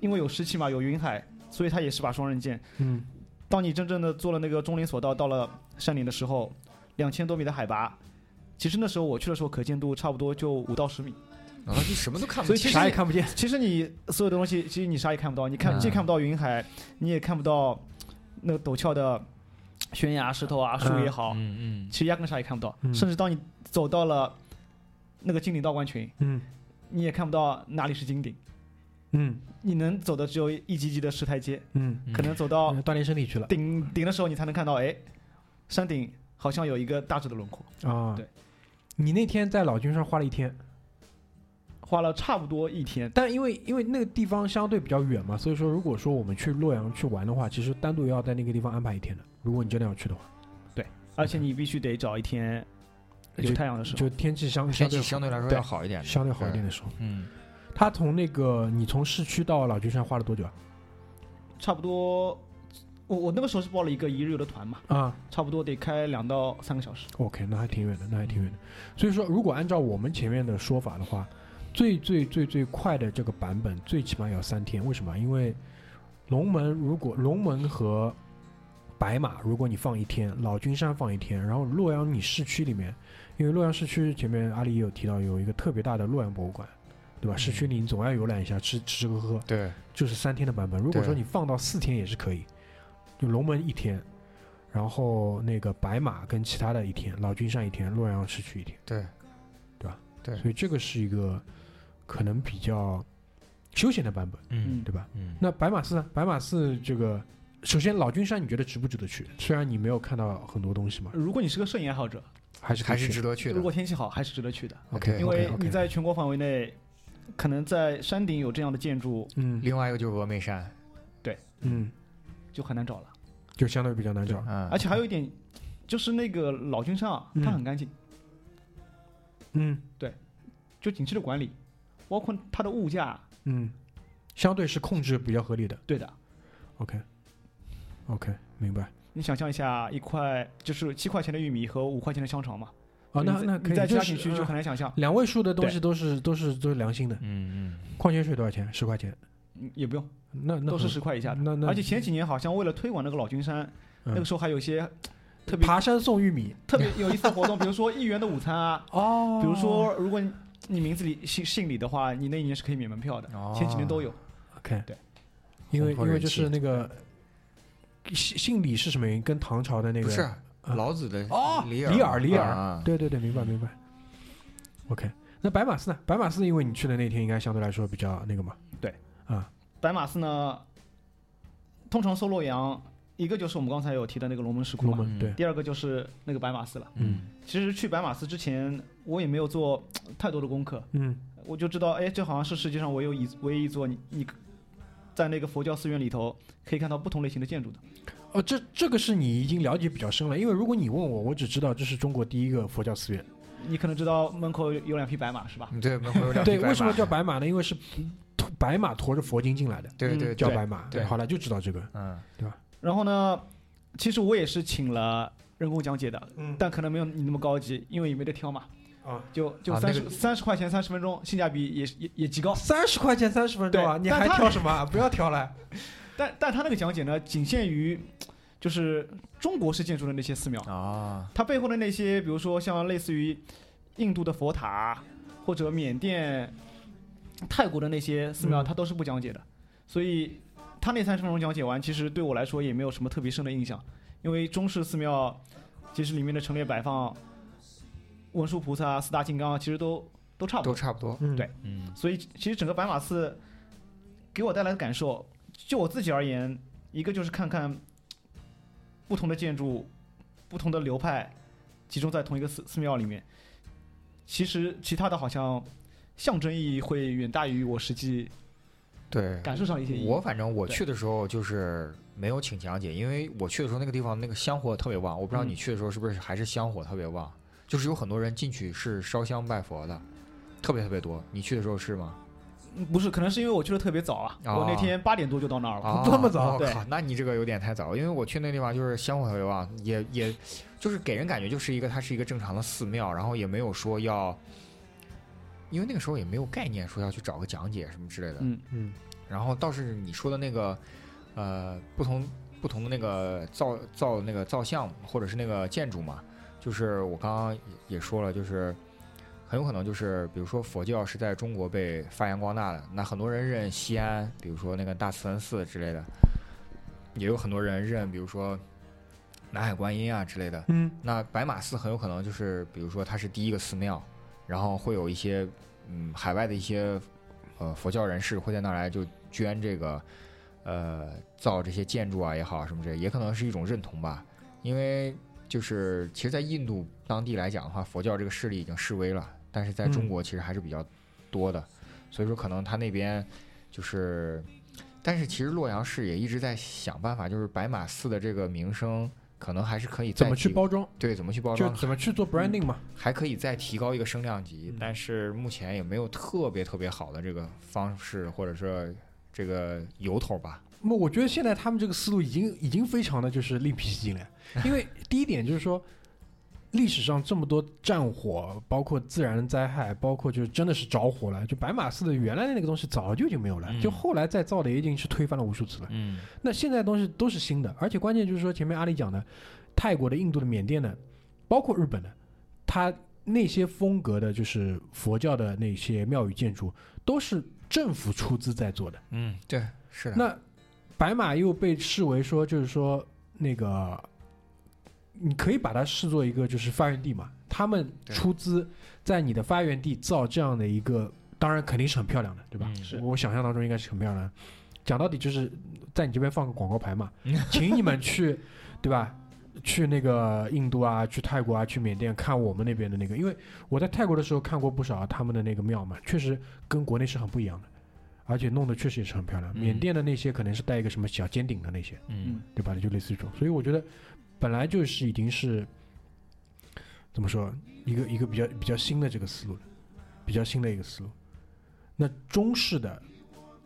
S3: 因为有湿气嘛，有云海，所以它也是把双刃剑。
S2: 嗯
S3: 当你真正的坐了那个中林索道，到了山顶的时候，两千多米的海拔。其实那时候我去的时候，可见度差不多就五到十米。
S4: 啊，就什么都看不
S3: 所以
S4: 清
S3: 其实
S2: 啥也看不见。
S3: 其实你所有的东西，其实你啥也看不到，你看
S4: 嗯
S3: 既看不到云海，你也看不到那个陡峭的悬崖、石头啊、树也好，
S4: 嗯嗯，
S3: 其实压根啥也看不到。
S2: 嗯
S3: 甚至当你走到了那个金顶道观群，
S2: 嗯
S3: 你也看不到哪里是金顶，
S2: 嗯
S3: 你能走的只有一级级的石台阶，
S2: 嗯，
S3: 可能走到
S4: 哦
S2: 锻炼身体去了
S3: 顶顶的时候，你才能看到，哎，山顶好像有一个大致的轮廓。
S2: 啊。
S3: 对，
S2: 你那天在老君山花了一天。
S3: 花了差不多一天，
S2: 但因为因为那个地方相对比较远嘛，所以说如果说我们去洛阳去玩的话，其实单独要在那个地方安排一天的。如果你真的要去的话，
S3: 而且你必须得找一天有
S2: 就
S3: 太阳的时候。
S2: 就天气相相
S4: 天
S2: 对
S4: 气
S2: 好
S4: 相对来说
S2: 对
S4: 要好一点的，
S2: 相对好一点的时候，
S4: 嗯，
S2: 他从那个你从市区到老君山花了多久啊？
S3: 差不多我我那个时候是报了一个一日游的团嘛，
S2: 啊
S3: 差不多得开两到三个小时。
S2: ，OK，那还挺远的，那还挺远的。所以说，如果按照我们前面的说法的话，最最最最快的这个版本，最起码也要三天。为什么？因为龙门如果龙门和白马，如果你放一天，老君山放一天，然后洛阳你市区里面，因为洛阳市区前面阿里也有提到有一个特别大的洛阳博物馆，对吧？市区里你总要游览一下，吃吃吃喝喝，
S4: 对，
S2: 就是三天的版本。如果
S4: 对
S2: 说你放到四天也是可以，就龙门一天，然后那个白马跟其他的一天，老君山一天，洛阳市区一天，
S4: 对，对
S2: 所以这个是一个可能比较休闲的版本，
S3: 嗯
S2: 对吧？
S4: 嗯
S2: 那白马寺呢？白马寺这个，首先老君山你觉得值不值得去？虽然你没有看到很多东西嘛，
S3: 如果你是个摄影爱好者，
S2: 还是可以
S4: 还是
S2: 去
S4: 值得去的
S3: 如。果天气好，还是值得去的，
S2: OK，
S4: 对
S3: 因为你
S2: OK，OK
S3: 在全国范围内，可能在山顶有这样的建筑
S2: 嗯
S4: 另外一个就是峨眉山，
S2: 嗯，
S3: 就很难找了。
S2: 就相对比较难找。
S4: 嗯，
S3: 而且还有一点，就是那个老君山啊，它
S2: 嗯
S3: 很干净，
S2: 嗯
S3: 就景区的管理，包括它的物价，
S2: 嗯，相对是控制比较合理的。
S3: 对的。
S2: OK OK，明白。
S3: 你想象一下，一块就是七块钱的玉米和五块钱的香肠嘛？
S2: 啊，那
S3: 你在
S2: 那可
S3: 你
S2: 以，
S3: 在其
S2: 就
S3: 他
S2: 是
S3: 景区就嗯
S2: 呃
S3: 很难想象，
S2: 两位数的东西都是都是都是良心的。
S4: 嗯
S2: 矿泉水多少钱？十块钱。
S3: 嗯也不用，
S2: 那那
S3: 都是
S2: 很
S3: 十块以下的。
S2: 那那
S3: 而且前几年好像为了推广那个老君山，
S2: 嗯
S3: 那个时候还有一些特别
S2: 爬山送玉米
S3: 特别有意思的活动，比如说一元的午餐啊，
S2: 哦
S3: 比如说如果你你名字里姓姓李的话，你那一年是可以免门票的，
S4: 哦
S3: 前几年都有。
S2: OK
S3: 对，
S2: 因为
S4: 红
S2: 因
S4: 坡
S2: 为
S4: 人
S2: 就是
S4: 气
S2: 那个姓姓李是什么原因？跟唐朝的那
S4: 嗯，
S2: 个
S4: 不是
S3: 啊
S4: 老子的
S2: 哦
S4: 李
S2: 李耳李耳
S4: 啊
S2: 对对对，明白明白。OK，那白马寺呢？白马寺因为你去的那天应该相对来说比较那个嘛。
S3: 对
S2: 啊，
S3: 白马寺呢，通常搜洛阳，一个就是我们刚才有提的那个龙门石窟
S2: 龙
S3: 嘛，
S2: 门对，
S3: 第二个就是那个白马寺了。
S2: 嗯
S3: 其实去白马寺之前，我也没有做太多的功课，
S2: 嗯
S3: 我就知道，哎，这好像是世界上唯有一唯一一座你你在那个佛教寺院里头可以看到不同类型的建筑的。
S2: 哦，这这个是你已经了解比较深了，因为如果你问我，我只知道这是中国第一个佛教寺院。
S3: 你可能知道门口有两匹白马是吧？
S4: 嗯对，门口 有两匹
S2: 对，
S4: 白
S2: 为什么
S4: 马
S2: 叫白马呢？因为是驮白马驮着佛经进来的，
S4: 对
S3: 嗯
S4: 对
S2: 叫
S4: 对，
S2: 白马。
S4: 对
S2: 好了，就知道这个。
S4: 嗯，
S3: 然后呢，其实我也是请了人工讲解的，
S2: 嗯
S3: 但可能没有你那么高级，因为也没得挑嘛。
S2: 啊，
S3: 就就
S4: 啊
S3: 三
S4: 那
S3: 十三十块钱三十分钟，性价比也是也也极高。
S2: 哦三十块钱三十分钟啊，
S3: 对
S2: 你还
S3: 但他
S2: 挑什么啊？不要挑了。
S3: 但但他那个讲解呢，仅限于就是中国式建筑的那些寺庙，
S4: 啊，
S3: 它背后的那些，比如说像类似于印度的佛塔，或者缅甸、泰国的那些寺庙，
S2: 嗯
S3: 它都是不讲解的。所以他那三十分钟讲解完，其实对我来说也没有什么特别深的印象，因为中式寺庙其实里面的陈列摆放、文殊菩萨、四大金刚，其实都都差不
S4: 都
S3: 多。
S4: 差不多。
S2: 嗯
S3: 对
S4: 嗯
S3: 所以其实整个白马寺给我带来的感受，就我自己而言，一个就是看看不同的建筑、不同的流派集中在同一个寺寺庙里面，其实其他的好像象征意义会远大于我实际
S4: 对，
S3: 感受上的一些意义。
S4: 我反正我
S3: 对
S4: 去的时候就是没有请讲解，因为我去的时候那个地方那个香火特别旺，我不知道你
S3: 嗯
S4: 去的时候是不是还是香火特别旺，就是有很多人进去是烧香拜佛的，特别特别多。你去的时候是吗？
S3: 嗯不是，可能是因为我去的特别早啊，
S4: 哦
S3: 我那天八点多就到那儿了。
S4: 啊，
S2: 这么早
S4: 我
S3: 对
S4: 靠，那你这个有点太早，因为我去那地方就是香火特别旺，也也就是给人感觉就是一个它是一个正常的寺庙，然后也没有说要，因为那个时候也没有概念说要去找个讲解什么之类的，
S3: 嗯
S2: 嗯
S4: 然后倒是你说的那个，呃，不同不同的那个造造那个造像或者是那个建筑嘛，就是我刚刚也也说了，就是很有可能就是比如说佛教是在中国被发扬光大的，那很多人认西安，比如说那个大慈恩寺之类的，也有很多人认，比如说南海观音啊之类的。
S2: 嗯
S4: 那白马寺很有可能就是，比如说它是第一个寺庙，然后会有一些嗯海外的一些呃佛教人士会在那儿来就捐这个呃造这些建筑啊也好什么之类，也可能是一种认同吧。因为就是其实，在印度当地来讲的话，佛教这个势力已经示威了，但是在
S2: 嗯
S4: 中国其实还是比较多的，所以说可能他那边就是。但是其实洛阳市也一直在想办法，就是白马寺的这个名声，可能还是可以
S2: 怎
S4: 再
S2: 么去
S4: 提
S2: 包装？嗯
S4: 对，怎么去包
S2: 就
S4: 装，
S2: 怎么去做 branding 嘛？
S4: 还可以再提高一个声量级
S2: 嗯，
S4: 但是目前也没有特别特别好的这个方式，或者说这个由头吧。
S2: 那我觉得现在他们这个思路已经已经非常的就是另辟蹊径 了，因为第一点就是说，历史上这么多战火，包括自然灾害，包括就是真的是着火了，就白马寺的原来的那个东西早就已经没有了，
S4: 嗯
S2: 就后来再造的已经是推翻了无数次了。
S4: 嗯
S2: 那现在东西都是新的，而且关键就是说前面阿里讲的，泰国的、印度的、缅甸的，包括日本的，它那些风格的，就是佛教的那些庙宇建筑，都是政府出资在做的。
S4: 嗯，对，是的，
S2: 那白马又被视为说，就是说那个，你可以把它视作一个就是发源地嘛，他们
S4: 对
S2: 出资在你的发源地造这样的一个，当然肯定是很漂亮的，对吧？
S4: 嗯
S3: 是
S2: 我想象当中应该是很漂亮的。讲到底就是在你这边放个广告牌嘛，请你们去，对吧？去那个印度啊，去泰国啊，去缅甸看我们那边的那个，因为我在泰国的时候看过不少他们的那个庙嘛，确实跟国内是很不一样的，而且弄得确实也是很漂亮。
S4: 嗯
S2: 缅甸的那些可能是带一个什么小尖顶的那些，
S4: 嗯
S2: 对吧？就类似于这种，所以我觉得本来就是已经是怎么说一个一个比较比较新的这个思路了，比较新的一个思路。那中式的，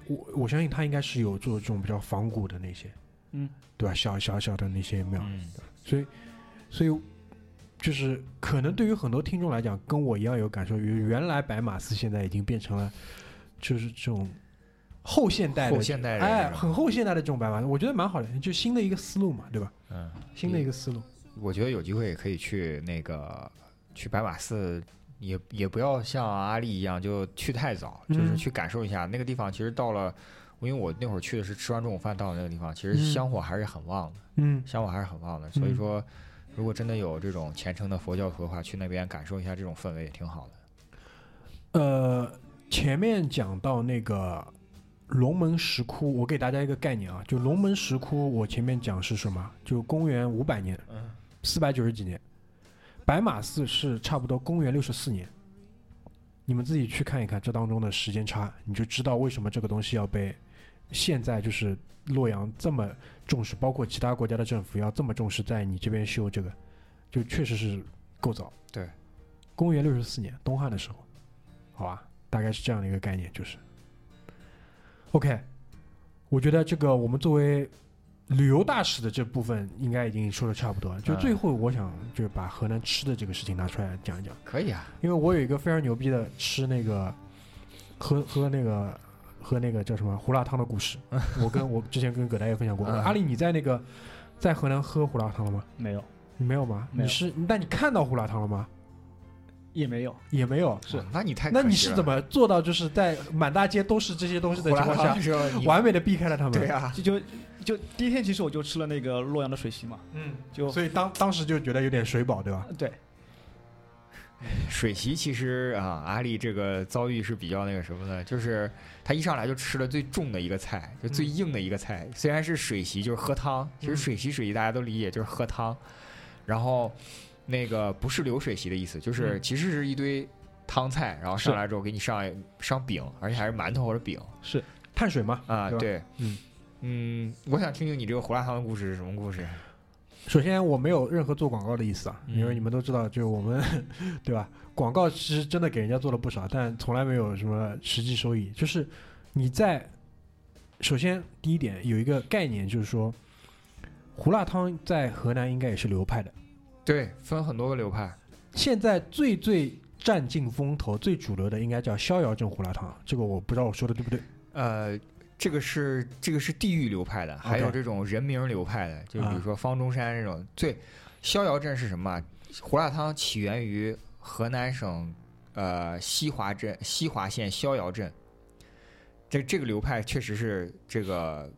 S2: 我我相信他应该是有做这种比较仿古的那些，
S3: 嗯，
S2: 对吧？小小小的那些庙，
S4: 嗯
S2: 所以所以就是可能对于很多听众来讲，跟我一样有感受，原原来白马寺现在已经变成了就是这种后现代的
S4: 后现代人
S2: 哎，
S4: 是吧
S2: 很后现代的这种白马，我觉得蛮好的，就新的一个思路嘛，对吧？
S4: 嗯，
S2: 新的一个思路，
S4: 我觉得有机会也可以去那个去白马寺，也也不要像阿丽一样就去太早，就是
S2: 嗯
S4: 去感受一下那个地方。其实到了，因为我那会儿去的是吃完中午饭到的那个地方，其实
S2: 嗯
S4: 香火还是很旺的，
S2: 嗯
S4: 香火还是很旺的。所以
S2: 嗯
S4: 说，如果真的有这种虔诚的佛教徒的话，去那边感受一下这种氛围也挺好的。
S2: 呃，前面讲到那个龙门石窟，我给大家一个概念啊，就龙门石窟，我前面讲是什么？就公元五百年，
S4: 嗯，
S2: 四百九十几年，白马寺是差不多公元六十四年。你们自己去看一看这当中的时间差，你就知道为什么这个东西要被现在就是洛阳这么重视，包括其他国家的政府要这么重视，在你这边修这个，就确实是够早。
S4: 对，
S2: 公元六十四年，东汉的时候，好吧，大概是这样的一个概念，就是。OK，我觉得这个我们作为旅游大使的这部分应该已经说的差不多了。就
S4: 嗯
S2: 最后，我想就是把河南吃的这个事情拿出来讲一讲，
S4: 可以啊，
S2: 因为我有一个非常牛逼的吃那个喝喝那个喝那个叫什么胡辣汤的故 事。我跟我之前跟葛大爷分享过。
S4: 嗯
S2: 阿丽，你在那个在河南喝胡辣汤了吗？
S3: 没有，
S2: 你没有吗？
S3: 没有
S2: 你是那你看到胡辣汤了吗？
S3: 也没有。
S2: 也没有。
S3: 是
S4: 哇那你太
S2: 那
S4: 可
S2: 你
S4: 惜
S2: 是
S4: 了
S2: 怎么做到就是在满大街都是这些东西的
S4: 胡
S2: 情
S4: 辣
S2: 况
S4: 汤
S2: 下
S4: 的，时候你
S2: 完美的避开了他们？
S4: 对 啊，
S3: 就就就第一天，其实我就吃了那个洛阳的水席嘛，
S2: 嗯，
S3: 就
S2: 所以当当时就觉得有点水饱，对吧？
S3: 对，
S4: 水席其实啊，阿丽这个遭遇是比较那个什么的，就是他一上来就吃了最重的一个菜，就最硬的一个菜。虽然是水席，就是喝汤，其实
S2: 嗯
S4: 水席水席大家都理解就是喝汤，然后那个不是流水席的意思，就是
S2: 嗯
S4: 其实是一堆汤菜，然后上来之后给你上上饼，而且还是馒头或者饼
S2: 碳水嘛，
S4: 啊，
S2: 对吧
S4: 对，
S2: 嗯
S4: 嗯我想听听你这个胡辣汤的故事是什么故事？啊
S2: 首先我没有任何做广告的意思啊，
S4: 嗯
S2: 因为你们都知道，就是我们， 对吧？广告其实真的给人家做了不少，但从来没有什么实际收益。就是你在首先第一点有一个概念，就是说胡辣汤在河南应该也是流派的。
S4: 对，分很多个流派，
S2: 现在最最占尽风头、最主流的应该叫逍遥镇胡辣汤，这个我不知道我说的对不对。
S4: 呃，这个是这个是地域流派的，还有
S2: OK
S4: 这种人名流派的，就比如
S2: 哦啊
S4: 说方中山这种。最逍遥镇是什么啊？胡辣汤起源于河南省呃西华镇西华县逍遥镇。这这个流派确实是这个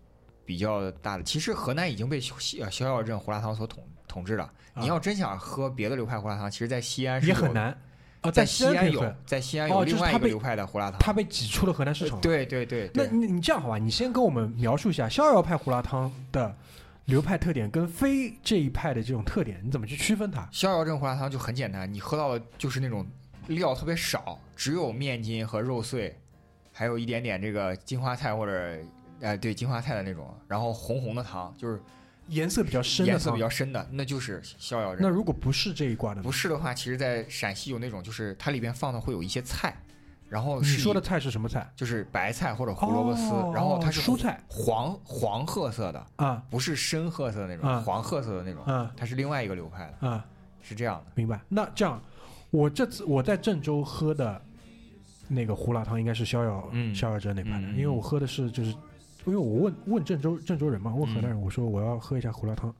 S4: 比较大的。其实河南已经被西呃逍遥镇胡辣汤所统统治了。你
S2: 啊
S4: 要真想喝别的流派胡辣汤，其实在西安是
S2: 也
S4: 有
S2: 很
S4: 的，
S2: 难。啊，
S4: 在
S2: 西
S4: 西
S2: 安可
S4: 安
S2: 以
S4: 有
S2: 喝，
S4: 在西安
S2: 哦
S4: 有
S2: 就是
S4: 另外
S2: 它
S4: 一个
S2: 被
S4: 流派的胡辣汤。
S2: 它被挤出了河南市场。
S4: 对对对，
S2: 那
S4: 对
S2: 你你这样好吧，你先跟我们描述一下逍遥派胡辣汤的流派特点跟非这一派的这种特点，你怎么去区分它？
S4: 逍遥镇胡辣汤就很简单，你喝到的就是那种料特别少，只有面筋和肉碎，还有一点点这个金花菜或者呃对金花菜的那种，然后红红的汤，就是
S2: 颜色比较深的
S4: 颜
S2: 汤。
S4: 色比较深的，那就是逍遥
S2: 那
S4: 镇。
S2: 如果不是这一挂的呢
S4: 不？是的话，其实在陕西有那种，就是它里边放的会有一些菜，然后
S2: 你
S4: 是
S2: 说
S4: 以
S2: 的哦菜是什么菜？哦
S4: 就是白菜或者胡萝卜丝，然后它是
S2: 蔬菜
S4: 黄黄褐色的，
S2: 啊
S4: 不是深褐色的那种，
S2: 啊
S4: 黄褐色的那种，
S2: 啊
S4: 它是另外一个流派的，
S2: 啊！
S4: 是这样的。
S2: 明白。那这样，我这次我在郑州喝的那个胡辣汤应该是逍遥、
S4: 嗯
S2: 逍遥镇那派的，
S4: 嗯嗯
S2: 因为我喝的是就是，因为我问问郑州郑州人嘛，问河
S4: 嗯
S2: 南人，我说我要喝一下胡辣汤。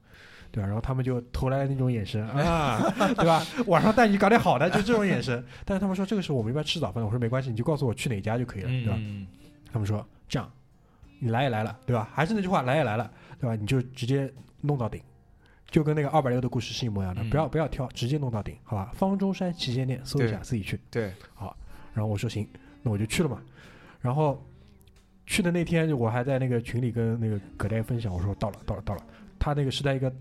S2: 对吧？然后他们就投来那种眼神啊， 对吧？晚上带你搞点好的，就这种眼 神。但是他们说这个是我们一般吃早饭的，我说没关系，你就告诉我去哪家就可以了，对吧？
S4: 嗯，
S2: 他们说这样，你来也来了，对吧？还是那句话，来也来了，对吧？你就直接弄到顶，就跟那个二百六的故事是一模一样的，
S4: 嗯
S2: 不要不要挑，直接弄到顶，好吧？方中山旗舰店搜一下，自己去。
S4: 对，
S2: 然后我说行，那我就去了嘛。然后去的那天，我还在那个群里跟那个葛大爷分享，我说到了，到了，到了。他那个是在一个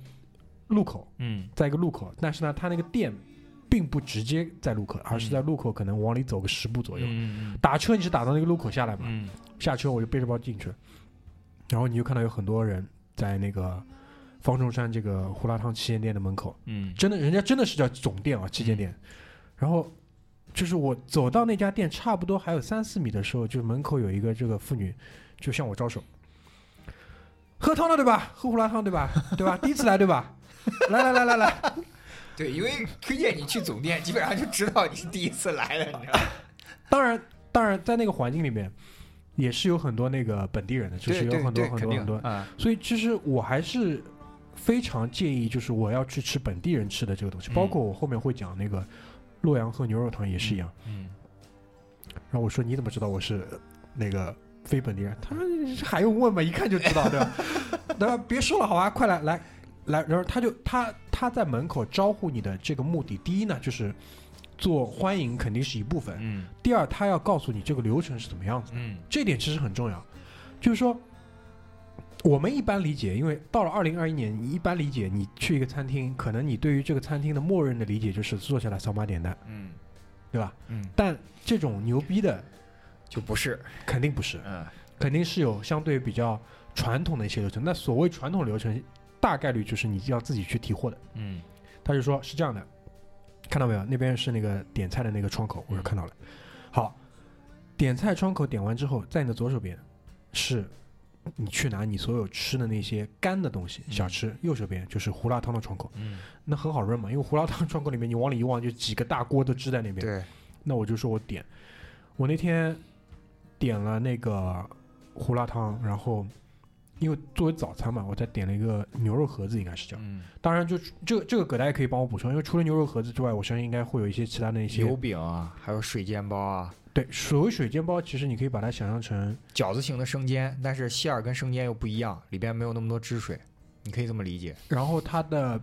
S2: 路口，
S4: 嗯
S2: 在一个路口，但是呢，他那个店并不直接在路口，而是在路口可能往里走个十步左右。
S4: 嗯
S2: 打车你是打到那个路口下来嘛？
S4: 嗯
S2: 下车我就背着包进去，然后你就看到有很多人在那个方中山这个胡辣汤旗舰店的门口，
S4: 嗯
S2: 真的，人家真的是叫总店啊，旗舰店。然后就是我走到那家店差不多还有三四米的时候，就门口有一个这个妇女就向我招手，喝汤了对吧？喝胡辣汤对吧？对吧？第一次来对吧？来来来来来，
S4: 对，因为推荐你去总店，基本上就知道你是第一次来了，你知道吗？
S2: 当然当然在那个环境里面。也是有很多那个本地人的， 就是
S4: 对
S2: 有
S4: 对
S2: 很多
S4: 对，
S2: 很
S4: 肯
S2: 多很多
S4: 定啊，
S2: 所以其实我还是非常介意，就是我要去吃本地人吃的这个东西，
S4: 嗯
S2: 包括我后面会讲那个洛阳喝牛肉汤也是一样。
S4: 嗯，
S2: 然后我说你怎么知道我是那个非本地人？他说还用问吗？一看就知道，对 吧？对吧？别说了，好吧，快来来来，然后他就他他在门口招呼你的这个目的，第一呢就是做欢迎肯定是一部分，
S4: 嗯
S2: 第二他要告诉你这个流程是怎么样子的。
S4: 嗯
S2: 这点其实很重要，就是说，我们一般理解，因为到了二零二一年，你一般理解，你去一个餐厅，可能你对于这个餐厅的默认的理解就是坐下来扫码点单，
S4: 嗯
S2: 对吧？
S4: 嗯，
S2: 但这种牛逼的
S4: 就不是，
S2: 肯定不是，
S4: 嗯
S2: 肯定是有相对比较传统的一些流程。那所谓传统流程，大概率就是你要自己去提货的。
S4: 嗯
S2: 他就说是这样的，看到没有？那边是那个点菜的那个窗口，我说
S4: 嗯
S2: 看到了。好，点菜窗口点完之后，在你的左手边是你去拿你所有吃的那些干的东西
S4: 嗯
S2: 小吃，右手边就是胡辣汤的窗口，
S4: 嗯，
S2: 那很好认嘛，因为胡辣汤窗口里面你往里一望就几个大锅都支在那边。
S4: 对，
S2: 那我就说我点，我那天点了那个胡辣汤，然后因为作为早餐嘛，我再点了一个牛肉盒子，应该是叫。
S4: 嗯，
S2: 当然就，这个这个葛大爷可以帮我补充，因为除了牛肉盒子之外，我相信应该会有一些其他的一
S4: 油
S2: 些
S4: 饼啊，还有水煎包啊，
S2: 对所谓水煎包，其实你可以把它想象成
S4: 饺子型的生煎，但是馅儿跟生煎又不一样，里边没有那么多汁水，你可以这么理解。
S2: 然后它的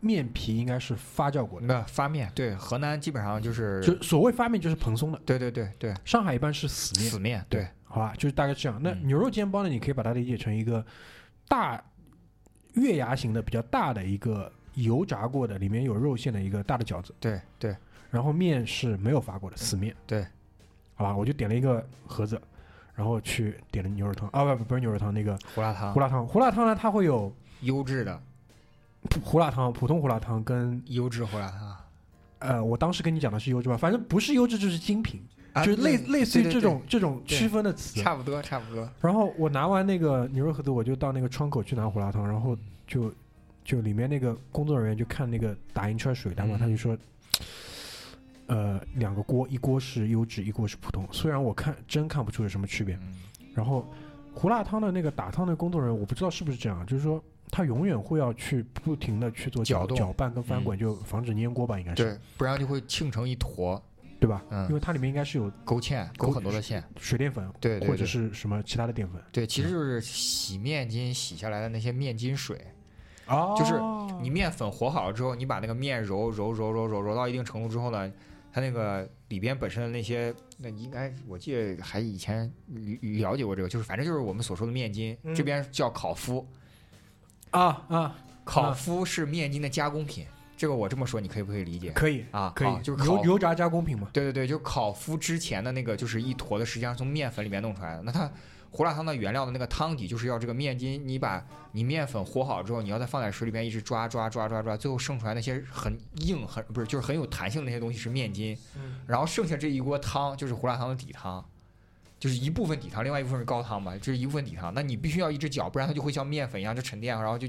S2: 面皮应该是发酵过的，
S4: 那发面，对，河南基本上就是，
S2: 就所谓发面就是蓬松的，
S4: 对对对对，
S2: 上海一般是死面，
S4: 死面，对，
S2: 好吧，就是大概这样。那
S4: 嗯
S2: 牛肉煎包呢，你可以把它理解成一个大月牙形的比较大的一个油炸过的，里面有肉馅的一个大的饺子，
S4: 对对，
S2: 然后面是没有发过的死面。
S4: 对，
S2: 好吧，我就点了一个盒子，然后去点了牛肉汤啊，不不是牛肉汤，那个
S4: 胡辣汤
S2: 胡，辣汤。胡辣汤呢，它会有
S4: 优质的
S2: 普胡辣汤、普通胡辣汤跟
S4: 优质胡辣汤，
S2: 呃，我当时跟你讲的是优质吧，反正不是优质就是精品，
S4: 啊
S2: 就是类
S4: 对
S2: 类似于
S4: 对
S2: 这
S4: 对
S2: 种这种
S4: 对
S2: 区分的词
S4: 对。差不多差不多，
S2: 然后我拿完那个牛肉盒子，我就到那个窗口去拿胡辣汤，然后就就里面那个工作人员就看那个打印出来水单嘛，
S4: 嗯
S2: 他就说，呃，两个锅，一锅是优质，一锅是普通。虽然我看真看不出有什么区别。
S4: 嗯
S2: 然后胡辣汤的那个打汤的工作人员，我不知道是不是这样，就是说他永远会要去不停的去做
S4: 搅
S2: 搅
S4: 动嗯
S2: 搅拌跟翻滚，就防止粘锅吧，应该是
S4: 对，不然就会沁成一坨，
S2: 对吧？因
S4: 嗯，
S2: 为它里面应该是有
S4: 勾芡，勾
S2: 勾
S4: 很多的芡，
S2: 水淀粉
S4: 对对
S2: 或者
S4: 对，
S2: 是什么其他的淀粉
S4: 对，其实就是洗面筋洗下来的那些面筋水，
S2: 哦
S4: 就是你面粉和好了之后，你把那个面揉揉揉揉揉揉到一定程度之后呢，它那个里边本身的那些，那应该我记得还以前了解过这个，就是反正就是我们所说的面筋，
S2: 嗯
S4: 这边叫烤麸，
S2: 啊啊，
S4: 烤麸是面筋的加工品，这个我这么说你可以不可以理解？
S2: 可以
S4: 啊，
S2: 可以，
S4: 啊就是烤
S2: 油。油炸加工品嘛。
S4: 对对对，就烤麸之前的那个，就是一坨的，实际上从面粉里面弄出来的。那它，胡辣汤的原料的那个汤底就是要这个面筋，你把你面粉和好之后，你要再放在水里边一直抓抓抓抓抓，最后剩出来那些很硬很不是就是很有弹性的那些东西是面筋，
S2: 嗯
S4: 然后剩下这一锅汤就是胡辣汤的底汤，就是一部分底汤，另外一部分是高汤嘛，这是一部分底汤，那你必须要一直搅，不然它就会像面粉一样就沉淀，然后就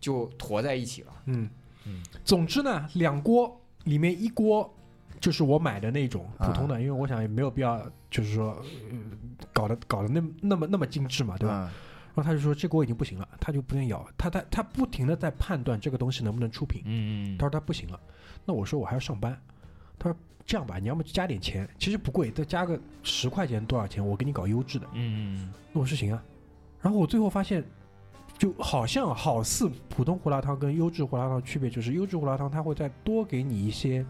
S4: 就坨在一起了。
S2: 嗯
S4: 嗯
S2: 总之呢，两锅里面一锅就是我买的那种
S4: 啊
S2: 普通的，因为我想也没有必要，就是说、呃搞得搞得那么那么那么精致嘛，对
S4: 啊
S2: 吧？然后他就说这锅已经不行了，他就不能咬，他他他不停的在判断这个东西能不能出品。
S4: 嗯
S2: 他说他不行了，那我说我还要上班，他说这样吧，你要么就加点钱，其实不贵，再加个十块钱多少钱，我给你搞优质的。
S4: 嗯
S2: 那我说行啊。然后我最后发现，就好像好似普通胡辣汤跟优质胡辣汤的区别就是，优质胡辣汤它会再多给你一些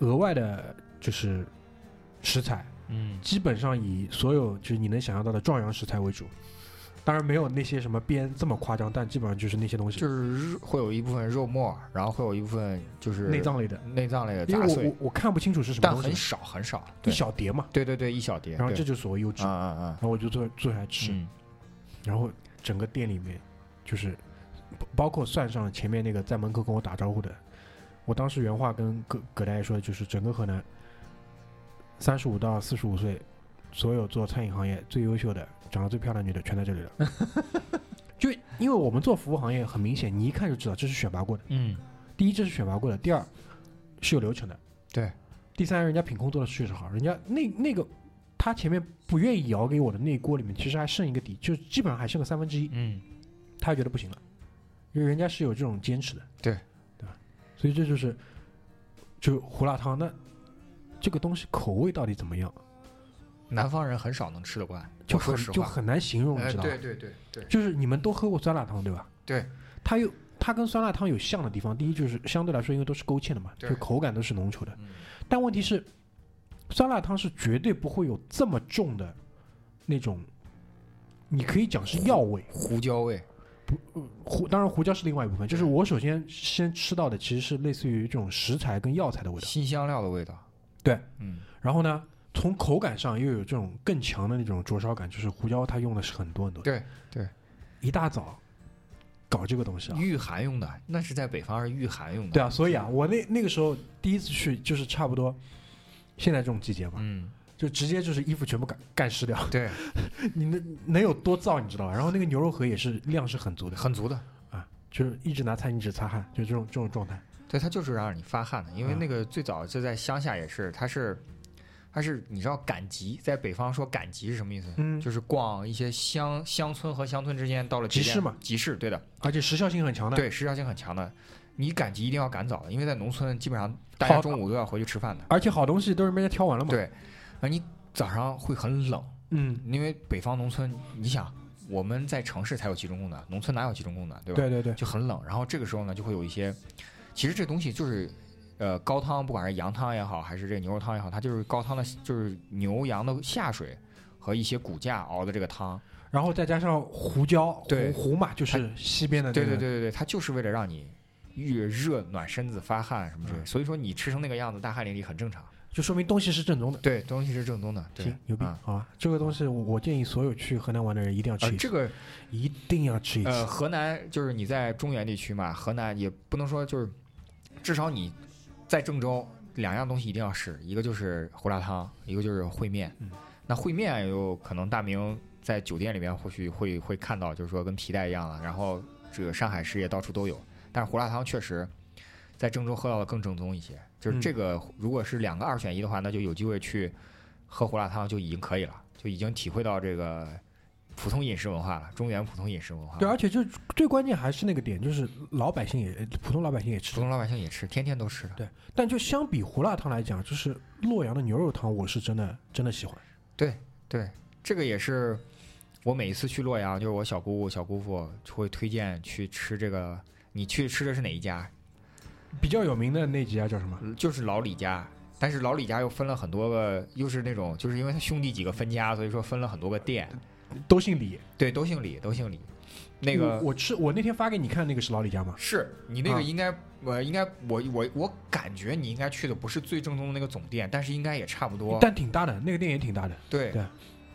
S2: 额外的，就是食材，
S4: 嗯
S2: 基本上以所有就是你能想象到的壮阳食材为主。当然没有那些什么边这么夸张，但基本上就是那些东西，
S4: 就是会有一部分肉末，然后会有一部分就是
S2: 内脏类的。
S4: 内脏类的
S2: 因
S4: 杂
S2: 为我
S4: 碎
S2: 我，我看不清楚是什么
S4: 但
S2: 东
S4: 很
S2: 西，
S4: 少很少。
S2: 一
S4: 对
S2: 小碟嘛，
S4: 对对对，一小碟。
S2: 然后
S4: 对
S2: 这就是所谓优质。
S4: 啊啊啊，
S2: 然后我就坐坐下来吃，
S4: 嗯
S2: 然后整个店里面就是包包括算上前面那个在门口跟我打招呼的，我当时原话跟葛葛大爷说，就是整个河南三十五到四十五岁，所有做餐饮行业最优秀的、长得最漂亮的女的全在这里了。 就因为我们做服务行业，很明显，你一看就知道这是选拔过的。
S4: 嗯
S2: 第一，这是选拔过的；第二，是有流程的；
S4: 对。
S2: 第三，人家品控做的确实好，人家那那个他前面不愿意舀给我的那一锅里面，其实还剩一个底，就基本上还剩个三分之一。
S4: 嗯，
S2: 他觉得不行了，因为人家是有这种坚持的，
S4: 对
S2: 对吧？所以这就是就是胡辣汤，那这个东西口味到底怎么样，
S4: 南方人很少能吃得惯，
S2: 就
S4: 我说
S2: 很
S4: 实
S2: 就
S4: 话。
S2: 很难形容，你
S4: 哎，
S2: 知道吗？
S4: 对对对对，
S2: 就是你们都喝过酸辣汤对吧？
S4: 对，
S2: 它有它跟酸辣汤有像的地方，第一就是相对来说因为都是勾芡的嘛，
S4: 对
S2: 就口感都是浓稠的，
S4: 嗯
S2: 但问题是酸辣汤是绝对不会有这么重的那种。你可以讲是药味，
S4: 胡椒味，
S2: 胡当然胡椒是另外一部分，就是我首先先吃到的其实是类似于这种食材跟药材的味道，
S4: 新香料的味道。
S2: 对，
S4: 嗯
S2: 然后呢，从口感上又有这种更强的那种灼烧感，就是胡椒它用的是很多很多，
S4: 对对，嗯
S2: 一大早搞这个东西啊，
S4: 御寒用的，那是在北方是御寒用的。
S2: 对啊，所以啊，我那那个时候第一次去就是差不多现在这种季节嘛，
S4: 嗯，
S2: 就直接就是衣服全部干干湿掉，
S4: 对，
S2: 你能能有多燥你知道吧？然后那个牛肉盒也是量是很足的，
S4: 很足的。
S2: 就是一直拿餐巾纸擦汗，就这种这种状态，
S4: 对，它就是让你发汗的，因为
S2: 嗯
S4: 那个最早就在乡下也是，它是，它是你知道赶集，在北方说赶集是什么意思？
S2: 嗯
S4: 就是逛一些乡乡村和乡村之间到了
S2: 集
S4: 店
S2: 市嘛，嗯
S4: 集市，对的，
S2: 而且时效性很强的，
S4: 对，时效性很强的。你赶集一定要赶早的，因为在农村基本上大家
S2: 好
S4: 中午都要回去吃饭的。
S2: 而且好东西都是被人家挑完了嘛，
S4: 对，而你早上会很冷，
S2: 嗯，
S4: 因为北方农村，你想我们在城市才有集中供暖，农村哪有集中供暖，对吧？
S2: 对对对，
S4: 就很冷。然后这个时候呢，就会有一些，其实这东西就是，呃，高汤不管是羊汤也好，还是这牛肉汤也好，它就是高汤的，就是牛羊的下水和一些骨架熬的这个汤。
S2: 然后再加上胡椒，
S4: 对
S2: 胡胡麻就是西边的那
S4: 对
S2: 个，
S4: 对对对对，它就是为了让你预热暖身子、发汗什么之类的。所以说你吃成那个样子，大汗淋漓很正常。
S2: 就说明东西是正宗的。
S4: 对，东西是正宗的，对
S2: 行，，牛逼，
S4: 啊
S2: 好吧，这个东西我建议所有去河南玩的人一定要
S4: 呃
S2: 吃一次，
S4: 这个
S2: 一定要吃一
S4: 呃，
S2: 次。
S4: 河南就是你在中原地区嘛，河南也不能说就是，至少你在郑州两样东西一定要试，一个就是胡辣汤，一个就是烩面。
S2: 嗯
S4: 那烩面啊有可能大明在酒店里面或许会会看到，就是说跟皮带一样了，然后这个上海市也到处都有，但是胡辣汤确实在郑州喝到的更正宗一些。就是
S2: 嗯
S4: 这个，如果是两个二选一的话，那就有机会去喝胡辣汤就已经可以了，就已经体会到这个普通饮食文化了，中原普通饮食文化了。
S2: 对，而且就最关键还是那个点，就是老百姓也普通老百姓也吃
S4: 普，通老百姓也吃，天天都吃的。
S2: 对。但就相比胡辣汤来讲，就是洛阳的牛肉汤，我是真的真的喜欢。
S4: 对，这个也是我每一次去洛阳，就是我小姑姑、小姑父就会推荐去吃这个。你去吃的是哪一家？嗯
S2: 比较有名的那几家叫什么？
S4: 就是老李家，但是老李家又分了很多个，又是那种，就是因为他兄弟几个分家，所以说分了很多个店。
S2: 都姓李。
S4: 对，都姓李，都姓李。嗯那个
S2: 我我吃我那天发给你看那个是老李家吗？
S4: 是你那
S2: 啊
S4: 个应该，呃，应该我我我感觉你应该去的不是最正宗的那个总店，但是应该也差不多。
S2: 但挺大的，那个店也挺大的。
S4: 对
S2: 对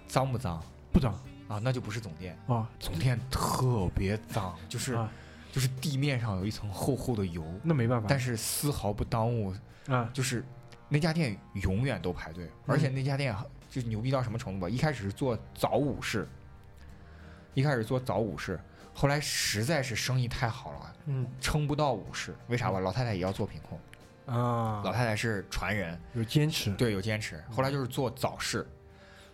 S4: 脏不脏？
S2: 不脏
S4: 啊，那就不是总店，
S2: 啊
S4: 总店特别脏，就是、
S2: 啊
S4: 就是地面上有一层厚厚的油，
S2: 那没办法，
S4: 但是丝毫不耽误，
S2: 啊
S4: 就是那家店永远都排队，而
S2: 嗯
S4: 且那家店就是牛逼到什么程度吧？一开始是做早午市，一开始做早午市，后来实在是生意太好了，
S2: 嗯
S4: 撑不到午市，为啥吧？老太太也要做品控，老
S2: 啊
S4: 太太是传人，
S2: 有坚持
S4: 对，有坚持。
S2: 嗯
S4: 后来就是做早市，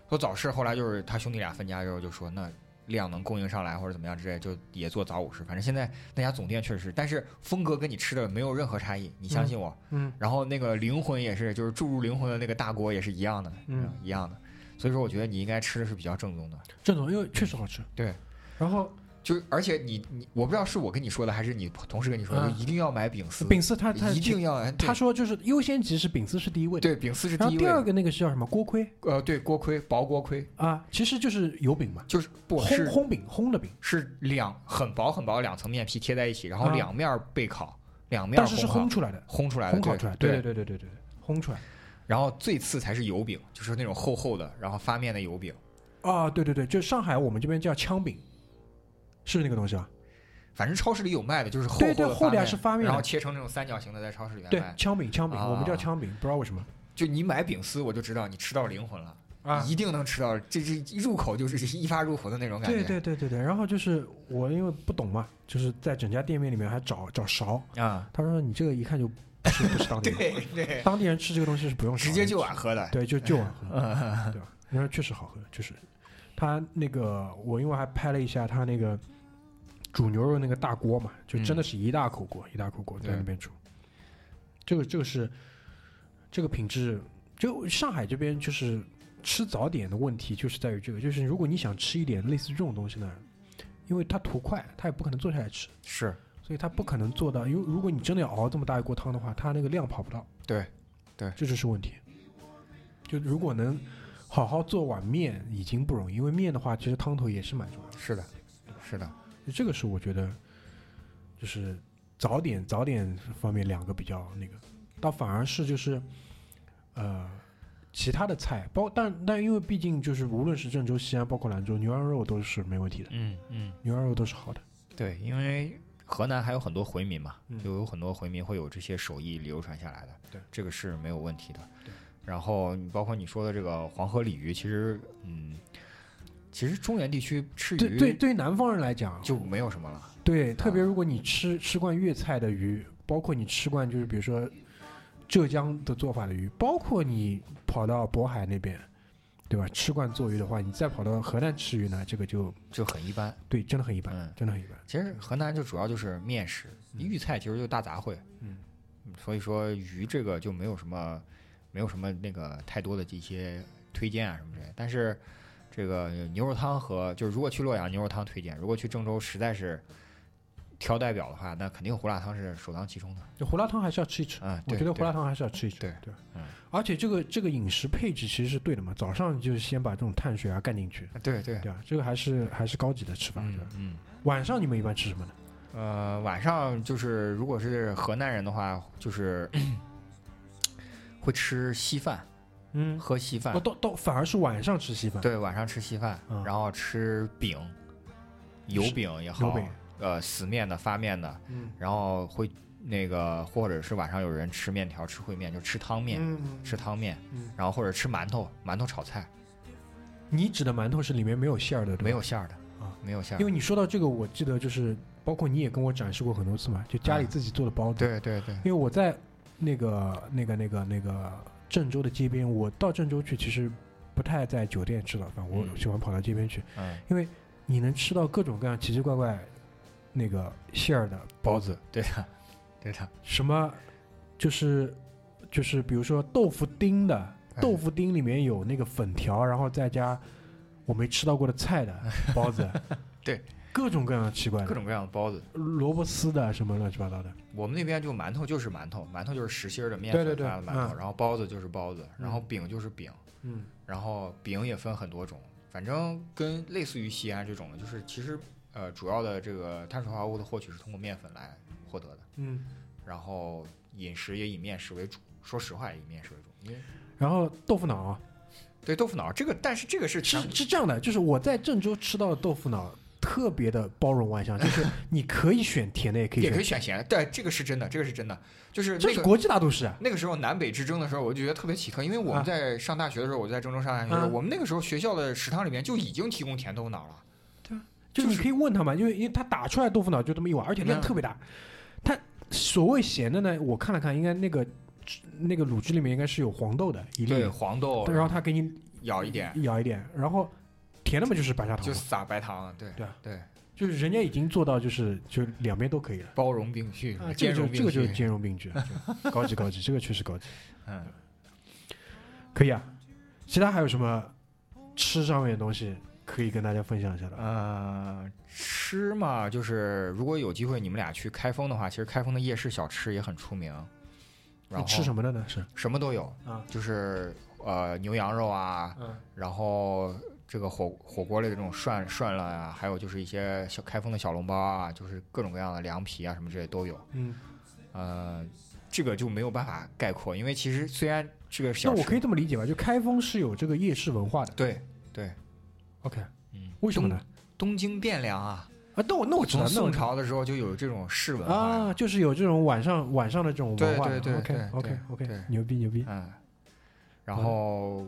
S4: 做早市，后来就是他兄弟俩分家之后就说，那量能供应上来或者怎么样之类，就也做早午市。反正现在那家总店确实是，但是风格跟你吃的没有任何差异，你相信我。
S2: 嗯
S4: 然后那个灵魂也是，就是注入灵魂的那个大锅也是一样的，
S2: 嗯，
S4: 一样的。所以说，我觉得你应该吃的是比较正宗的。
S2: 正宗，因为确实好吃。
S4: 对，
S2: 然后
S4: 就是而且你你，我不知道是我跟你说的，还是你同事跟你说的，
S2: 嗯
S4: 就一定要买饼丝，
S2: 饼丝它它
S4: 呃一定要对
S2: 他说就是优先级是饼丝是第一位的，
S4: 对饼丝是
S2: 然后
S4: 第一
S2: 第二
S4: 位，
S2: 个那个是叫什么锅盔
S4: 呃，对锅盔薄锅盔，
S2: 啊，其实就是油饼嘛，
S4: 就是不
S2: 烘
S4: 是
S2: 烘饼烘的饼，
S4: 是两很薄很薄两层面皮贴在一起，然后
S2: 啊
S4: 两面备烤，两面
S2: 但是是
S4: 烘
S2: 烘
S4: 烤
S2: 出来的，
S4: 烘出来的，
S2: 烘烤
S4: 对
S2: 出来，
S4: 对
S2: 对对对对对对，烘出来
S4: 然后最次才是油饼，就是那种厚厚的，然后发面的油饼，
S2: 啊，对对对，就上海我们这边叫枪饼，是那个东西吧？
S4: 反正超市里有卖的，就是厚厚
S2: 对
S4: 的
S2: 对，厚的呀是发面
S4: 然后
S2: 的，
S4: 切成那种三角形的，在超市里面
S2: 对
S4: 卖。
S2: 枪饼枪饼，
S4: 啊
S2: 我们叫枪饼，不知道为什么
S4: 就你买饼丝，我就知道你吃到灵魂了，
S2: 啊。
S4: 一定能吃到，这这一入口就是 一发入魂的那种感觉。
S2: 对对对对对，然后就是我因为不懂嘛，就是在整家店面里面还找找勺，
S4: 啊，
S2: 他说你这个一看就不是不是当地人，
S4: 对对，
S2: 当地人吃这个东西是不用勺的
S4: 直接就碗喝的。
S2: 对，就就碗喝，对吧？你说确实好喝，就是它那个我因为还拍了一下它那个煮牛肉那个大锅嘛，就真的是一大口锅、一大口锅在
S4: 对
S2: 那边煮。这个这个是这个品质，就上海这边就是吃早点的问题就是在于这个，就是如果你想吃一点类似这种东西呢，因为它图快，它也不可能坐下来吃，
S4: 是，
S2: 所以它不可能做到。因为如果你真的要熬这么大一锅汤的话，它那个量跑不到。
S4: 对，对
S2: 这就是问题。就如果能好好做碗面已经不容易，因为面的话，其实汤头也是蛮重要
S4: 是的，是的，
S2: 的。这个是我觉得，就是早点早点方面两个比较那个，倒反而是就是，呃，其他的菜，包但但因为毕竟就是无论是郑州、西安，包括兰州，牛羊肉都是没问题的，
S4: 嗯嗯。
S2: 牛羊肉都是好的。
S4: 对，因为河南还有很多回民嘛，
S2: 嗯
S4: 就有很多回民会有这些手艺流传下来的，
S2: 对，
S4: 这个是没有问题的
S2: 对。
S4: 然后你包括你说的这个黄河鲤鱼，其实嗯，其实中原地区吃
S2: 对对，
S4: 鱼
S2: 对于南方人来讲，
S4: 就没有什么了，
S2: 对，特别
S4: 啊
S2: 如果你吃吃惯粤菜的鱼，包括你吃惯就是比如说浙江的做法的鱼，包括你跑到渤海那边，对吧？吃惯做鱼的话，你再跑到河南吃鱼呢，这个就
S4: 就很一般。
S2: 对，真的很一般，
S4: 嗯
S2: 真的很一般。
S4: 其实河南就主要就是面食，豫菜其实就大杂烩，
S2: 嗯，
S4: 所以说鱼这个就没有什么没有什么那个太多的一些推荐啊什么之类的。但是这个牛肉汤和就是如果去洛阳牛肉汤推荐，如果去郑州实在是挑代表的话，那肯定胡辣汤是首当其冲的。
S2: 就胡辣汤还是要吃一吃，
S4: 啊，
S2: 我
S4: 对
S2: 觉得胡
S4: 对
S2: 辣汤还是要吃一吃。
S4: 对
S2: 对，
S4: 嗯
S2: 而且这个这个饮食配置其实是对的嘛，早上就是先把这种碳水啊干进去，
S4: 对对，
S2: 对吧？这个还是还是高级的吃法，
S4: 嗯
S2: 对吧？
S4: 嗯。
S2: 晚上你们一般吃什么呢？
S4: 呃，晚上就是如果是河南人的话，就是 会吃稀饭，
S2: 嗯，
S4: 喝稀饭
S2: 我。到到反而是晚上吃稀饭。
S4: 对，晚上吃稀饭，
S2: 嗯
S4: 然后吃饼，油
S2: 是
S4: 饼也
S2: 牛
S4: 好
S2: 饼，，
S4: 呃，死面的、发面的，
S2: 嗯，
S4: 然后会那个，或者是晚上有人吃面条、吃烩面，就吃汤面，
S2: 嗯嗯
S4: 吃汤面，
S2: 嗯
S4: 然后或者吃馒头，馒头炒菜，
S2: 你指的馒头是里面没有馅儿的，对吧
S4: 没有，馅儿的
S2: 啊，
S4: 没有馅儿
S2: 因
S4: 的。
S2: 为你说到这个，我记得就是包括你也跟我展示过很多次嘛，就家里自己做的包子。
S4: 嗯对对对，
S2: 因为我在那个那个那个那个郑州的街边，我到郑州去其实不太在酒店吃早饭，我
S4: 嗯
S2: 喜欢跑到街边去，
S4: 嗯，
S2: 因为你能吃到各种各样奇奇怪怪那个馅儿的
S4: 包子，对的，对的，
S2: 什么就是就是比如说豆腐丁的，
S4: 哎
S2: 豆腐丁里面有那个粉条，然后再加我没吃到过的菜的包子，
S4: 对，
S2: 各种各样奇怪的，
S4: 各种各样的包子。
S2: 萝卜丝的什么乱七八糟的，
S4: 我们那边就馒头就是馒头，馒头就是实心儿的面
S2: 对对
S4: 粉
S2: 对
S4: 发的馒头，
S2: 嗯
S4: 然后包子就是包子，然后
S2: 嗯
S4: 饼就是饼。
S2: 嗯
S4: 然后饼也分很多种，反正跟类似于西安这种的，就是其实呃主要的这个碳水化合物的获取是通过面粉来获得的，
S2: 嗯。
S4: 然后饮食也以面食为主，说实话也以面食为主，因为
S2: 然后豆腐脑，啊
S4: 对豆腐脑这个，但是这个是
S2: 是
S4: 全
S2: 是这样的，就是我在郑州吃到的豆腐脑特别的包容万 象，就是你可以选甜的，也可以
S4: 也
S2: 选
S4: 可以，选咸的，对，这个是真的，这个是真的，就是
S2: 这
S4: 那
S2: 是
S4: 个。
S2: 国际大都市啊。
S4: 那个时候南北之争的时候，我就觉得特别奇特，因为我
S2: 啊
S4: 们在上大学的时候，我就在郑州上大学的时候，
S2: 啊
S4: 我们那个时候学校的食堂里面就已经提供甜豆腐脑了。
S2: 就是
S4: 就
S2: 你
S4: 是
S2: 可以问他嘛，因为因为他打出来豆腐脑就这么一碗，而且量
S4: 嗯
S2: 特别大。他所谓咸的呢，我看了看，应该那个那个卤汁里面应该是有黄豆的一粒
S4: 对，
S2: 的，
S4: 黄豆，
S2: 然后他给你
S4: 舀一点，
S2: 舀一点，然后甜的嘛就是白砂糖
S4: 就
S2: 嘛，
S4: 撒白糖，对
S2: 对啊
S4: 对，
S2: 就是人家已经做到就是就两边都可以了。
S4: 包容并蓄
S2: 啊，，这
S4: 兼
S2: 个就
S4: 容
S2: 这
S4: 并
S2: 个就是
S4: 蓄，
S2: 兼容并 蓄，就高级高级，这个确实高级，
S4: 嗯，
S2: 可以啊。其他还有什么吃上面的东西可以跟大家分享一下的？
S4: 呃，吃嘛，就是如果有机会你们俩去开封的话，其实开封的夜市小吃也很出名。然
S2: 你
S4: 后
S2: 吃什么的呢？是
S4: 什么都有
S2: 啊
S4: 就是呃牛羊肉啊，
S2: 嗯
S4: 然后这个火火锅类的这种涮涮了啊，还有就是一些小开封的小笼包啊，就是各种各样的凉皮啊什么之类都有。
S2: 嗯，
S4: 呃，这个就没有办法概括，因为其实虽然这个
S2: 那
S4: 小吃
S2: 我可以这么理解吧？就开封是有这个夜市文化的
S4: 对，
S2: ，OK？
S4: 嗯，
S2: 为什么呢？
S4: 东？东京汴梁啊，
S2: 啊，那我那我知道那
S4: 从，
S2: 我
S4: 宋
S2: 知道
S4: 朝的时候就有这种市文化呀
S2: 啊，就是有这种晚上晚上的这种文化的。
S4: 对对对
S2: OK
S4: 对
S2: OK OK，
S4: 对
S2: 牛逼牛逼。
S4: 嗯，然
S2: 好的
S4: 后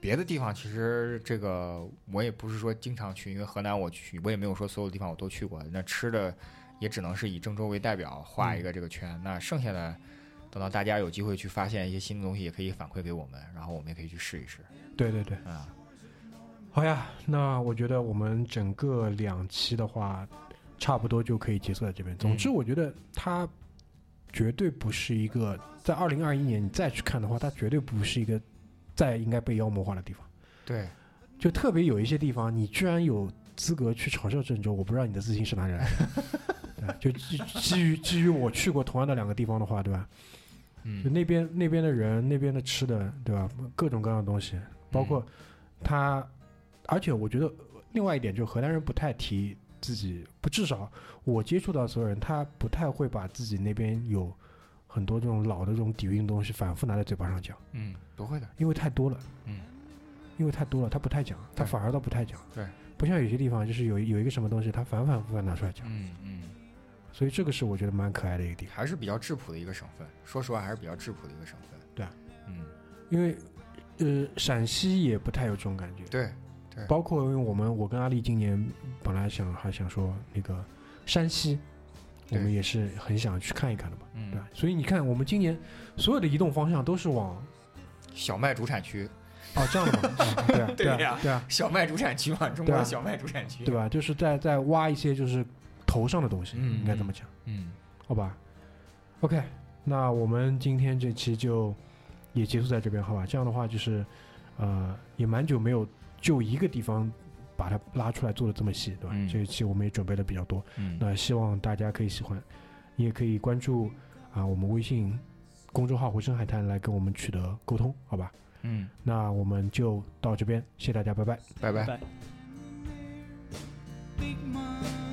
S4: 别的地方其实这个我也不是说经常去，因为河南我去，我也没有说所有地方我都去过。那吃的也只能是以郑州为代表画一个这个圈，那剩下的等到大家有机会去发现一些新的东西，也可以反馈给我们，然后我们也可以去试一试。
S2: 对对对，
S4: 啊、
S2: 好呀，那我觉得我们整个两期的话，差不多就可以结束在这边。总之，我觉得它绝对不是一个在二零二一年你再去看的话，它绝对不是一个再应该被妖魔化的地方。
S4: 对，
S2: 就特别有一些地方，你居然有资格去嘲笑郑州，我不知道你的自信是哪里来的。对就基基于基于我去过同样的两个地方的话，对吧？就
S4: 嗯，
S2: 那边那边的人，那边的吃的，对吧？各种各样的东西，包
S4: 嗯
S2: 括他，而且我觉得另外一点就是河南人不太提自己，不至少我接触到所有人，他不太会把自己那边有很多这种老的这种底蕴的东西反复拿在嘴巴上讲，
S4: 嗯，不会的，
S2: 因为太多了，
S4: 嗯，
S2: 因为太多了，他不太讲，他
S4: 对
S2: 反而倒不太讲，
S4: 对，
S2: 不像有些地方就是有有一个什么东西，他反反复复拿出来讲，
S4: 嗯嗯，
S2: 所以这个是我觉得蛮可爱的一个地方。
S4: 还是比较质朴的一个省份，说实话还是比较质朴的一个省份。
S2: 对啊，
S4: 嗯，
S2: 因为呃，陕西也不太有这种感觉。
S4: 对，
S2: 包括因为我们，我跟阿丽今年本来想还想说那个山西，我
S4: 对
S2: 们也是很想去看一看的嘛，对
S4: 嗯
S2: 吧，？所以你看，我们今年所有的移动方向都是往
S4: 小麦主产区，
S2: 哦这样的嘛， 啊对啊，对
S4: 对
S2: 啊
S4: 呀，
S2: 对啊，
S4: 小麦主产区嘛，中
S2: 对
S4: 国
S2: 啊
S4: 的小麦主产区，
S2: 对吧？就是在在挖一些就是头上的东西，
S4: 嗯
S2: 应该这么讲，
S4: 嗯，
S2: 好吧？OK，那我们今天这期就也结束在这边，好吧？这样的话就是呃，也蛮久没有就一个地方。把它拉出来做的这么细，对吧？
S4: 嗯
S2: 这一期我们也准备的比较多，
S4: 嗯
S2: 那希望大家可以喜欢，你也可以关注啊我们微信公众号“回声海滩”来跟我们取得沟通，好吧？
S4: 嗯，
S2: 那我们就到这边，谢谢大家，拜拜。
S4: 拜拜
S3: 拜。拜
S1: Big Mama.